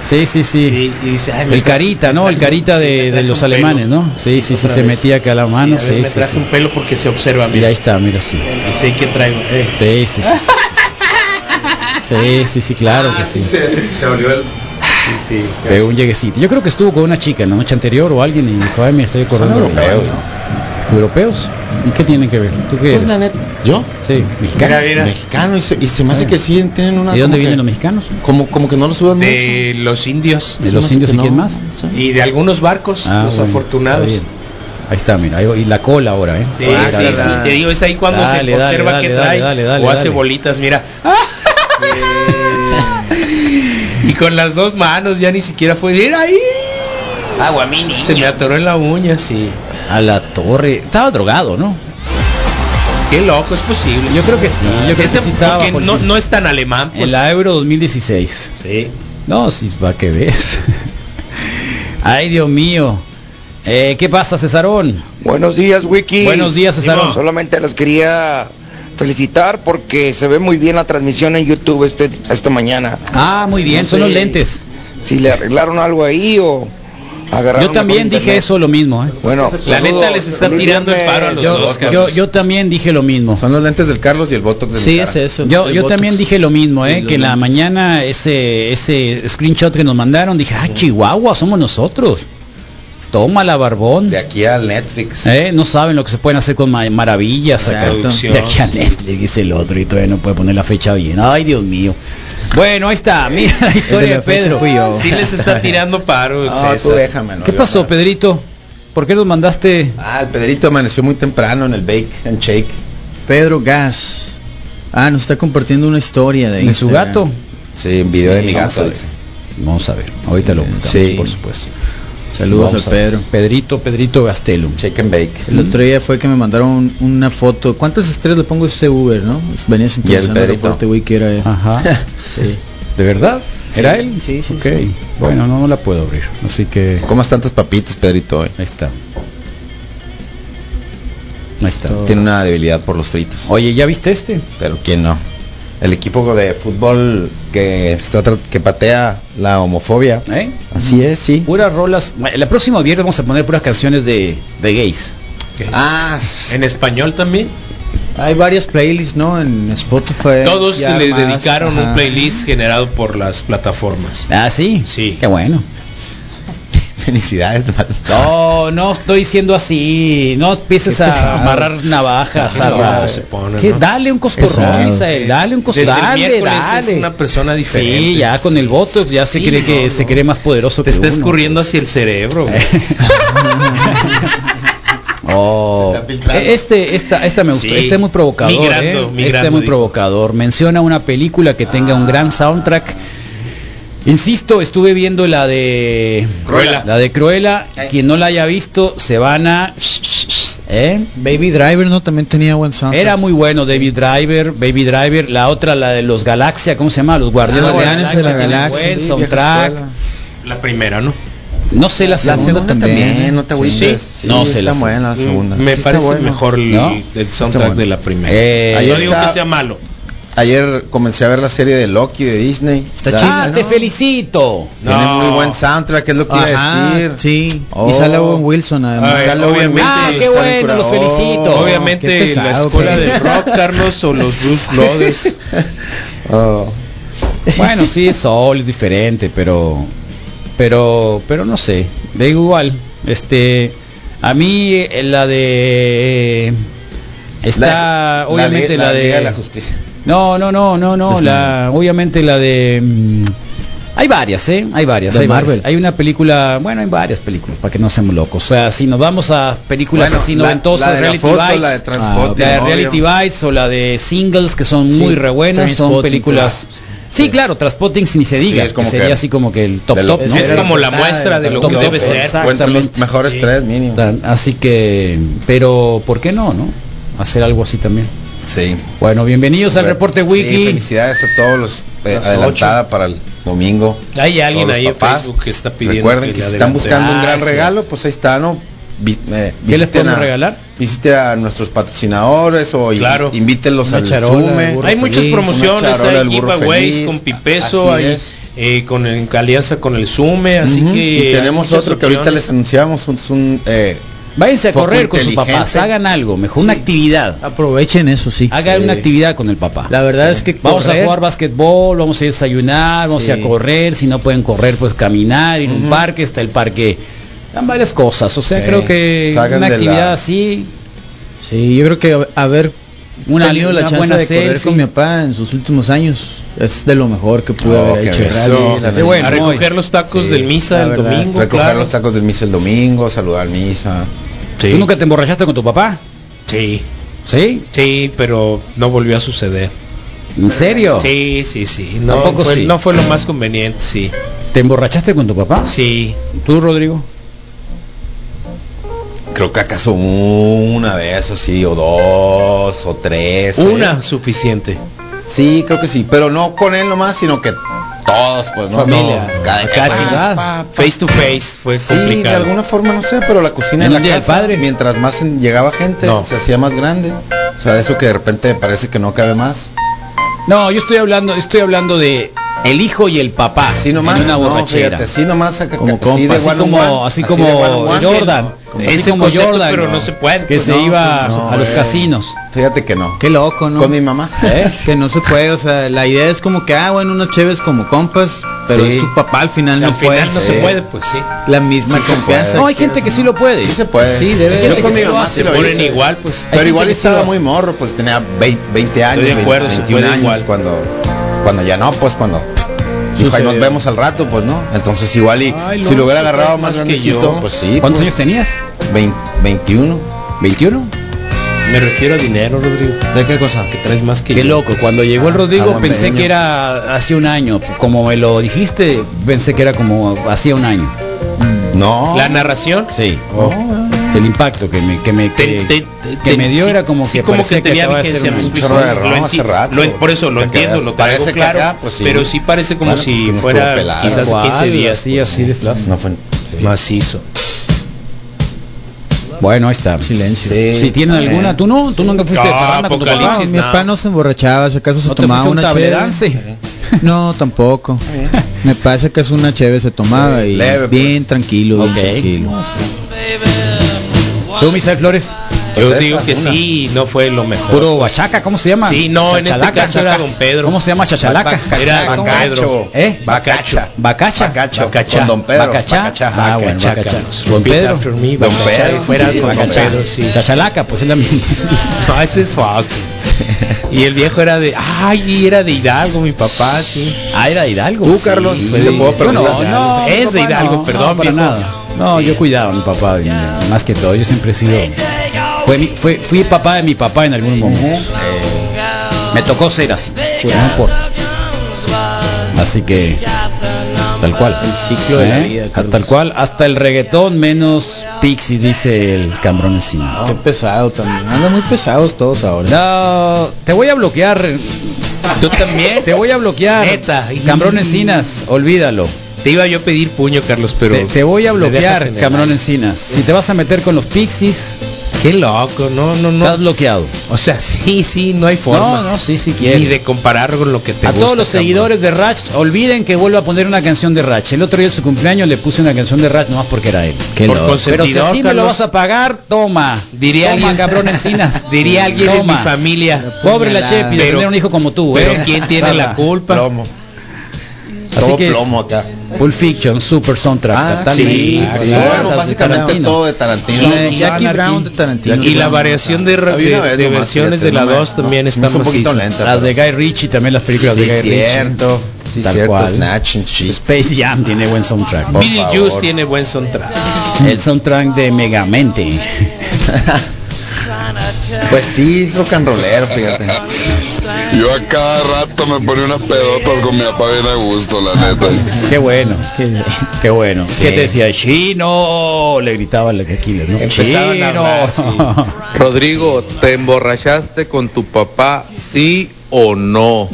Speaker 5: Sí, sí, sí.
Speaker 10: y dice, ay, me
Speaker 5: El
Speaker 10: trajo-
Speaker 5: carita, ¿no? El carita de, de los alemanes, ¿no? Sí, sí, sí,
Speaker 10: otra
Speaker 5: se
Speaker 10: vez.
Speaker 5: metía acá la
Speaker 10: sí, a
Speaker 5: mano,
Speaker 10: ver,
Speaker 5: sí,
Speaker 10: me
Speaker 5: sí,
Speaker 10: traje
Speaker 5: sí.
Speaker 10: un pelo porque se observa,
Speaker 5: Y
Speaker 10: mira.
Speaker 5: ahí está, mira, sí.
Speaker 10: Y sé que traigo, eh.
Speaker 5: Sí, sí, sí. sí, Sí, sí, sí, sí, claro
Speaker 10: Ah,
Speaker 5: que sí.
Speaker 9: se olió el.
Speaker 10: Sí, sí.
Speaker 5: Pegó un lleguecito. Yo creo que estuvo con una chica en la noche anterior o alguien y dijo, ay, me estoy acordando. de- ¿Europeos? ¿Y qué tienen que ver? ¿Tú qué
Speaker 9: Pues,
Speaker 5: eres?
Speaker 9: la neta, ¿Yo?
Speaker 5: Sí, mexicano.
Speaker 9: Mexicano, mexicano, y se, y se me hace que sí tienen una.
Speaker 5: ¿De dónde
Speaker 9: como
Speaker 5: vienen
Speaker 9: que-
Speaker 5: los mexicanos?
Speaker 9: Como, como que no lo suban mucho.
Speaker 10: De los indios.
Speaker 5: De los indios y quién más?
Speaker 10: Y de algunos barcos,
Speaker 5: Ah,
Speaker 10: los
Speaker 5: bueno,
Speaker 10: afortunados.
Speaker 5: está bien. Ahí está, mira, ahí- y la cola ahora, ¿eh?
Speaker 10: Sí,
Speaker 5: Ah,
Speaker 10: sí,
Speaker 5: cara.
Speaker 10: sí, te digo, es ahí cuando
Speaker 5: Dale,
Speaker 10: se
Speaker 5: dale,
Speaker 10: observa
Speaker 5: dale,
Speaker 10: que
Speaker 5: dale,
Speaker 10: trae
Speaker 5: dale, dale,
Speaker 10: o hace
Speaker 5: dale.
Speaker 10: bolitas, mira. Eh, y con las dos manos ya ni siquiera fue ir ahí. Agua mini. Se me atoró en la uña, sí.
Speaker 5: A la torre. Estaba drogado, ¿no?
Speaker 10: Qué loco, es pues posible.
Speaker 5: Yo creo que sí, yo creo
Speaker 10: Ese-
Speaker 5: que sí estaba
Speaker 10: porque no,
Speaker 5: porque-
Speaker 10: no es tan alemán, pues.
Speaker 5: En la Euro 2016.
Speaker 10: Sí.
Speaker 5: No, si va que ves. Ay, Dios mío. Eh, ¿Qué pasa, Cesarón?
Speaker 6: Buenos días, Wiki.
Speaker 5: Buenos días, Cesarón.
Speaker 6: Solamente los quería felicitar porque se ve muy bien la transmisión en YouTube este, esta mañana.
Speaker 5: Ah, muy bien,
Speaker 6: No
Speaker 5: son los
Speaker 6: sé.
Speaker 5: lentes.
Speaker 6: Si le arreglaron algo ahí o agarraron.
Speaker 5: Yo también
Speaker 6: mejor
Speaker 5: dije
Speaker 6: internet.
Speaker 5: eso, lo mismo. ¿eh?
Speaker 6: Bueno,
Speaker 10: La neta les está
Speaker 6: feliz
Speaker 10: tirando el
Speaker 6: viernes.
Speaker 10: paro a los
Speaker 5: Yo,
Speaker 10: dos.
Speaker 5: yo, yo también dije lo mismo.
Speaker 9: Son los lentes del Carlos y el botox del
Speaker 16: Sí, es eso.
Speaker 5: Yo,
Speaker 16: el
Speaker 5: yo
Speaker 16: Botox.
Speaker 5: también dije lo mismo,
Speaker 16: Y
Speaker 5: ¿eh?
Speaker 16: los
Speaker 5: que en la
Speaker 16: lentes.
Speaker 5: mañana ese ese screenshot que nos mandaron, dije, ah, Chihuahua, somos nosotros. Toma la barbón.
Speaker 9: De aquí al Netflix.
Speaker 5: ¿Eh? No saben lo que se pueden hacer con ma- maravillas acá.
Speaker 10: Exacto.
Speaker 5: De aquí a Netflix, dice el otro, y todavía no puede poner la fecha bien. Ay, Dios mío. Bueno, ahí está, mira la historia de,
Speaker 16: la fecha
Speaker 5: Pedro.
Speaker 16: fui yo.
Speaker 10: Sí les está tirando paro.
Speaker 9: No, tú
Speaker 10: César.
Speaker 9: déjamelo.
Speaker 5: ¿Qué
Speaker 9: yo
Speaker 5: pasó,
Speaker 9: no.
Speaker 5: Pedrito? ¿Por qué nos mandaste?
Speaker 9: Ah, el Pedrito amaneció muy temprano en el bake and shake.
Speaker 16: Pedro Gas. Ah, nos está compartiendo una historia de,
Speaker 5: ¿De su
Speaker 16: Instagram.
Speaker 5: gato?
Speaker 9: Sí, un video de mi
Speaker 5: vamos
Speaker 9: gato.
Speaker 5: a ver.
Speaker 9: dice.
Speaker 5: Vamos a ver, ahorita lo buscamos,
Speaker 9: Sí.
Speaker 5: por supuesto.
Speaker 16: Saludos
Speaker 5: Vamos
Speaker 16: a
Speaker 5: a ver.
Speaker 16: Pedro.
Speaker 5: Pedrito, Pedrito Gastelum.
Speaker 9: Shake and bake.
Speaker 16: El otro día fue que me mandaron una foto. ¿Cuántas estrellas le pongo a este Uber, no? Venía
Speaker 9: Y el
Speaker 16: sintonizando el
Speaker 9: Pedrito.
Speaker 16: reporte, güey, que era él.
Speaker 5: Ajá.
Speaker 16: Sí.
Speaker 5: ¿De verdad? ¿Era
Speaker 16: Sí,
Speaker 5: él?
Speaker 16: sí, sí,
Speaker 5: Ok.
Speaker 16: sí.
Speaker 5: Bueno, no, no la puedo abrir. Así que
Speaker 9: Comas tantas papitas, Pedrito. eh.
Speaker 5: ahí está. Ahí está.
Speaker 9: Tiene una debilidad por los fritos.
Speaker 5: Oye, ¿ya viste este?
Speaker 9: Pero quién no. El equipo de fútbol que está tra- que patea la homofobia.
Speaker 5: ¿Eh?
Speaker 9: Así es, sí.
Speaker 5: Puras rolas. El próximo viernes vamos a poner puras canciones de, de gays.
Speaker 10: Ok.
Speaker 9: Ah,
Speaker 10: En español también.
Speaker 16: Hay varias playlists, ¿no? En Spotify.
Speaker 10: Todos
Speaker 16: ya
Speaker 10: le
Speaker 16: armadas,
Speaker 10: dedicaron
Speaker 16: ajá.
Speaker 10: un playlist generado por las plataformas.
Speaker 5: Ah, sí.
Speaker 10: Sí.
Speaker 5: Qué bueno.
Speaker 9: felicidades.
Speaker 5: No, no estoy diciendo así. No empieces
Speaker 16: Qué
Speaker 5: a
Speaker 16: pesado.
Speaker 5: amarrar navajas.
Speaker 10: Qué
Speaker 5: a-
Speaker 10: bravo se pone,
Speaker 5: ¿Qué?
Speaker 10: ¿no?
Speaker 5: Dale un coscorrón,
Speaker 16: Pesado.
Speaker 5: Misael, Dale un
Speaker 10: Desde
Speaker 5: coscorrón.
Speaker 10: el
Speaker 5: Dale,
Speaker 10: miércoles es
Speaker 5: dale.
Speaker 10: una persona diferente.
Speaker 5: Sí, ya con el voto ya se
Speaker 10: Sí,
Speaker 5: cree que
Speaker 10: no,
Speaker 5: se
Speaker 10: no.
Speaker 5: cree más poderoso
Speaker 10: Te
Speaker 5: que
Speaker 10: está
Speaker 5: uno.
Speaker 10: escurriendo hacia el cerebro. güey.
Speaker 5: Oh.
Speaker 9: Se está filtrando.
Speaker 5: Este, esta, esta me gustó.
Speaker 10: Sí.
Speaker 5: Este es muy provocador.
Speaker 10: Migrando,
Speaker 5: eh. este
Speaker 10: migrando,
Speaker 5: es muy
Speaker 10: dijo.
Speaker 5: provocador. Menciona una película que tenga un gran soundtrack. Insisto, estuve viendo la de
Speaker 10: Cruella.
Speaker 5: La de Cruella.
Speaker 16: Eh.
Speaker 5: Quien no la haya visto, se van a. ¿eh?
Speaker 16: Baby Driver, ¿no? También tenía buen soundtrack.
Speaker 5: Era muy bueno David Driver, Baby Driver, la otra la de los Galaxia, ¿cómo se llama? Los Guardianes,
Speaker 16: Ah, Guardianes de la
Speaker 5: tiene
Speaker 16: Galaxia,
Speaker 5: buen
Speaker 16: sí,
Speaker 5: soundtrack.
Speaker 9: vieja
Speaker 10: La primera, ¿no?
Speaker 5: No sé la segunda.
Speaker 16: segunda también,
Speaker 9: no te
Speaker 16: sí.
Speaker 9: agüites.
Speaker 5: Sí, no Mm. sé la
Speaker 9: está
Speaker 5: segunda.
Speaker 9: buena la segunda.
Speaker 10: Me
Speaker 9: Sí está
Speaker 10: parece
Speaker 9: buena.
Speaker 10: mejor el,
Speaker 5: ¿No?
Speaker 10: el
Speaker 9: Está
Speaker 10: soundtrack
Speaker 9: bueno.
Speaker 10: de la primera.
Speaker 5: Eh,
Speaker 10: no
Speaker 9: ayer
Speaker 10: digo
Speaker 9: está-
Speaker 10: que sea malo.
Speaker 9: Ayer comencé a ver la serie de Loki de Disney. Está
Speaker 5: ah, te felicito.
Speaker 9: Tiene
Speaker 10: No.
Speaker 9: muy buen soundtrack, es lo que iba a
Speaker 16: Ajá,
Speaker 9: decir.
Speaker 16: sí.
Speaker 9: Oh.
Speaker 16: Y sale Owen Wilson además.
Speaker 10: Ay,
Speaker 9: Sale Owen
Speaker 10: obviamente.
Speaker 9: Wilson,
Speaker 5: Ah, qué
Speaker 9: está bien
Speaker 5: bueno, los
Speaker 9: curado.
Speaker 5: felicito.
Speaker 10: Obviamente
Speaker 16: qué pesado,
Speaker 10: la escuela
Speaker 16: Freddy.
Speaker 10: del rock, Carlos, o los Blues Brothers.
Speaker 9: Oh.
Speaker 5: Bueno, sí, es sol, es diferente, pero pero pero no sé, de igual. Este a mí eh, la de eh, está
Speaker 9: La-
Speaker 5: obviamente
Speaker 9: la,
Speaker 5: la,
Speaker 9: Liga
Speaker 5: de
Speaker 9: de la Justicia.
Speaker 5: No, no, no, no, no, la obviamente la de mm, Hay varias, ¿eh? Hay varias.
Speaker 16: De
Speaker 5: hay varias.
Speaker 16: Marvel.
Speaker 5: Hay una película, bueno, hay varias películas, para que no seamos locos. O sea, si nos vamos a películas
Speaker 9: Bueno,
Speaker 5: así
Speaker 9: la-
Speaker 5: noventosas,
Speaker 9: la de la
Speaker 5: Reality
Speaker 9: foto,
Speaker 5: Bites, Ah,
Speaker 9: la de Transpotting,
Speaker 5: la de
Speaker 9: obvio.
Speaker 5: Reality Bites o la de Singles, que son muy re buenas, son
Speaker 10: Trainspotting,
Speaker 5: películas... Sí, claro, Transpotting ni se diga,
Speaker 9: es como
Speaker 5: que sería
Speaker 9: que-
Speaker 5: así como que el top
Speaker 9: de lo-
Speaker 5: top, ¿no?
Speaker 10: es como la
Speaker 5: Ah,
Speaker 10: muestra
Speaker 5: el
Speaker 10: de lo
Speaker 5: top
Speaker 10: que
Speaker 5: top,
Speaker 10: debe ser.
Speaker 9: Cuentan los mejores tres mínimo.
Speaker 5: Tan- Así que, pero ¿por qué no, no? Hacer algo así también.
Speaker 9: Sí.
Speaker 5: Bueno, bienvenidos al reporte Wiki.
Speaker 9: Sí, felicidades a todos los eh,
Speaker 5: Las
Speaker 9: adelantada para el domingo.
Speaker 10: Hay alguien
Speaker 9: Todos los
Speaker 10: ahí en
Speaker 9: papás.
Speaker 10: Facebook que está pidiendo.
Speaker 9: Recuerden
Speaker 10: que
Speaker 9: que
Speaker 10: le
Speaker 9: si están
Speaker 10: adelante.
Speaker 9: buscando un
Speaker 10: Ah,
Speaker 9: gran
Speaker 10: sí.
Speaker 9: regalo, pues ahí está, ¿no? Vi- eh,
Speaker 5: ¿Qué les
Speaker 9: visiten
Speaker 5: podemos
Speaker 9: a-
Speaker 5: regalar?
Speaker 9: Visite a nuestros patrocinadores o in-
Speaker 10: Claro.
Speaker 9: invítenlos
Speaker 10: Una
Speaker 9: al
Speaker 10: charola,
Speaker 9: Zume.
Speaker 10: el burro Hay muchas
Speaker 9: Una
Speaker 10: promociones,
Speaker 9: charola, el
Speaker 10: hay
Speaker 9: burro
Speaker 10: giveaways
Speaker 9: feliz.
Speaker 10: con Pipeso,
Speaker 9: Así
Speaker 10: hay
Speaker 9: es.
Speaker 10: eh, con el, en alianza con el Zume, así
Speaker 9: Ujú.
Speaker 10: que
Speaker 9: y
Speaker 10: hay
Speaker 9: tenemos
Speaker 10: muchas
Speaker 9: otro que ahorita
Speaker 10: opciones.
Speaker 9: les anunciamos, un, es un eh,
Speaker 5: Váyanse a
Speaker 9: foco
Speaker 5: correr con sus papás,
Speaker 9: inteligente.
Speaker 5: hagan algo, mejor una actividad.
Speaker 16: Aprovechen eso, sí.
Speaker 5: Hagan
Speaker 16: Sí.
Speaker 5: una actividad con el papá.
Speaker 16: La verdad es que
Speaker 5: Vamos a
Speaker 16: correr-
Speaker 5: jugar basquetbol, vamos a desayunar, vamos a ir
Speaker 16: Sí.
Speaker 5: a correr, si no pueden correr, pues caminar, ir a un parque, está el parque. Están varias cosas, o sea,
Speaker 16: Sí.
Speaker 5: creo que
Speaker 16: Salgan
Speaker 5: una
Speaker 16: de la-
Speaker 5: actividad así,
Speaker 16: Sí, yo creo que haber
Speaker 5: Una-
Speaker 16: tenido la
Speaker 5: una
Speaker 16: chance
Speaker 5: buena
Speaker 16: de correr
Speaker 5: selfie.
Speaker 16: con mi papá en sus últimos años es de lo mejor que pude
Speaker 9: Oh,
Speaker 16: haber
Speaker 9: qué
Speaker 16: hecho.
Speaker 9: bien.
Speaker 16: Rally, la
Speaker 9: Qué bueno,
Speaker 10: a
Speaker 16: verdad.
Speaker 10: recoger los tacos
Speaker 9: Sí,
Speaker 10: del misa
Speaker 9: la
Speaker 10: el
Speaker 9: verdad.
Speaker 10: domingo.
Speaker 9: Recoger
Speaker 10: claro.
Speaker 9: los tacos del misa el domingo, saludar al misa.
Speaker 10: Sí.
Speaker 5: ¿Tú nunca te emborrachaste con tu papá?
Speaker 10: Sí.
Speaker 5: ¿Sí?
Speaker 10: Sí, pero no volvió a suceder.
Speaker 5: ¿En serio?
Speaker 10: Sí, sí, sí. No,
Speaker 5: Tampoco
Speaker 10: fue,
Speaker 5: sí.
Speaker 10: no fue lo más conveniente, sí.
Speaker 5: ¿Te emborrachaste con tu papá?
Speaker 10: Sí.
Speaker 5: ¿Tú, Rodrigo?
Speaker 9: Creo que acaso una vez así, o dos, o tres. ¿eh?
Speaker 10: Una suficiente.
Speaker 9: Sí, creo que sí, pero no con él nomás, sino que todos, pues, ¿no?
Speaker 10: Familia.
Speaker 9: No, cada
Speaker 10: Acá sí.
Speaker 5: Ah,
Speaker 9: pa, pa, pa.
Speaker 10: Face to face fue
Speaker 9: Sí, de
Speaker 10: complicado.
Speaker 9: alguna forma no sé, pero la cocina en
Speaker 5: ¿En
Speaker 9: la
Speaker 5: el Día
Speaker 9: casa,
Speaker 5: del Padre?
Speaker 9: mientras más en- llegaba gente,
Speaker 10: No.
Speaker 9: se hacía más grande. O sea, eso que de repente parece que no cabe más.
Speaker 5: No, yo estoy hablando, estoy hablando de el hijo y el papá.
Speaker 9: Así nomás,
Speaker 5: en una
Speaker 9: no,
Speaker 5: borrachera.
Speaker 9: fíjate, así nomás acá,
Speaker 5: como
Speaker 9: así
Speaker 5: compa,
Speaker 9: de
Speaker 5: así
Speaker 9: one on
Speaker 5: como-
Speaker 9: one,
Speaker 5: así
Speaker 9: de
Speaker 5: como
Speaker 9: one on one.
Speaker 5: Jordan,
Speaker 9: Como-
Speaker 5: así
Speaker 10: Ese
Speaker 5: como
Speaker 10: concepto,
Speaker 5: Jordan,
Speaker 10: pero
Speaker 5: ¿no?
Speaker 10: no se puede.
Speaker 5: que
Speaker 10: pues,
Speaker 5: se
Speaker 10: no,
Speaker 5: iba
Speaker 10: pues, no,
Speaker 5: a los
Speaker 10: eh.
Speaker 5: casinos.
Speaker 9: Fíjate que no.
Speaker 16: Qué loco, ¿no?
Speaker 9: Con mi mamá.
Speaker 5: ¿Eh?
Speaker 16: Que no se puede, o sea, la idea es como que, ah, bueno, unos chéves como compas, pero
Speaker 9: Sí.
Speaker 16: es tu papá al final
Speaker 10: Al
Speaker 16: no puede.
Speaker 10: final no se
Speaker 16: ser
Speaker 10: puede, pues sí.
Speaker 16: La misma
Speaker 9: Sí se
Speaker 16: confianza.
Speaker 9: puede.
Speaker 5: No, hay gente que sí lo puede.
Speaker 9: Sí se puede.
Speaker 16: Sí, debe
Speaker 9: Yo
Speaker 16: de-
Speaker 9: con mi
Speaker 16: se
Speaker 9: mamá
Speaker 16: hace,
Speaker 9: sí lo
Speaker 10: ponen
Speaker 9: hice.
Speaker 10: igual, pues.
Speaker 9: Pero
Speaker 5: Hay
Speaker 9: igual
Speaker 5: gente que sí
Speaker 9: estaba
Speaker 5: lo hace.
Speaker 9: muy morro, pues tenía vei- 20 años,
Speaker 10: Estoy de acuerdo,
Speaker 9: 20,
Speaker 10: se
Speaker 9: 21
Speaker 10: puede
Speaker 9: años
Speaker 10: igual.
Speaker 9: cuando cuando ya no, pues cuando dijo, "Ay, nos
Speaker 16: Sucedió.
Speaker 9: vemos al rato, pues no. Entonces igual y
Speaker 10: Ay,
Speaker 9: si lo hubiera
Speaker 10: loco,
Speaker 9: agarrado
Speaker 10: pues,
Speaker 9: más
Speaker 10: más que
Speaker 9: grandecito,
Speaker 10: yo.
Speaker 9: pues sí.
Speaker 5: ¿Cuántos
Speaker 9: pues,
Speaker 5: años tenías?
Speaker 9: 20 21.
Speaker 5: ¿21?
Speaker 10: Me refiero a dinero, Rodrigo.
Speaker 9: ¿De qué cosa?
Speaker 10: Que traes más que
Speaker 5: Qué
Speaker 10: yo.
Speaker 5: loco, cuando llegó el
Speaker 9: Ah,
Speaker 5: Rodrigo
Speaker 9: hombre,
Speaker 5: pensé
Speaker 9: niño.
Speaker 5: que era hace un año, como me lo dijiste, pensé que era como hacía un año.
Speaker 9: No.
Speaker 10: La narración.
Speaker 5: Sí.
Speaker 9: No,
Speaker 5: Oh. El impacto que me que me que,
Speaker 10: Te- te- te-
Speaker 5: que me dio
Speaker 10: sí,
Speaker 5: era como
Speaker 10: sí,
Speaker 5: que
Speaker 10: como
Speaker 5: parecía
Speaker 10: que tenía
Speaker 5: acababa de hacer
Speaker 10: vigencia.
Speaker 9: un
Speaker 10: pues,
Speaker 5: un año.
Speaker 9: chorro de ron
Speaker 10: lo
Speaker 9: hace
Speaker 10: enti-
Speaker 9: rato.
Speaker 10: lo en- por eso lo
Speaker 9: Para que
Speaker 10: entiendo,
Speaker 9: veas,
Speaker 10: lo traigo
Speaker 9: parece que
Speaker 10: claro,
Speaker 9: acá, pues, sí.
Speaker 10: pero sí parece como
Speaker 9: Bueno, pues,
Speaker 10: si
Speaker 9: que no
Speaker 10: fuera
Speaker 9: estuvo pelada.
Speaker 10: quizás
Speaker 5: Tal
Speaker 10: 15
Speaker 5: cual,
Speaker 10: días
Speaker 5: así,
Speaker 10: pues,
Speaker 5: así de flash.
Speaker 9: No fue. sí.
Speaker 10: macizo.
Speaker 5: Bueno, ahí está.
Speaker 16: Silencio.
Speaker 9: Sí.
Speaker 5: Si tienen
Speaker 9: Eh,
Speaker 5: alguna, tú no, tú nunca fuiste de
Speaker 10: No,
Speaker 5: parranda con tu papá?
Speaker 16: No,
Speaker 10: apocalipsis.
Speaker 16: mi papá no se emborrachaba, si acaso se
Speaker 5: ¿No te
Speaker 16: tomaba
Speaker 5: fuiste a un
Speaker 16: una
Speaker 5: table
Speaker 16: cheve.
Speaker 5: dance?
Speaker 16: No, tampoco. Me parece que es una cheve se tomaba y
Speaker 9: Leve,
Speaker 16: bien tranquilo, bien
Speaker 5: pues. Ok.
Speaker 16: tranquilo.
Speaker 5: ¿Tú, Misael Flores?
Speaker 10: Yo
Speaker 9: Pues
Speaker 10: digo
Speaker 9: esa,
Speaker 10: que
Speaker 9: una.
Speaker 10: sí, no fue lo mejor.
Speaker 5: Puro bachaca, ¿cómo se llama?
Speaker 10: Sí, no, en este
Speaker 5: Chachalaca,
Speaker 10: caso era Don Pedro.
Speaker 5: ¿Cómo se llama chachalaca?
Speaker 10: Era Don
Speaker 9: Bacacho.
Speaker 10: Pedro.
Speaker 5: ¿Eh?
Speaker 9: Bacacha.
Speaker 5: Bacacha.
Speaker 9: Bacacho.
Speaker 5: Bacacha.
Speaker 9: Con don Pedro.
Speaker 5: Bacachá.
Speaker 9: Bacacha.
Speaker 5: Ah, bueno,
Speaker 9: Bacacha.
Speaker 5: bacacha. Don
Speaker 10: Don
Speaker 5: Pedro.
Speaker 10: Pedro.
Speaker 9: Don Pedro.
Speaker 10: Fuera
Speaker 9: Sí,
Speaker 10: con Don
Speaker 9: Bacachá.
Speaker 10: Pedro, sí.
Speaker 5: Chachalaca, pues es la misma.
Speaker 10: No, ese es Fox. Y el viejo era de, ay, era de Hidalgo, mi papá, sí.
Speaker 5: Ah, era de Hidalgo.
Speaker 9: Tú, Carlos,
Speaker 5: Sí.
Speaker 9: te puedo
Speaker 5: pues, Yo no,
Speaker 9: preguntar.
Speaker 5: no,
Speaker 10: Es
Speaker 5: mi
Speaker 10: de
Speaker 5: papá
Speaker 10: Hidalgo, perdón,
Speaker 5: para
Speaker 10: viejo.
Speaker 5: nada. No, yo cuidaba a mi papá, y, más que todo, yo siempre he sido... Fue mi- fue- fui papá de mi papá en algún momento. Me tocó ser así, pues, no importa. Así que, tal cual. El ciclo
Speaker 16: de la vida, Carlos.
Speaker 5: Tal cual, hasta el reggaetón menos Pixie, dice el cambrón encima.
Speaker 7: Ah,
Speaker 16: Qué pesado también. Andan muy pesados todos ahora.
Speaker 5: No, te voy a bloquear. Tú también. Te voy a bloquear.
Speaker 10: Neta.
Speaker 5: Cambrón Encinas, olvídalo.
Speaker 10: Te iba yo a pedir puño, Carlos, pero.
Speaker 5: te, te voy a
Speaker 10: me dejas
Speaker 5: bloquear,
Speaker 10: en el
Speaker 5: Cambrón
Speaker 10: aire.
Speaker 5: Encinas. Si te vas a meter con los pixies,
Speaker 10: Qué loco, no, no, no.
Speaker 5: estás bloqueado.
Speaker 10: O sea, sí, sí, no hay forma.
Speaker 5: No, no, sí, sí
Speaker 10: Ni
Speaker 5: quiere.
Speaker 10: de comparar con lo que te
Speaker 5: A
Speaker 10: gusta,
Speaker 5: todos los
Speaker 10: cabrón.
Speaker 5: seguidores de Ratch, olviden que vuelvo a poner una canción de Ratch. El otro día de su cumpleaños le puse una canción de Ratch nomás porque era él.
Speaker 10: Qué
Speaker 5: Por
Speaker 10: loco.
Speaker 5: consentidor, Pero si así me lo
Speaker 10: Carlos.
Speaker 5: vas a pagar, toma.
Speaker 10: Diría
Speaker 5: toma,
Speaker 10: alguien-
Speaker 5: cabrón Encinas.
Speaker 10: Diría alguien en mi
Speaker 5: Toma.
Speaker 10: familia.
Speaker 5: Pobre la
Speaker 10: Puñalada.
Speaker 5: Chepi de
Speaker 10: Pero-
Speaker 5: tener un hijo como tú,
Speaker 10: Pero
Speaker 5: ¿eh?
Speaker 10: ¿quién tiene la culpa?
Speaker 9: Plomo.
Speaker 5: Así
Speaker 9: todo
Speaker 5: que es-
Speaker 9: plomo acá.
Speaker 5: Pulp Fiction, Super Soundtrack.
Speaker 9: Ah,
Speaker 5: totalmente.
Speaker 9: sí,
Speaker 5: Ah,
Speaker 9: sí,
Speaker 5: claro,
Speaker 9: Bueno,
Speaker 5: de
Speaker 9: básicamente
Speaker 5: Tarantino.
Speaker 9: todo de Tarantino.
Speaker 16: La de Jackie
Speaker 5: Anarchy.
Speaker 16: Brown de Tarantino.
Speaker 10: Y la variación de, de,
Speaker 9: Había una vez
Speaker 10: de
Speaker 9: nomás,
Speaker 10: versiones
Speaker 9: fíjate,
Speaker 10: de la
Speaker 9: no me-
Speaker 10: 2 también
Speaker 9: no,
Speaker 10: está
Speaker 9: es un poquito
Speaker 10: macizo.
Speaker 9: lenta.
Speaker 5: Las de Guy Ritchie, también las películas
Speaker 9: Sí,
Speaker 5: de Guy
Speaker 9: cierto.
Speaker 5: Ritchie.
Speaker 9: Sí,
Speaker 5: Tal
Speaker 9: cierto,
Speaker 5: cual.
Speaker 9: Snatch and Cheats.
Speaker 5: Space Jam tiene buen soundtrack.
Speaker 10: Beetlejuice tiene buen soundtrack.
Speaker 5: El soundtrack de Megamente.
Speaker 9: Pues sí, es rock and rollero, fíjate.
Speaker 1: Yo a cada rato me ponía unas pedotas con mi papá bien a gusto, la
Speaker 22: Ah,
Speaker 1: neta.
Speaker 22: pues,
Speaker 5: Qué bueno, qué, qué bueno. ¿Qué
Speaker 9: Eh,
Speaker 5: te decía? ¡Chino! Le gritaba el Aquiles, ¿no?
Speaker 23: Empezaban a hablar,
Speaker 5: ¡Chino!
Speaker 23: Rodrigo, ¿te emborrachaste con tu papá, sí o no?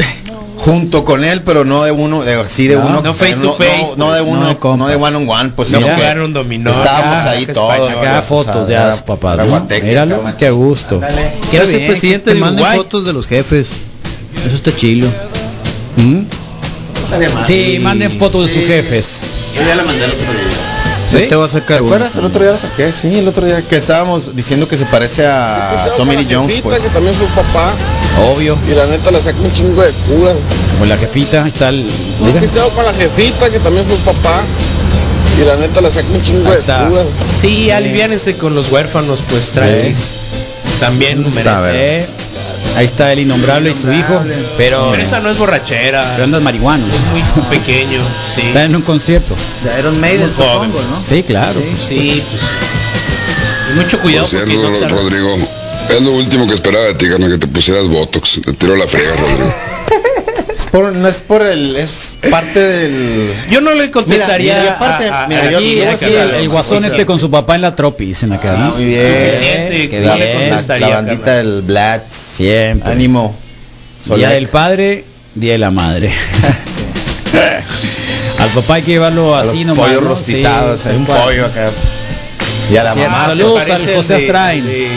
Speaker 9: Junto con él, pero no de uno, de, así de
Speaker 23: No,
Speaker 9: uno.
Speaker 23: no face to
Speaker 9: no,
Speaker 23: face,
Speaker 9: No, no de
Speaker 23: pues,
Speaker 9: uno,
Speaker 23: no de
Speaker 9: no, de one on one, pues
Speaker 5: No
Speaker 9: sino que
Speaker 5: jugaron dominó.
Speaker 9: Estábamos
Speaker 5: Acá,
Speaker 9: ahí
Speaker 5: acá
Speaker 9: todos.
Speaker 5: España, acá
Speaker 9: o sea,
Speaker 5: fotos de
Speaker 9: era-
Speaker 5: sus papás.
Speaker 9: era
Speaker 5: ¿no?
Speaker 9: guateque,
Speaker 5: Míralo,
Speaker 9: cabrón.
Speaker 5: qué gusto.
Speaker 16: Quiero
Speaker 5: Quiero ser presidente
Speaker 16: presidente
Speaker 5: de
Speaker 16: manden
Speaker 5: Uruguay.
Speaker 16: fotos de los jefes. Eso está chilo.
Speaker 9: ¿Mm?
Speaker 5: Sí, manden fotos de sus jefes.
Speaker 9: Yo ya la mandé el otro día.
Speaker 16: Yo te voy a sacar
Speaker 9: ¿Te
Speaker 16: una.
Speaker 9: acuerdas? El otro día la saqué, sí, el otro día que estábamos diciendo que se parece a Tommy Lee Jones, pues.
Speaker 24: que también su papá.
Speaker 5: Obvio.
Speaker 24: Y la neta le saca un chingo de cura.
Speaker 5: Como la jefita, ahí está el.
Speaker 24: Un pisteo con la jefita, que también fue papá. Y la neta le saca un chingo de
Speaker 10: Está.
Speaker 24: cura.
Speaker 10: Sí, aliviánense con los huérfanos, pues traen. También
Speaker 5: Está,
Speaker 10: merece.
Speaker 9: eh.
Speaker 5: ¿verdad? Ahí está el innombrable y su hijo.
Speaker 10: Pero
Speaker 5: Hombre.
Speaker 10: esa no es borrachera.
Speaker 5: Pero andas marihuano.
Speaker 10: Es muy pequeño, sí.
Speaker 5: Está en un concierto.
Speaker 16: De Iron
Speaker 10: Maiden, Muy joven. supongo,
Speaker 16: ¿no?
Speaker 5: Sí, claro.
Speaker 10: Sí, pues. Y mucho cuidado
Speaker 1: Por cierto,
Speaker 10: porque no
Speaker 1: Ro-
Speaker 10: te arru-
Speaker 1: Rodrigo, es lo último que esperaba de ti, carnal, que te pusieras Botox. Te tiro la friega, Rodrigo.
Speaker 9: Es por- no es por el, es parte del.
Speaker 10: Yo no le contestaría.
Speaker 9: Mira, mira, y aparte,
Speaker 10: a- a-
Speaker 9: mira,
Speaker 10: a-
Speaker 9: yo-
Speaker 10: aquí,
Speaker 9: yo voy a
Speaker 10: aquí
Speaker 9: decir
Speaker 10: al-
Speaker 9: algo.
Speaker 10: al
Speaker 5: El guasón
Speaker 9: Sí,
Speaker 5: este con su papá en la tropi, dicen acá. ¿no?
Speaker 9: Muy bien.
Speaker 10: Suficiente,
Speaker 9: Qué
Speaker 10: no le
Speaker 7: Eh,
Speaker 9: bien. La,
Speaker 10: contestaría,
Speaker 9: la bandita del Black.
Speaker 5: Siempre.
Speaker 9: Ánimo.
Speaker 5: Día
Speaker 9: Solec.
Speaker 5: del padre, día de la madre. Al papá hay que llevarlo
Speaker 9: A los
Speaker 5: así nomás.
Speaker 9: pollos
Speaker 5: ¿no?
Speaker 9: rostizados,
Speaker 5: Sí,
Speaker 9: hay un
Speaker 5: tal cual.
Speaker 9: pollo acá. Y a la
Speaker 5: Sí,
Speaker 9: mamá.
Speaker 5: Saludos
Speaker 9: se parece
Speaker 5: al José
Speaker 9: de-
Speaker 5: Astrain.
Speaker 9: de-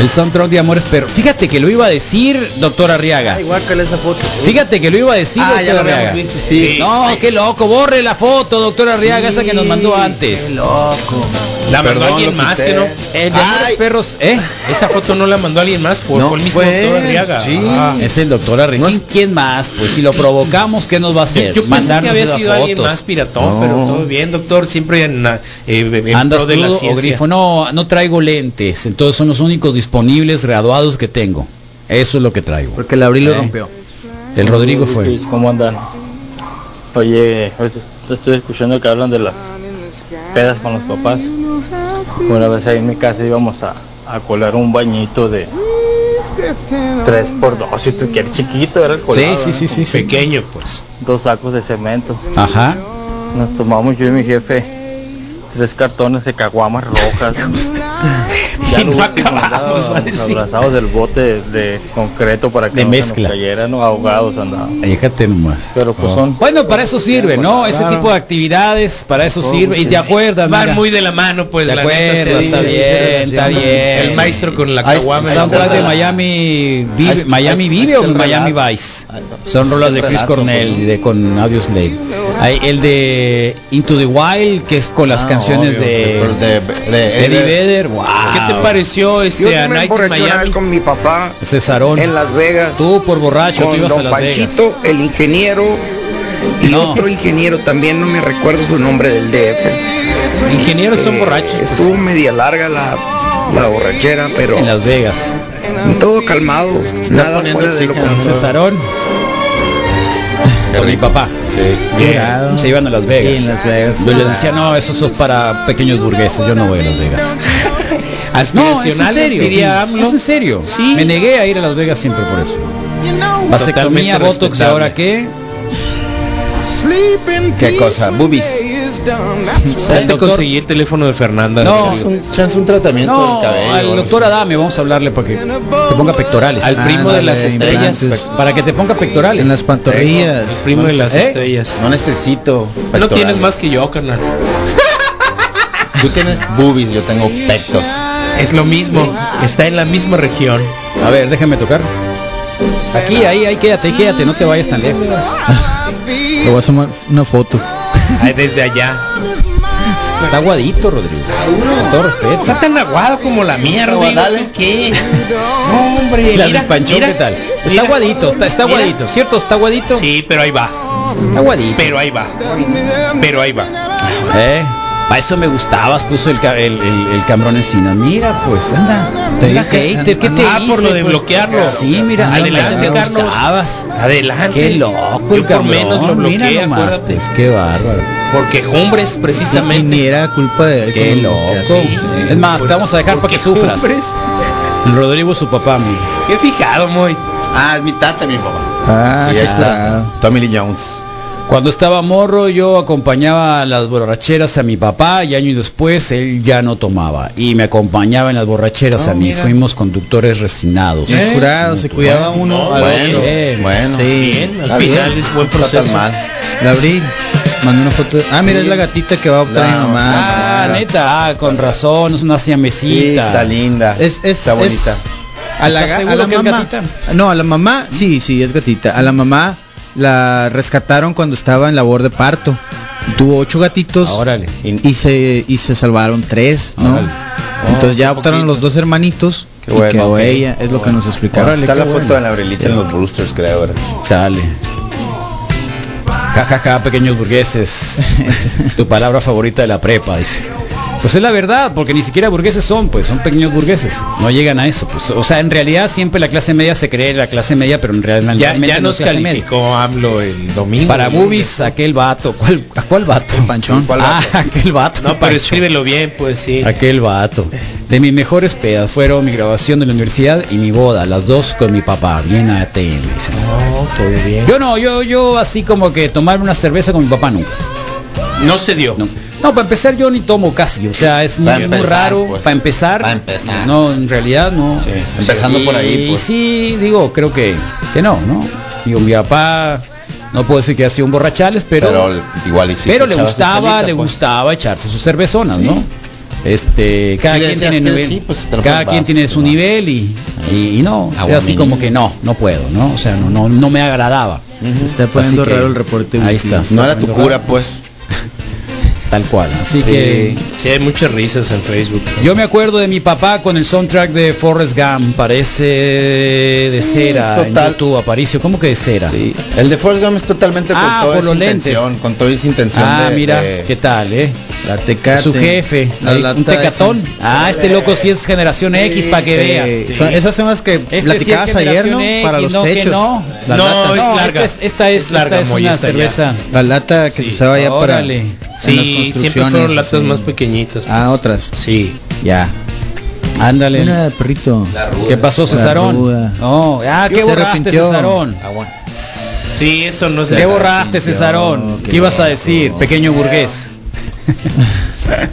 Speaker 5: El soundtrack de Amores Pero. Fíjate que lo iba a decir, doctor Arriaga.
Speaker 10: Ah,
Speaker 16: Igual que esa foto.
Speaker 5: Fíjate que lo iba a decir,
Speaker 16: Ah,
Speaker 5: doctor
Speaker 16: ya lo habíamos
Speaker 5: Arriaga.
Speaker 16: visto, sí.
Speaker 5: No, qué loco. Borre la foto, doctor Arriaga,
Speaker 16: Sí,
Speaker 5: esa que nos mandó antes.
Speaker 16: loco.
Speaker 10: La mandó
Speaker 5: Perdón,
Speaker 10: alguien
Speaker 5: lo
Speaker 10: más
Speaker 5: quité.
Speaker 10: que no.
Speaker 5: El de Amores Perros, ¿eh?
Speaker 10: Esa foto no la mandó alguien más por, por el mismo
Speaker 5: fue
Speaker 10: doctor
Speaker 5: él,
Speaker 10: Arriaga.
Speaker 5: sí.
Speaker 10: Ah.
Speaker 5: Es el doctor Arriaga. ¿Quién, quién más? Pues si lo provocamos, ¿qué nos va a hacer?
Speaker 10: Yo pensé que
Speaker 5: Mandarnos
Speaker 10: había
Speaker 5: esas
Speaker 10: sido alguien
Speaker 5: fotos.
Speaker 10: más piratón,
Speaker 5: No.
Speaker 10: pero todo bien, doctor. Siempre en, la- eh, en
Speaker 5: Andas
Speaker 10: pro de la
Speaker 5: crudo o
Speaker 10: ciencia.
Speaker 5: grifo. No, no traigo lentes. Entonces son los únicos disponibles graduados que tengo. Eso es lo que traigo. Porque el abril
Speaker 16: lo rompió.
Speaker 5: El Rodrigo fue.
Speaker 22: ¿Cómo andan? Oye, ahorita est- estoy escuchando que hablan de las pedas con los papás. Una vez ahí en mi casa íbamos a, a colar un bañito de 3x2, si tú quieres, chiquito era el colado.
Speaker 5: Sí, sí, sí, sí, sí.
Speaker 22: Pequeño, pues. Dos sacos de cemento.
Speaker 5: Ajá.
Speaker 22: Nos tomamos yo y mi jefe tres cartones de caguamas rojas.
Speaker 10: Y no
Speaker 22: último,
Speaker 10: acabamos,
Speaker 22: andábamos
Speaker 10: va a decir.
Speaker 22: abrazados del bote de, de concreto para que
Speaker 5: De
Speaker 22: no se nos
Speaker 5: mezcla.
Speaker 22: cayeran ¿no? ahogados andaban.
Speaker 5: Fíjate nomás.
Speaker 22: Pero pues son
Speaker 5: Bueno, para eso sirve, ¿no? Ese
Speaker 22: Claro.
Speaker 5: tipo de actividades, para eso
Speaker 22: Todo
Speaker 5: sirve. Y te
Speaker 22: bien.
Speaker 5: acuerdas,
Speaker 10: Van
Speaker 5: mira.
Speaker 10: muy de la mano, pues.
Speaker 5: Te
Speaker 10: la
Speaker 5: acuerdas,
Speaker 10: neta, sí,
Speaker 5: está
Speaker 10: sí,
Speaker 5: bien,
Speaker 10: se relaciona.
Speaker 5: está bien.
Speaker 10: El maestro con la
Speaker 5: Ahí-
Speaker 10: caguama.
Speaker 5: Soundtrack de Miami
Speaker 10: Ahí
Speaker 5: Vive,
Speaker 10: está-
Speaker 5: Miami
Speaker 10: ahí
Speaker 5: Vive
Speaker 10: está
Speaker 5: o
Speaker 10: el
Speaker 5: Miami
Speaker 10: relato.
Speaker 5: Vice. Son
Speaker 10: está
Speaker 5: rolas
Speaker 10: el
Speaker 5: de Chris
Speaker 10: relato,
Speaker 5: Cornell
Speaker 7: pues.
Speaker 5: y de con Audio Slave. Hay el de Into the Wild que es con las
Speaker 9: Ah,
Speaker 5: canciones
Speaker 9: obvio,
Speaker 5: de
Speaker 9: de- de-
Speaker 5: Eddie Vedder. Wow.
Speaker 9: ¿Qué te
Speaker 10: pareció
Speaker 9: este,
Speaker 5: a
Speaker 9: a Night in Miami?
Speaker 6: con mi papá
Speaker 5: Cesarón.
Speaker 6: en Las Vegas.
Speaker 5: Tú por borracho
Speaker 6: con
Speaker 5: tú ibas
Speaker 6: don
Speaker 5: a Las Vegas.
Speaker 6: Panchito, el ingeniero y otro ingeniero también no me recuerdo su nombre del DF.
Speaker 10: Ingenieros son
Speaker 6: borrachos. Estuvo media larga la, la borrachera, pero en
Speaker 5: Las Vegas.
Speaker 6: Todo calmado, nada fuera de lo común.
Speaker 5: Cesarón. Con mi papá. Bien. Se iban a Las Vegas. Yo les decía, no, eso es para pequeños burgueses, yo no voy a Las Vegas.
Speaker 10: Aspiracionales,
Speaker 5: no, es en serio.
Speaker 10: diría AMLO.
Speaker 5: Es en serio. Me negué a ir a Las Vegas siempre por eso. Mastectomía,
Speaker 9: Totalmente
Speaker 5: Botox, ¿y
Speaker 9: respetable.
Speaker 5: ahora qué?
Speaker 9: ¿Qué cosa? Boobies.
Speaker 10: Hay que conseguir el teléfono de Fernanda.
Speaker 5: No,
Speaker 10: Rodrigo.
Speaker 9: un, chance un tratamiento
Speaker 5: No,
Speaker 9: del cabello.
Speaker 5: al doctor Adame vamos a hablarle para que te ponga pectorales.
Speaker 10: Al primo de las estrellas.
Speaker 5: Para que te ponga pectorales. En las
Speaker 9: pantorrillas.
Speaker 10: primo de las
Speaker 5: ¿Eh?
Speaker 10: estrellas.
Speaker 9: No necesito.
Speaker 10: No
Speaker 9: pectorales.
Speaker 10: tienes más que yo, carnal.
Speaker 9: Tú tienes boobies, yo tengo pectos.
Speaker 10: Es lo mismo. Está en la misma región.
Speaker 5: A ver, déjame tocar. Aquí, ahí, ahí, quédate, ahí, quédate, no te vayas tan lejos.
Speaker 16: Le voy a tomar una foto.
Speaker 10: Ay, desde allá.
Speaker 5: Está aguadito, Rodrigo. Con todo respeto.
Speaker 10: Está tan aguado como la mía, Rodrigo.
Speaker 5: Aguadale.
Speaker 10: ¿tú ¿Qué? No, hombre.
Speaker 5: La
Speaker 10: mira,
Speaker 5: del Panchón,
Speaker 10: mira,
Speaker 5: ¿qué tal?
Speaker 10: mira.
Speaker 5: Está aguadito, está, está
Speaker 10: Mira.
Speaker 5: aguadito, ¿cierto? Está aguadito.
Speaker 10: Sí, pero ahí va.
Speaker 5: Aguadito.
Speaker 10: Pero ahí va. Pero ahí va.
Speaker 5: ¿Eh? Para eso me gustabas, puso el, ca- el, el, el cabrón encima. Mira, pues, anda.
Speaker 10: Te
Speaker 5: Anda,
Speaker 10: dije,
Speaker 5: hater, ¿qué te
Speaker 10: ah,
Speaker 5: hice,
Speaker 10: por lo de
Speaker 5: pues?
Speaker 10: bloquearlo.
Speaker 5: Sí, mira, anda,
Speaker 10: Adelante,
Speaker 5: me
Speaker 10: Carlos.
Speaker 5: gustabas.
Speaker 10: Adelante.
Speaker 5: Qué loco el
Speaker 10: Yo por menos lo
Speaker 5: cabrón, mira
Speaker 10: bloqueé,
Speaker 5: nomás,
Speaker 10: acuérdate.
Speaker 5: pues, qué bárbaro.
Speaker 10: Porque Hombres precisamente.
Speaker 16: Y era culpa de él.
Speaker 5: Qué loco. Es más, te vamos a dejar para que sufras.
Speaker 10: Hombres.
Speaker 5: Rodrigo, su papá, mi.
Speaker 10: Qué fijado, muy.
Speaker 9: Ah, es mi tata, mi papá.
Speaker 5: Ah,
Speaker 9: Sí, ahí está. Tommy Lee Jones.
Speaker 5: Cuando estaba morro yo acompañaba a las borracheras a mi papá y años después él ya no tomaba y me acompañaba en las borracheras a mí. Fuimos conductores resignados.
Speaker 16: Bien curado, se cuidaba uno al
Speaker 5: bueno,
Speaker 16: otro.
Speaker 5: bien, bueno.
Speaker 16: sí,
Speaker 5: Bien, al
Speaker 16: está
Speaker 5: final
Speaker 16: bien.
Speaker 5: es buen
Speaker 16: No está tan
Speaker 5: proceso.
Speaker 16: mal. La abrí, mandé una foto. Ah, mira,
Speaker 5: Sí.
Speaker 16: es la gatita que va a optar mi mamá.
Speaker 5: Ah, neta, ah, con razón, es una siamesita.
Speaker 16: Sí, está
Speaker 9: linda.
Speaker 16: Es, es,
Speaker 5: Está bonita.
Speaker 16: es- a la,
Speaker 5: ¿Estás
Speaker 16: ga-
Speaker 5: seguro
Speaker 16: a la
Speaker 5: que es
Speaker 16: mamá.
Speaker 5: gatita?
Speaker 16: No, a la mamá, sí, sí, es gatita. A la mamá la rescataron cuando estaba en labor de parto. Tuvo ocho gatitos y, y se y se salvaron tres, ¿no?
Speaker 9: Órale.
Speaker 5: Oh,
Speaker 16: Entonces ya optaron los dos hermanitos
Speaker 9: Qué
Speaker 16: y
Speaker 9: bueno,
Speaker 16: quedó
Speaker 9: ok.
Speaker 16: ella, es lo que nos explicaron.
Speaker 9: está la foto de la Aurelita en los Brewsters, creo ahora.
Speaker 5: Sale. Ja, ja, ja, pequeños burgueses. tu palabra favorita de la prepa, dice. Pues es la verdad, porque ni siquiera burgueses son, pues son pequeños burgueses. No llegan a eso, pues. O sea, en realidad siempre la clase media se cree la clase media, pero en realidad
Speaker 10: Ya, ya
Speaker 5: no
Speaker 10: nos
Speaker 5: es clase media.
Speaker 10: calificó AMLO el domingo.
Speaker 5: Para boobies, aquel vato. ¿Cuál, ¿A cuál vato? Panchón. Ah, aquel vato.
Speaker 10: No, pero escríbelo bien, pues sí.
Speaker 5: Aquel vato. De mis mejores pedas fueron mi grabación de la universidad y mi boda, las dos con mi papá, bien ATM. dice. Yo no, yo, yo así como que tomarme una cerveza con mi papá nunca.
Speaker 10: No se dio.
Speaker 5: No, No, para empezar yo ni tomo casi, o sea, es muy,
Speaker 10: Para
Speaker 5: muy
Speaker 10: empezar,
Speaker 5: raro
Speaker 10: pues.
Speaker 5: para empezar.
Speaker 10: Para empezar.
Speaker 5: No, en realidad no.
Speaker 10: empezando por ahí,
Speaker 5: Y
Speaker 10: pues.
Speaker 5: sí, digo, creo que, que no, ¿no? Digo, mi papá, no puedo decir que ha sido un borrachales, pero,
Speaker 9: Pero igual y sí
Speaker 5: pero
Speaker 9: se
Speaker 5: le
Speaker 9: echaba su
Speaker 5: gustaba,
Speaker 9: chelita,
Speaker 5: le
Speaker 9: pues.
Speaker 5: gustaba echarse sus cervezonas, ¿no? Este, cada
Speaker 9: le
Speaker 5: quien
Speaker 9: decías
Speaker 5: tiene
Speaker 9: que
Speaker 5: nivel,
Speaker 9: sí, pues, te Ah, lo
Speaker 5: cada
Speaker 9: puedes
Speaker 5: quien
Speaker 9: bajar,
Speaker 5: tiene su nivel y, y, y no,
Speaker 9: Agua
Speaker 5: era así
Speaker 9: mineral.
Speaker 5: como que no, no puedo, ¿no? O sea, no, no, no me agradaba.
Speaker 16: Está
Speaker 5: Así
Speaker 16: poniendo
Speaker 5: que
Speaker 16: raro el reporte.
Speaker 5: Ahí
Speaker 16: Wiki.
Speaker 5: está.
Speaker 9: No era tu cura, pues.
Speaker 5: Tal cual. Así
Speaker 10: Sí.
Speaker 5: que
Speaker 10: Sí, hay muchas risas en Facebook.
Speaker 5: yo me acuerdo de mi papá con el soundtrack de Forrest Gump, parece de
Speaker 9: Sí,
Speaker 5: cera
Speaker 9: total.
Speaker 5: en YouTube, Aparicio, ¿cómo que de cera? Sí.
Speaker 9: El de Forrest Gump es totalmente
Speaker 5: Ah,
Speaker 9: con
Speaker 5: por
Speaker 9: toda
Speaker 5: los
Speaker 9: esa
Speaker 5: lentes.
Speaker 9: intención, con toda esa intención
Speaker 5: Ah,
Speaker 9: de-
Speaker 5: mira,
Speaker 9: de-
Speaker 5: qué tal, ¿eh?
Speaker 16: La tecate.
Speaker 5: Su jefe,
Speaker 16: La
Speaker 5: ahí,
Speaker 16: lata
Speaker 5: un tecatón.
Speaker 16: esa.
Speaker 5: Ah, este loco sí es generación X, para que
Speaker 16: Sí.
Speaker 5: veas. Este
Speaker 16: Son- esas son las que
Speaker 5: es
Speaker 16: platicabas ayer, ¿no?
Speaker 5: generación
Speaker 16: Para
Speaker 5: X,
Speaker 16: los
Speaker 5: no, que
Speaker 16: techos.
Speaker 5: no.
Speaker 16: La
Speaker 5: No,
Speaker 16: lata.
Speaker 5: es No, esta larga. es- esta es- esta es
Speaker 16: Moy,
Speaker 5: una
Speaker 16: esta ya.
Speaker 5: cerveza.
Speaker 16: La lata que se usaba ya para
Speaker 5: Órale.
Speaker 16: en
Speaker 10: Sí,
Speaker 16: las
Speaker 10: siempre
Speaker 16: construcciones,
Speaker 10: fueron latas
Speaker 16: así.
Speaker 10: más pequeñitas.
Speaker 16: Ah, otras.
Speaker 10: Sí.
Speaker 16: Ya.
Speaker 5: Ándale.
Speaker 16: Mira, perrito.
Speaker 5: ¿Qué
Speaker 16: La
Speaker 5: pasó,
Speaker 16: ruda.
Speaker 5: Cesarón? No, ah, ¿qué
Speaker 16: Se
Speaker 5: borraste,
Speaker 16: arrepintió.
Speaker 5: Cesarón?
Speaker 10: Sí, eso no es
Speaker 5: ¿Qué borraste, Cesarón? ¿Qué ibas a decir, pequeño burgués?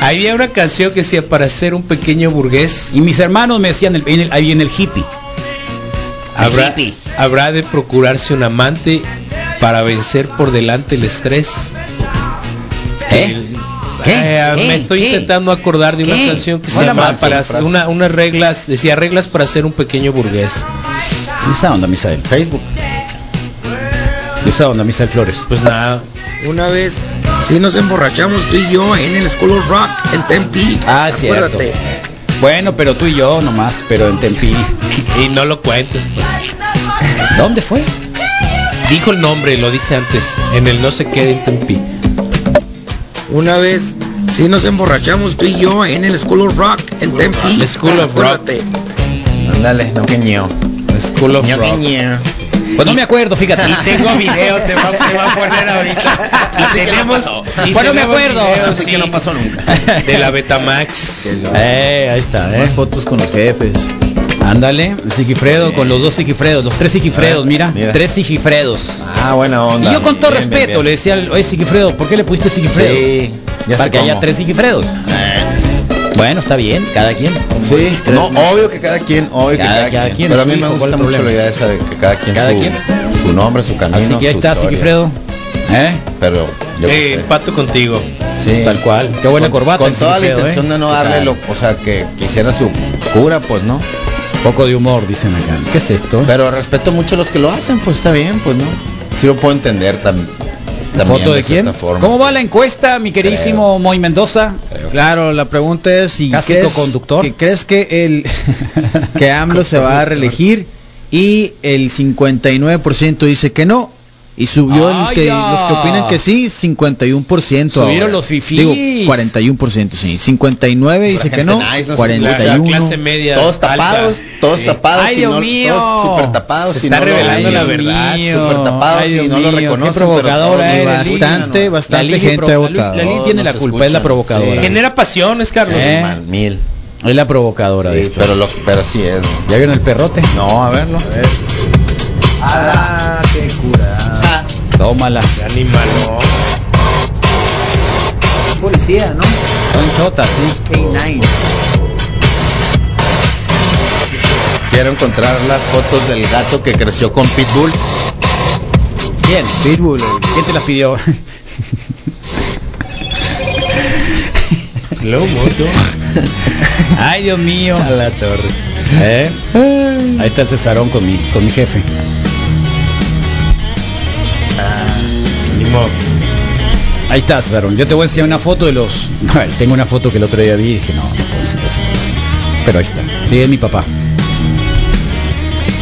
Speaker 10: Había una canción que decía para ser un pequeño burgués.
Speaker 5: Y mis hermanos me decían el- en el- ahí en el hippie.
Speaker 10: Habrá, habrá de procurarse un amante para vencer por delante el estrés. El- Eh,
Speaker 5: ¿Qué?
Speaker 10: Me estoy
Speaker 5: ¿Qué?
Speaker 10: intentando acordar de una
Speaker 5: ¿Qué?
Speaker 10: canción que se
Speaker 5: Hola,
Speaker 10: llama
Speaker 5: Marco.
Speaker 10: para
Speaker 5: Sí, frase.
Speaker 10: una, unas reglas, decía reglas para ser un pequeño burgués.
Speaker 5: Esa onda, Misael.
Speaker 9: Facebook.
Speaker 5: Esa onda, Misael Flores.
Speaker 10: Pues nada.
Speaker 3: Una vez sí nos emborrachamos tú y yo en el School of Rock en Tempi.
Speaker 5: Ah, es cierto.
Speaker 3: Acuérdate.
Speaker 5: Bueno, pero tú y yo nomás, pero en Tempi.
Speaker 10: Y no lo cuentes, pues.
Speaker 5: ¿Dónde fue?
Speaker 10: Dijo el nombre, lo dice antes, en el no sé qué de Tempi.
Speaker 3: Una vez sí nos emborrachamos tú y yo en el School of Rock en Tempi.
Speaker 10: School of Rock.
Speaker 3: Acuérdate.
Speaker 9: Ándale, no que ñeo.
Speaker 10: School of Rock.
Speaker 5: Pues no me acuerdo, fíjate.
Speaker 10: Y tengo video, te va, te va a poner ahorita. Y tenemos, y
Speaker 5: Pues no me
Speaker 10: tenemos
Speaker 5: acuerdo.
Speaker 10: video,
Speaker 5: Así
Speaker 10: sí,
Speaker 5: que no
Speaker 9: pasó nunca.
Speaker 10: de la Betamax.
Speaker 5: Eh, ahí está, eh.
Speaker 16: Más fotos con los jefes.
Speaker 5: Ándale, Sigifredo con los dos Sigifredos, los tres Sigifredos, mira, tres Sigifredos.
Speaker 9: Ah, buena onda.
Speaker 5: Y yo con todo
Speaker 9: Bien, bien,
Speaker 5: respeto
Speaker 9: bien.
Speaker 5: le decía, al- oye Sigifredo, ¿por qué le pusiste Sigifredo?
Speaker 9: Sí, ya
Speaker 5: Para
Speaker 9: sé
Speaker 5: que haya
Speaker 9: cómo. Eh.
Speaker 5: tres Sigifredos. Bueno, está bien, cada quien.
Speaker 9: Sí,
Speaker 5: Tres-
Speaker 9: no, obvio que cada quien, obvio
Speaker 5: Cada-
Speaker 9: que cada,
Speaker 5: cada
Speaker 9: quien.
Speaker 5: quien,
Speaker 9: Pero a
Speaker 5: su
Speaker 9: mí me
Speaker 5: hijo, ¿cuál
Speaker 9: gusta
Speaker 5: el
Speaker 9: mucho
Speaker 5: problema?
Speaker 9: la idea esa de que cada quien,
Speaker 5: Cada
Speaker 9: su,
Speaker 5: quien.
Speaker 9: su nombre, su camino.
Speaker 5: Así que ahí
Speaker 9: su
Speaker 5: está
Speaker 9: historia.
Speaker 5: Sigifredo. ¿Eh?
Speaker 9: Pero yo qué
Speaker 10: Eh,
Speaker 9: sé.
Speaker 10: empato contigo.
Speaker 9: Sí.
Speaker 5: Tal cual. Qué buena
Speaker 9: Con-
Speaker 5: corbata.
Speaker 9: Con
Speaker 5: el
Speaker 9: toda la
Speaker 5: Sigifredo,
Speaker 9: intención
Speaker 5: ¿eh?
Speaker 9: de no
Speaker 5: ¿Qué
Speaker 9: darle
Speaker 5: tal?
Speaker 9: lo, o sea, que quisiera su cura, pues, ¿no?
Speaker 5: Poco de humor, dicen acá. ¿Qué es esto?
Speaker 9: Pero respeto mucho a los que lo hacen, pues está bien, pues, ¿no? Sí lo puedo entender tam- también.
Speaker 5: ¿Voto de
Speaker 9: cierta
Speaker 5: quién?
Speaker 9: forma.
Speaker 5: ¿Cómo va la encuesta, mi queridísimo Moy Mendoza?
Speaker 16: Claro, la pregunta es si
Speaker 5: Casi
Speaker 16: crees,
Speaker 5: coconductor.
Speaker 16: que crees que el que AMLO se va a reelegir y el 59% dice que no Y subió
Speaker 5: ¡Ay,
Speaker 16: el que,
Speaker 5: ya!
Speaker 16: los que opinan que sí, 51%.
Speaker 5: Subieron
Speaker 16: ahora.
Speaker 5: los fifís.
Speaker 16: Digo, 41%, sí. 59 dice que no, 41.
Speaker 9: Todos tapados, todos tapados.
Speaker 16: Ay,
Speaker 9: y
Speaker 16: Dios
Speaker 9: no-
Speaker 16: mío.
Speaker 9: Todos super tapados. y
Speaker 16: Se está
Speaker 9: no lo-
Speaker 16: revelando
Speaker 9: Ay,
Speaker 16: la
Speaker 9: Dios
Speaker 16: verdad,
Speaker 9: mío.
Speaker 16: super tapados
Speaker 9: Ay,
Speaker 16: y
Speaker 9: Dios
Speaker 16: no lo
Speaker 9: mío, qué
Speaker 16: reconocen, pero
Speaker 9: provocadora
Speaker 16: todos-
Speaker 9: eres, Lili.
Speaker 16: Bastante,
Speaker 9: Lili.
Speaker 16: bastante
Speaker 9: La Lili
Speaker 16: gente
Speaker 9: provo-
Speaker 16: ha
Speaker 9: la Lili-
Speaker 16: votado.
Speaker 9: la Lili
Speaker 5: tiene la culpa, es la provocadora.
Speaker 10: Genera pasiones, Carlos.
Speaker 5: ¿Eh?
Speaker 9: Mil.
Speaker 5: Es la provocadora de esto.
Speaker 9: Pero, los, pero sí es.
Speaker 5: ¿Ya vieron el perrote?
Speaker 9: No, a verlo. A ver. Ah, qué curada.
Speaker 5: Tómala.
Speaker 10: Animal.
Speaker 16: Policía, ¿no?
Speaker 5: Son chotas, sí.
Speaker 9: Quiero encontrar las fotos del gato que creció con Pitbull.
Speaker 5: ¿Quién? Pitbull. ¿Quién te las pidió? Ay, Dios mío. A
Speaker 9: la torre.
Speaker 5: ¿Eh? Ahí está el Cesarón con mi, con mi jefe. Ah, Ahí está, Cesarón. Yo te voy a enseñar una foto de los. Bueno, tengo una foto que el otro día vi y dije, no, no puedo enseñar esa cosa. Pero ahí está. Sí, es mi papá.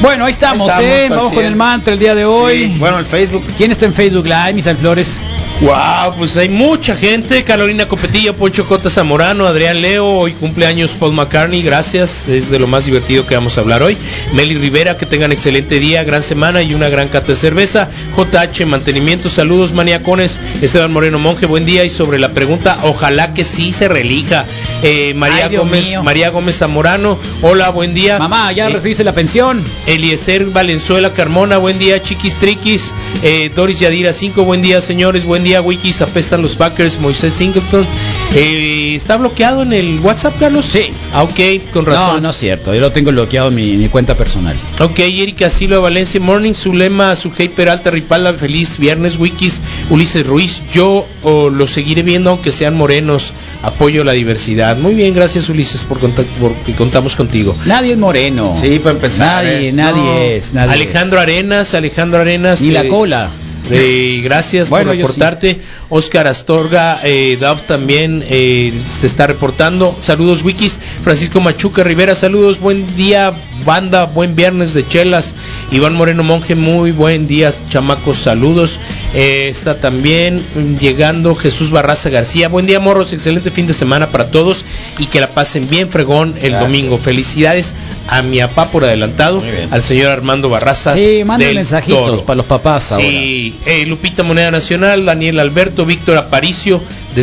Speaker 5: Bueno, ahí estamos,
Speaker 9: Ahí estamos,
Speaker 5: ¿eh? Vamos
Speaker 9: al
Speaker 5: con
Speaker 9: 100.
Speaker 5: el mantra el día de hoy.
Speaker 9: Bueno, el Facebook.
Speaker 5: ¿Quién está en Facebook Live, Misael Flores?
Speaker 10: Wow, pues hay mucha gente. Carolina Copetillo, Poncho Cota Zamorano, Adrián Leo, hoy cumpleaños Paul McCartney, gracias. Es de lo más divertido que vamos a hablar hoy. Meli Rivera, que tengan excelente día, gran semana y una gran cata de cerveza. JH, mantenimiento, saludos maniacones. Esteban Moreno Monje, buen día. Y sobre la pregunta, ojalá que sí se relija. Eh, María
Speaker 5: Ay, Dios
Speaker 10: Gómez,
Speaker 5: mío.
Speaker 10: María Gómez Zamorano, hola, buen día.
Speaker 5: Mamá, ya
Speaker 10: Eh,
Speaker 5: recibiste la pensión.
Speaker 10: Eliezer Valenzuela Carmona, buen día, Chiquis Triquis, eh, Doris Yadira 5, buen día señores, buen día Wikis, apestan los Packers, Moisés Singleton, Eh, ¿está bloqueado en el WhatsApp, Carlos? Sí. ok, con
Speaker 5: No,
Speaker 10: razón.
Speaker 5: no es cierto. Yo lo tengo bloqueado en mi, mi cuenta personal.
Speaker 10: Ok, Erika Silva, Valencia Morning, Zulema, Sujei Peralta, Ripalda, feliz viernes, Wikis, Ulises Ruiz, yo oh, lo seguiré viendo aunque sean morenos, apoyo la diversidad. Muy bien, gracias Ulises por, contac- por que contamos contigo.
Speaker 5: Nadie es moreno.
Speaker 9: Sí, para empezar.
Speaker 5: Nadie,
Speaker 9: eh.
Speaker 5: nadie
Speaker 10: No.
Speaker 5: es. Nadie
Speaker 10: Alejandro Arenas, Alejandro Arenas.
Speaker 5: Ni la cola.
Speaker 10: eh, gracias
Speaker 5: Bueno,
Speaker 10: por
Speaker 5: yo
Speaker 10: reportarte. Oscar Astorga, eh, Dav también eh, se está reportando. Saludos, Wikis. Francisco Machuca Rivera, saludos. Buen día, banda. Buen viernes de chelas. Iván Moreno Monje, muy buen día, chamacos. Saludos. Eh, está también mm, llegando Jesús Barraza García. Buen día, morros. Excelente fin de semana para todos y que la pasen bien, fregón, el domingo. Felicidades a mi papá por adelantado, al señor Armando Barraza.
Speaker 5: Sí, manden
Speaker 10: del
Speaker 5: mensajitos
Speaker 10: Toro.
Speaker 5: para los papás ahora.
Speaker 10: Sí, eh, Lupita Moneda Nacional, Daniel Alberto, Víctor Aparicio,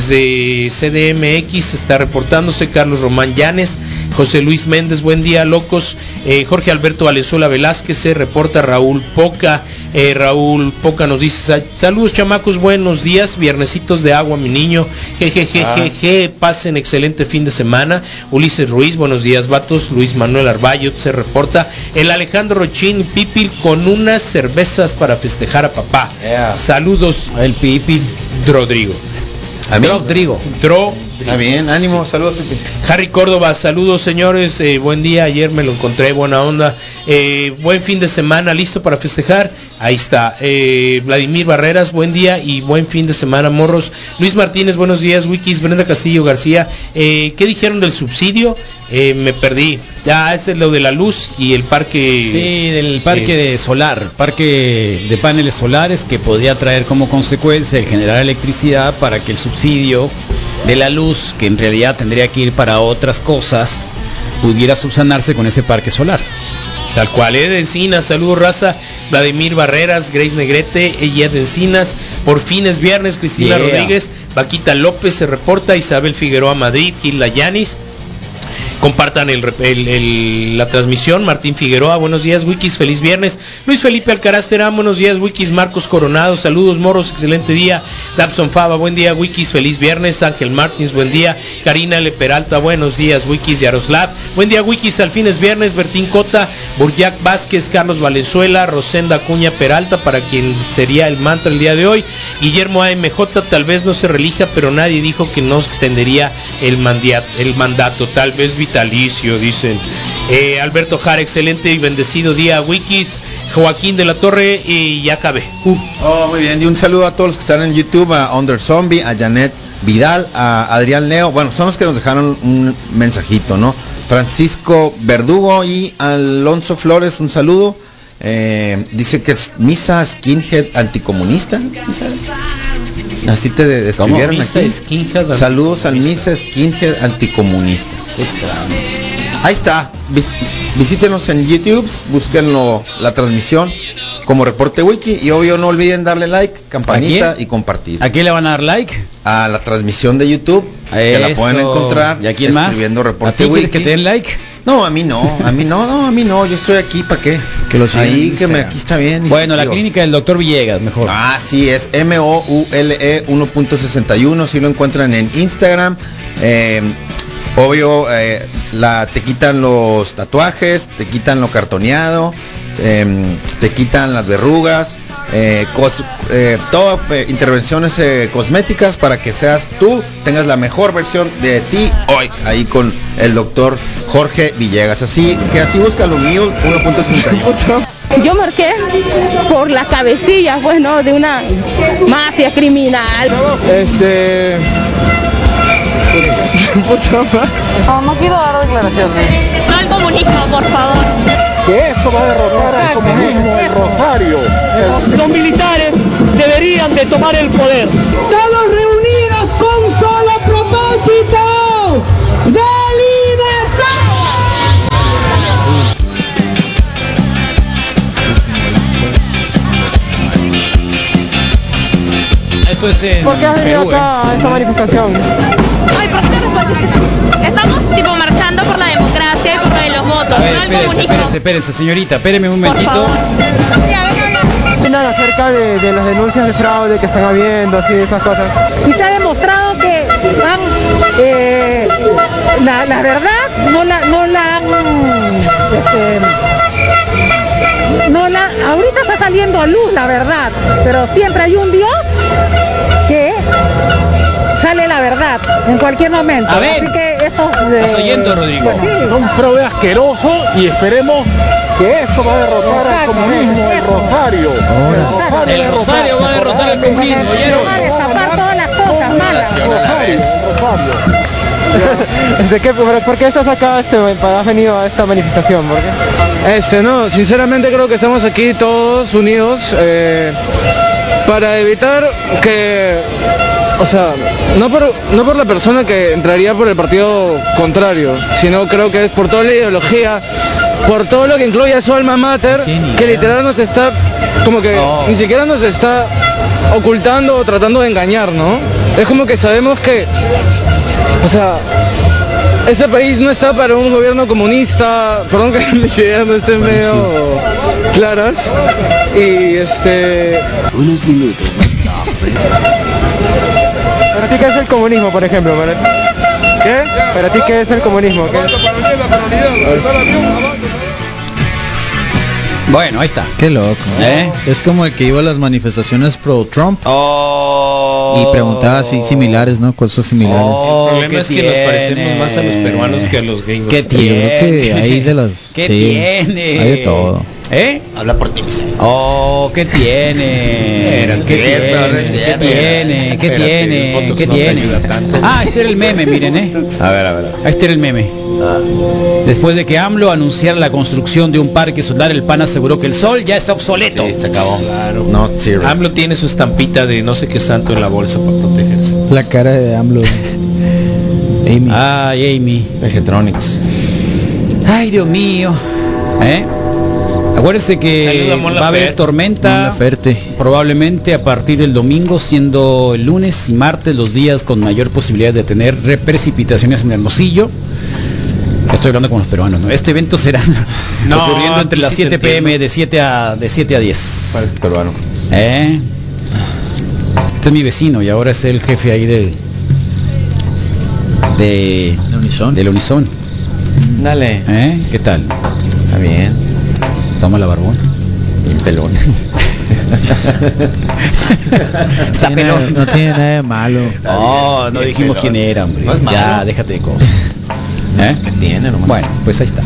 Speaker 10: desde CDMX se está reportándose, Carlos Román Llanes, José Luis Méndez, buen día, locos, eh, Jorge Alberto Valenzuela Velázquez, se reporta Raúl Poca, eh, Raúl Poca nos dice, "Sa- saludos chamacos, buenos días, viernesitos de agua, mi niño, jejejejeje, pasen excelente fin de semana, Ulises Ruiz, buenos días, vatos, Luis Manuel Arballo se reporta, el Alejandro Rochín, Pipil, con unas cervezas para festejar a papá. Saludos.
Speaker 5: El Pipi.
Speaker 10: Rodrigo.
Speaker 9: A mí.
Speaker 5: Rodrigo.
Speaker 10: Dro.
Speaker 9: Está bien, ánimo, saludos. Pipi.
Speaker 10: Harry Córdoba, saludos señores, eh, buen día, ayer me lo encontré, buena onda, Eh, buen fin de semana, listo para festejar, ahí está, Eh, Vladimir Barreras, buen día y buen fin de semana, morros, Luis Martínez, buenos días, Wikis, Brenda Castillo García, Eh, ¿qué dijeron del subsidio? Eh, me perdí, ya, ese es lo de la luz y el parque... eh,
Speaker 5: Sí, del parque de solar, parque de paneles solares que podría traer como consecuencia el generar electricidad para que el subsidio de la luz, que en realidad tendría que ir para otras cosas, pudiera subsanarse con ese parque solar.
Speaker 10: Tal cual, Ed Encinas, saludos raza, Vladimir Barreras, Grace Negrete, ella de Encinas, por fin es viernes, Cristina
Speaker 5: Yeah.
Speaker 10: Rodríguez, Vaquita López se reporta, Isabel Figueroa Madrid, Gil Yanis, compartan el, rep- el- el- la transmisión, Martín Figueroa, buenos días Wikis, feliz viernes, Luis Felipe Alcaraz Terán, buenos días Wikis, Marcos Coronado, saludos Moros, excelente día, Dabson Fava, buen día Wikis, feliz viernes, Ángel Martins, buen día, Karina Le Peralta, buenos días Wikis, Yaroslav, buen día Wikis, al fin es viernes, Bertín Cota, Burjac Vázquez, Carlos Valenzuela, Rosenda Acuña Peralta, para quien sería el mantra el día de hoy, Guillermo AMJ tal vez no se relija, pero nadie dijo que no extendería el, mandia- el mandato, tal vez vitalicio, dicen. Eh, Alberto Jara, excelente y bendecido día, Wikis, Joaquín de la Torre y ya acabé. Uh.
Speaker 9: Oh, muy bien. Y un saludo a todos los que están en YouTube, a Under Zombie, a Janet Vidal, a Adrián Leo. Bueno, son los que nos dejaron un mensajito, ¿no? Francisco Verdugo y Alonso Flores, un saludo. eh, dice que es misa skinhead anticomunista. ¿sabes? Así te de- describieron
Speaker 10: ¿Cómo? Misa
Speaker 9: aquí.
Speaker 10: skinhead
Speaker 9: Saludos al misa skinhead anticomunista. Ahí está. Vis- visítenos en YouTube, búsquenlo la transmisión como reporte wiki y obvio no olviden darle like, campanita
Speaker 5: ¿A quién?
Speaker 9: y compartir.
Speaker 5: ¿A quién le van a dar like?
Speaker 9: A la transmisión de YouTube que la
Speaker 5: Eso.
Speaker 9: pueden encontrar
Speaker 5: ¿Y a quién más?
Speaker 9: escribiendo
Speaker 5: ¿A
Speaker 9: reporte
Speaker 5: ti quieres
Speaker 9: wiki.
Speaker 5: que te den like?
Speaker 9: No, a mí no, a mí no, no, a mí no, yo estoy aquí para qué.
Speaker 5: Que lo sigan
Speaker 9: Pues Ahí
Speaker 5: en
Speaker 9: que me
Speaker 5: Instagram.
Speaker 9: aquí está bien.
Speaker 5: Bueno, la clínica del doctor Villegas, mejor.
Speaker 9: Ah, sí, es M-O-U-L-E 1.61, si lo encuentran en Instagram. Eh, obvio, eh, la, te quitan los tatuajes, te quitan lo cartoneado, eh, te quitan las verrugas, eh, cos- eh, todo, eh, intervenciones eh, cosméticas para que seas tú, tengas la mejor versión de ti hoy, ahí con el doctor Jorge Villegas. Así que así búscalo, mío 1.61.
Speaker 4: Yo marqué por la cabecilla, pues no, de una mafia criminal. Este.
Speaker 7: No, no quiero dar declaraciones.
Speaker 4: Mal comunismo, por favor.
Speaker 7: Que esto va a derrotar al comunismo el Rosario. Los militares deberían de tomar el poder. Todos reunidos con un solo propósito de libertad.
Speaker 5: Esto es en
Speaker 7: ¿Por qué has venido
Speaker 5: Perú, ¿eh?
Speaker 7: acá a esta manifestación?
Speaker 4: Estamos tipo marchando por la democracia y por lo de los
Speaker 5: ¿eh? A
Speaker 4: votos.
Speaker 5: ver, espérense, espérense, espérense, señorita, espéreme un momentito.
Speaker 7: Opinan acerca de, de las denuncias de fraude que están habiendo, así de esas cosas.
Speaker 8: Y se ha demostrado que han, eh, la, la verdad no la, no la han, este, no la, ahorita está saliendo a luz la verdad, pero siempre hay un Dios que sale la verdad en cualquier momento.
Speaker 7: A ver.
Speaker 8: Así que esto,
Speaker 7: ¿Estás oyendo, Rodrigo? un fraude asqueroso y esperemos que esto va a derrotar al comunismo, el Rosario.
Speaker 5: El Rosario va a derrotar al comunismo, ¿oyeron?
Speaker 7: ¿De qué? Pero ¿Por qué estás acá, este, para- has venido a esta manifestación? ¿Por qué?
Speaker 13: Este, no, sinceramente creo que estamos aquí todos unidos eh, para evitar que, o sea, no por, no por la persona que entraría por el partido contrario, sino creo que es por toda la ideología, por todo lo que incluye a su alma mater, que literal nos está, como que ni siquiera nos está ocultando o tratando de engañar, ¿no? Es como que sabemos que, o sea, este país no está para un gobierno comunista, perdón que mis ideas no estén medio claras. Y este. Unos minutos más
Speaker 7: ¿Para ti qué es el comunismo, por ejemplo? Para- ¿Qué? ¿Para ti qué es el comunismo? ¿Qué?
Speaker 5: Bueno, ahí está.
Speaker 16: Qué loco.
Speaker 9: ¿Eh?
Speaker 16: Es como el que iba a las manifestaciones pro Trump. Y preguntaba
Speaker 9: Oh.
Speaker 16: si similares, ¿no? Cosas similares.
Speaker 10: El problema es que nos parecemos más a los peruanos que a los gringos.
Speaker 16: ¿Qué Yo creo que tiene? hay de las-
Speaker 5: ¿Qué
Speaker 16: sí,
Speaker 5: tiene?
Speaker 16: hay de todo.
Speaker 5: ¿Eh?
Speaker 9: Habla por ti,
Speaker 5: Oh, ¿qué tiene? ¿Qué
Speaker 9: cierto, ahora
Speaker 5: tiene?
Speaker 9: es
Speaker 5: ¿Qué
Speaker 9: cierto.
Speaker 5: tiene? ¿Qué
Speaker 9: Espérate, el
Speaker 5: tiene?
Speaker 9: Botox
Speaker 5: ¿Qué
Speaker 9: no te
Speaker 5: tiene?
Speaker 9: ayuda tanto.
Speaker 5: Ah, este era el meme, miren, ¿eh?
Speaker 9: A ver, a ver.
Speaker 5: Ahí está el meme. Después de que AMLO anunciara la construcción de un parque solar, el PAN aseguró que el sol ya está obsoleto. se acabó.
Speaker 10: AMLO tiene su estampita de no sé qué santo en la bolsa para protegerse.
Speaker 16: La cara de AMLO. Amy.
Speaker 5: Ay, Amy.
Speaker 9: Vegetronics.
Speaker 5: Ay, Dios mío. ¿Eh? Acuérdense que
Speaker 10: Saluda a Mon
Speaker 5: va a haber
Speaker 10: Laferte.
Speaker 5: tormenta. Probablemente a partir del domingo, siendo el lunes y martes los días con mayor posibilidad de tener precipitaciones en Hermosillo. Estoy hablando con los peruanos, ¿no? Este evento será
Speaker 10: No,
Speaker 5: ocurriendo entre
Speaker 10: aquí
Speaker 5: las
Speaker 10: sí te
Speaker 5: 7 pm de 7 a de 7 a 10.
Speaker 9: peruano.
Speaker 5: ¿Eh? Este es mi vecino y ahora es el jefe ahí del de del Unison.
Speaker 9: Dale.
Speaker 5: ¿Eh? ¿Qué tal?
Speaker 9: Está bien.
Speaker 5: Toma la barbón.
Speaker 9: pelón.
Speaker 5: Está
Speaker 16: Tiene-
Speaker 5: pelón.
Speaker 16: No tiene nada de malo.
Speaker 5: Oh, no dijimos quién era, hombre. ya, déjate de cosas. ¿Eh? Bueno, pues ahí está.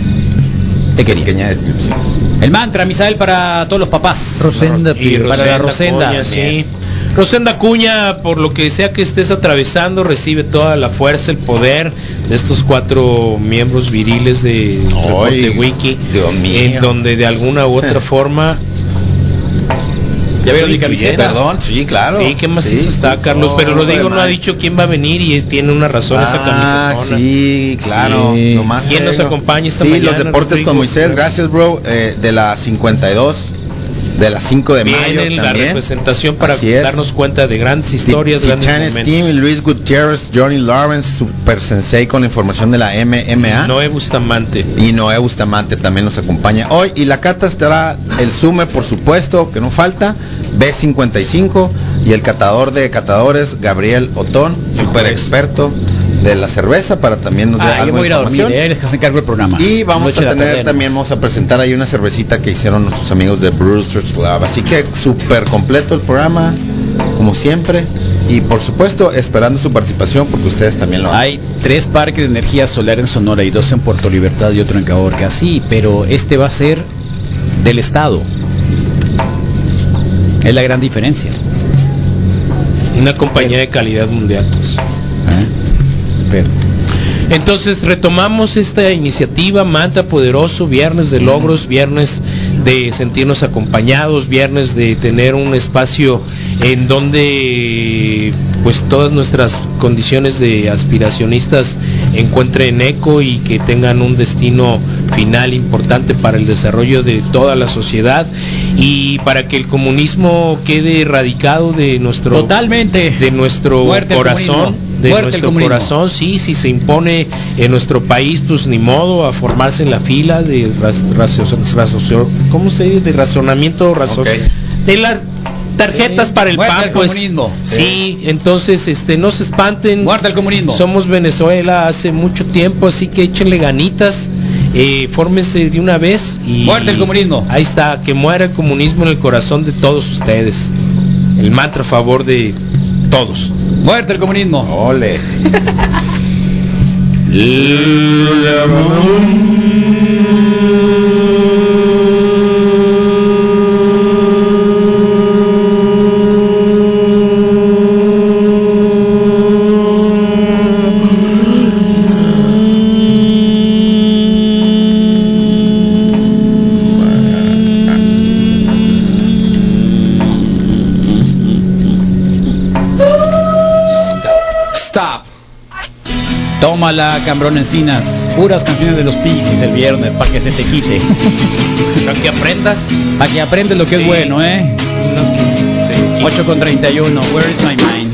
Speaker 5: Te quería.
Speaker 9: Pequeña descripción.
Speaker 5: El mantra, Misael, para todos los papás.
Speaker 16: Rosenda,
Speaker 10: Y
Speaker 5: para la Rosenda.
Speaker 10: Cuña, sí. Rosenda Cuña, por lo que sea que estés atravesando, recibe toda la fuerza, el poder de estos cuatro miembros viriles de Reporte Wiki, en donde de alguna u otra forma
Speaker 9: Ya veo
Speaker 10: Estoy
Speaker 9: mi camiseta.
Speaker 10: incluyendo.
Speaker 9: Perdón, sí, claro.
Speaker 10: Sí, qué macizo
Speaker 9: Sí,
Speaker 10: está
Speaker 9: sí, sí.
Speaker 10: Carlos,
Speaker 9: No,
Speaker 10: pero
Speaker 9: no,
Speaker 10: lo digo, no ha
Speaker 9: además.
Speaker 10: dicho quién va a venir y es- tiene una razón esa
Speaker 9: Ah,
Speaker 10: camiseta.
Speaker 9: sí, claro.
Speaker 10: Sí.
Speaker 9: nomás
Speaker 10: ¿Quién
Speaker 9: te
Speaker 10: nos
Speaker 9: digo.
Speaker 10: acompaña esta
Speaker 9: Sí,
Speaker 10: mañana,
Speaker 9: los deportes
Speaker 10: Rodrigo?
Speaker 9: con Moisés. Gracias, bro. Eh, de la 52, de la 5 de mayo
Speaker 10: Viene la
Speaker 9: también.
Speaker 10: representación para
Speaker 9: Así es.
Speaker 10: darnos cuenta de grandes historias, grandes
Speaker 9: Titanes
Speaker 10: momentos.
Speaker 9: Team, Luis Gutiérrez, Johnny Lawrence, Super Sensei con la información de la MMA.
Speaker 10: Noé Bustamante.
Speaker 9: Y Noé Bustamante también nos acompaña hoy. Y la cata estará el Sume, por supuesto, que no falta, B55 y el catador de catadores, Gabriel Otón, super experto de la cerveza, para también nos dar
Speaker 5: Ah, yo
Speaker 9: algo
Speaker 5: voy a
Speaker 9: de
Speaker 5: ir a dormir,
Speaker 9: información.
Speaker 5: eh, les hacen cargo el programa.
Speaker 9: Y vamos
Speaker 5: Noche de
Speaker 9: a
Speaker 5: la
Speaker 9: tener
Speaker 5: tarde,
Speaker 9: también,
Speaker 5: nomás.
Speaker 9: vamos a presentar ahí una cervecita que hicieron nuestros amigos de Brewster's Club. Así que súper completo el programa, como siempre. Y por supuesto, esperando su participación porque ustedes también lo hacen.
Speaker 5: Hay tres parques de energía solar en Sonora y dos en Puerto Libertad y otro en Caborca, sí, pero este va a ser del Estado. Es la gran diferencia.
Speaker 10: Una compañía de calidad mundial. pues. Entonces retomamos esta iniciativa, Manta Poderoso, viernes de logros, viernes de sentirnos acompañados, viernes de tener un espacio en donde pues todas nuestras condiciones de aspiracionistas encuentren eco y que tengan un destino final importante para el desarrollo de toda la sociedad y para que el comunismo quede erradicado de nuestro
Speaker 5: totalmente
Speaker 10: de nuestro
Speaker 5: Muerte al
Speaker 10: corazón
Speaker 5: comunismo.
Speaker 10: de
Speaker 5: Muerte al
Speaker 10: nuestro
Speaker 5: comunismo.
Speaker 10: corazón sí si se impone en nuestro país pues ni modo a formarse en la fila de raz- razo- razo- cómo se dice de razonamiento razo- de las tarjetas para el
Speaker 5: Muerte
Speaker 10: pan
Speaker 5: al
Speaker 10: pues.
Speaker 5: comunismo.
Speaker 10: sí entonces este no se espanten guarda el comunismo somos Venezuela hace mucho tiempo así que échenle ganitas eh, fórmense de una vez y
Speaker 5: Muerte al comunismo.
Speaker 10: ahí está que muera el comunismo en el corazón de todos ustedes el mantra a favor de todos.
Speaker 5: Muerte el comunismo.
Speaker 9: Ole.
Speaker 5: Stop. Tómala, cambrón encinas. Puras canciones de los Pixies el viernes para que se te quite.
Speaker 10: para que aprendas.
Speaker 5: Para que aprendes lo que es bueno, ¿eh? 8 con 31. Where is my mind?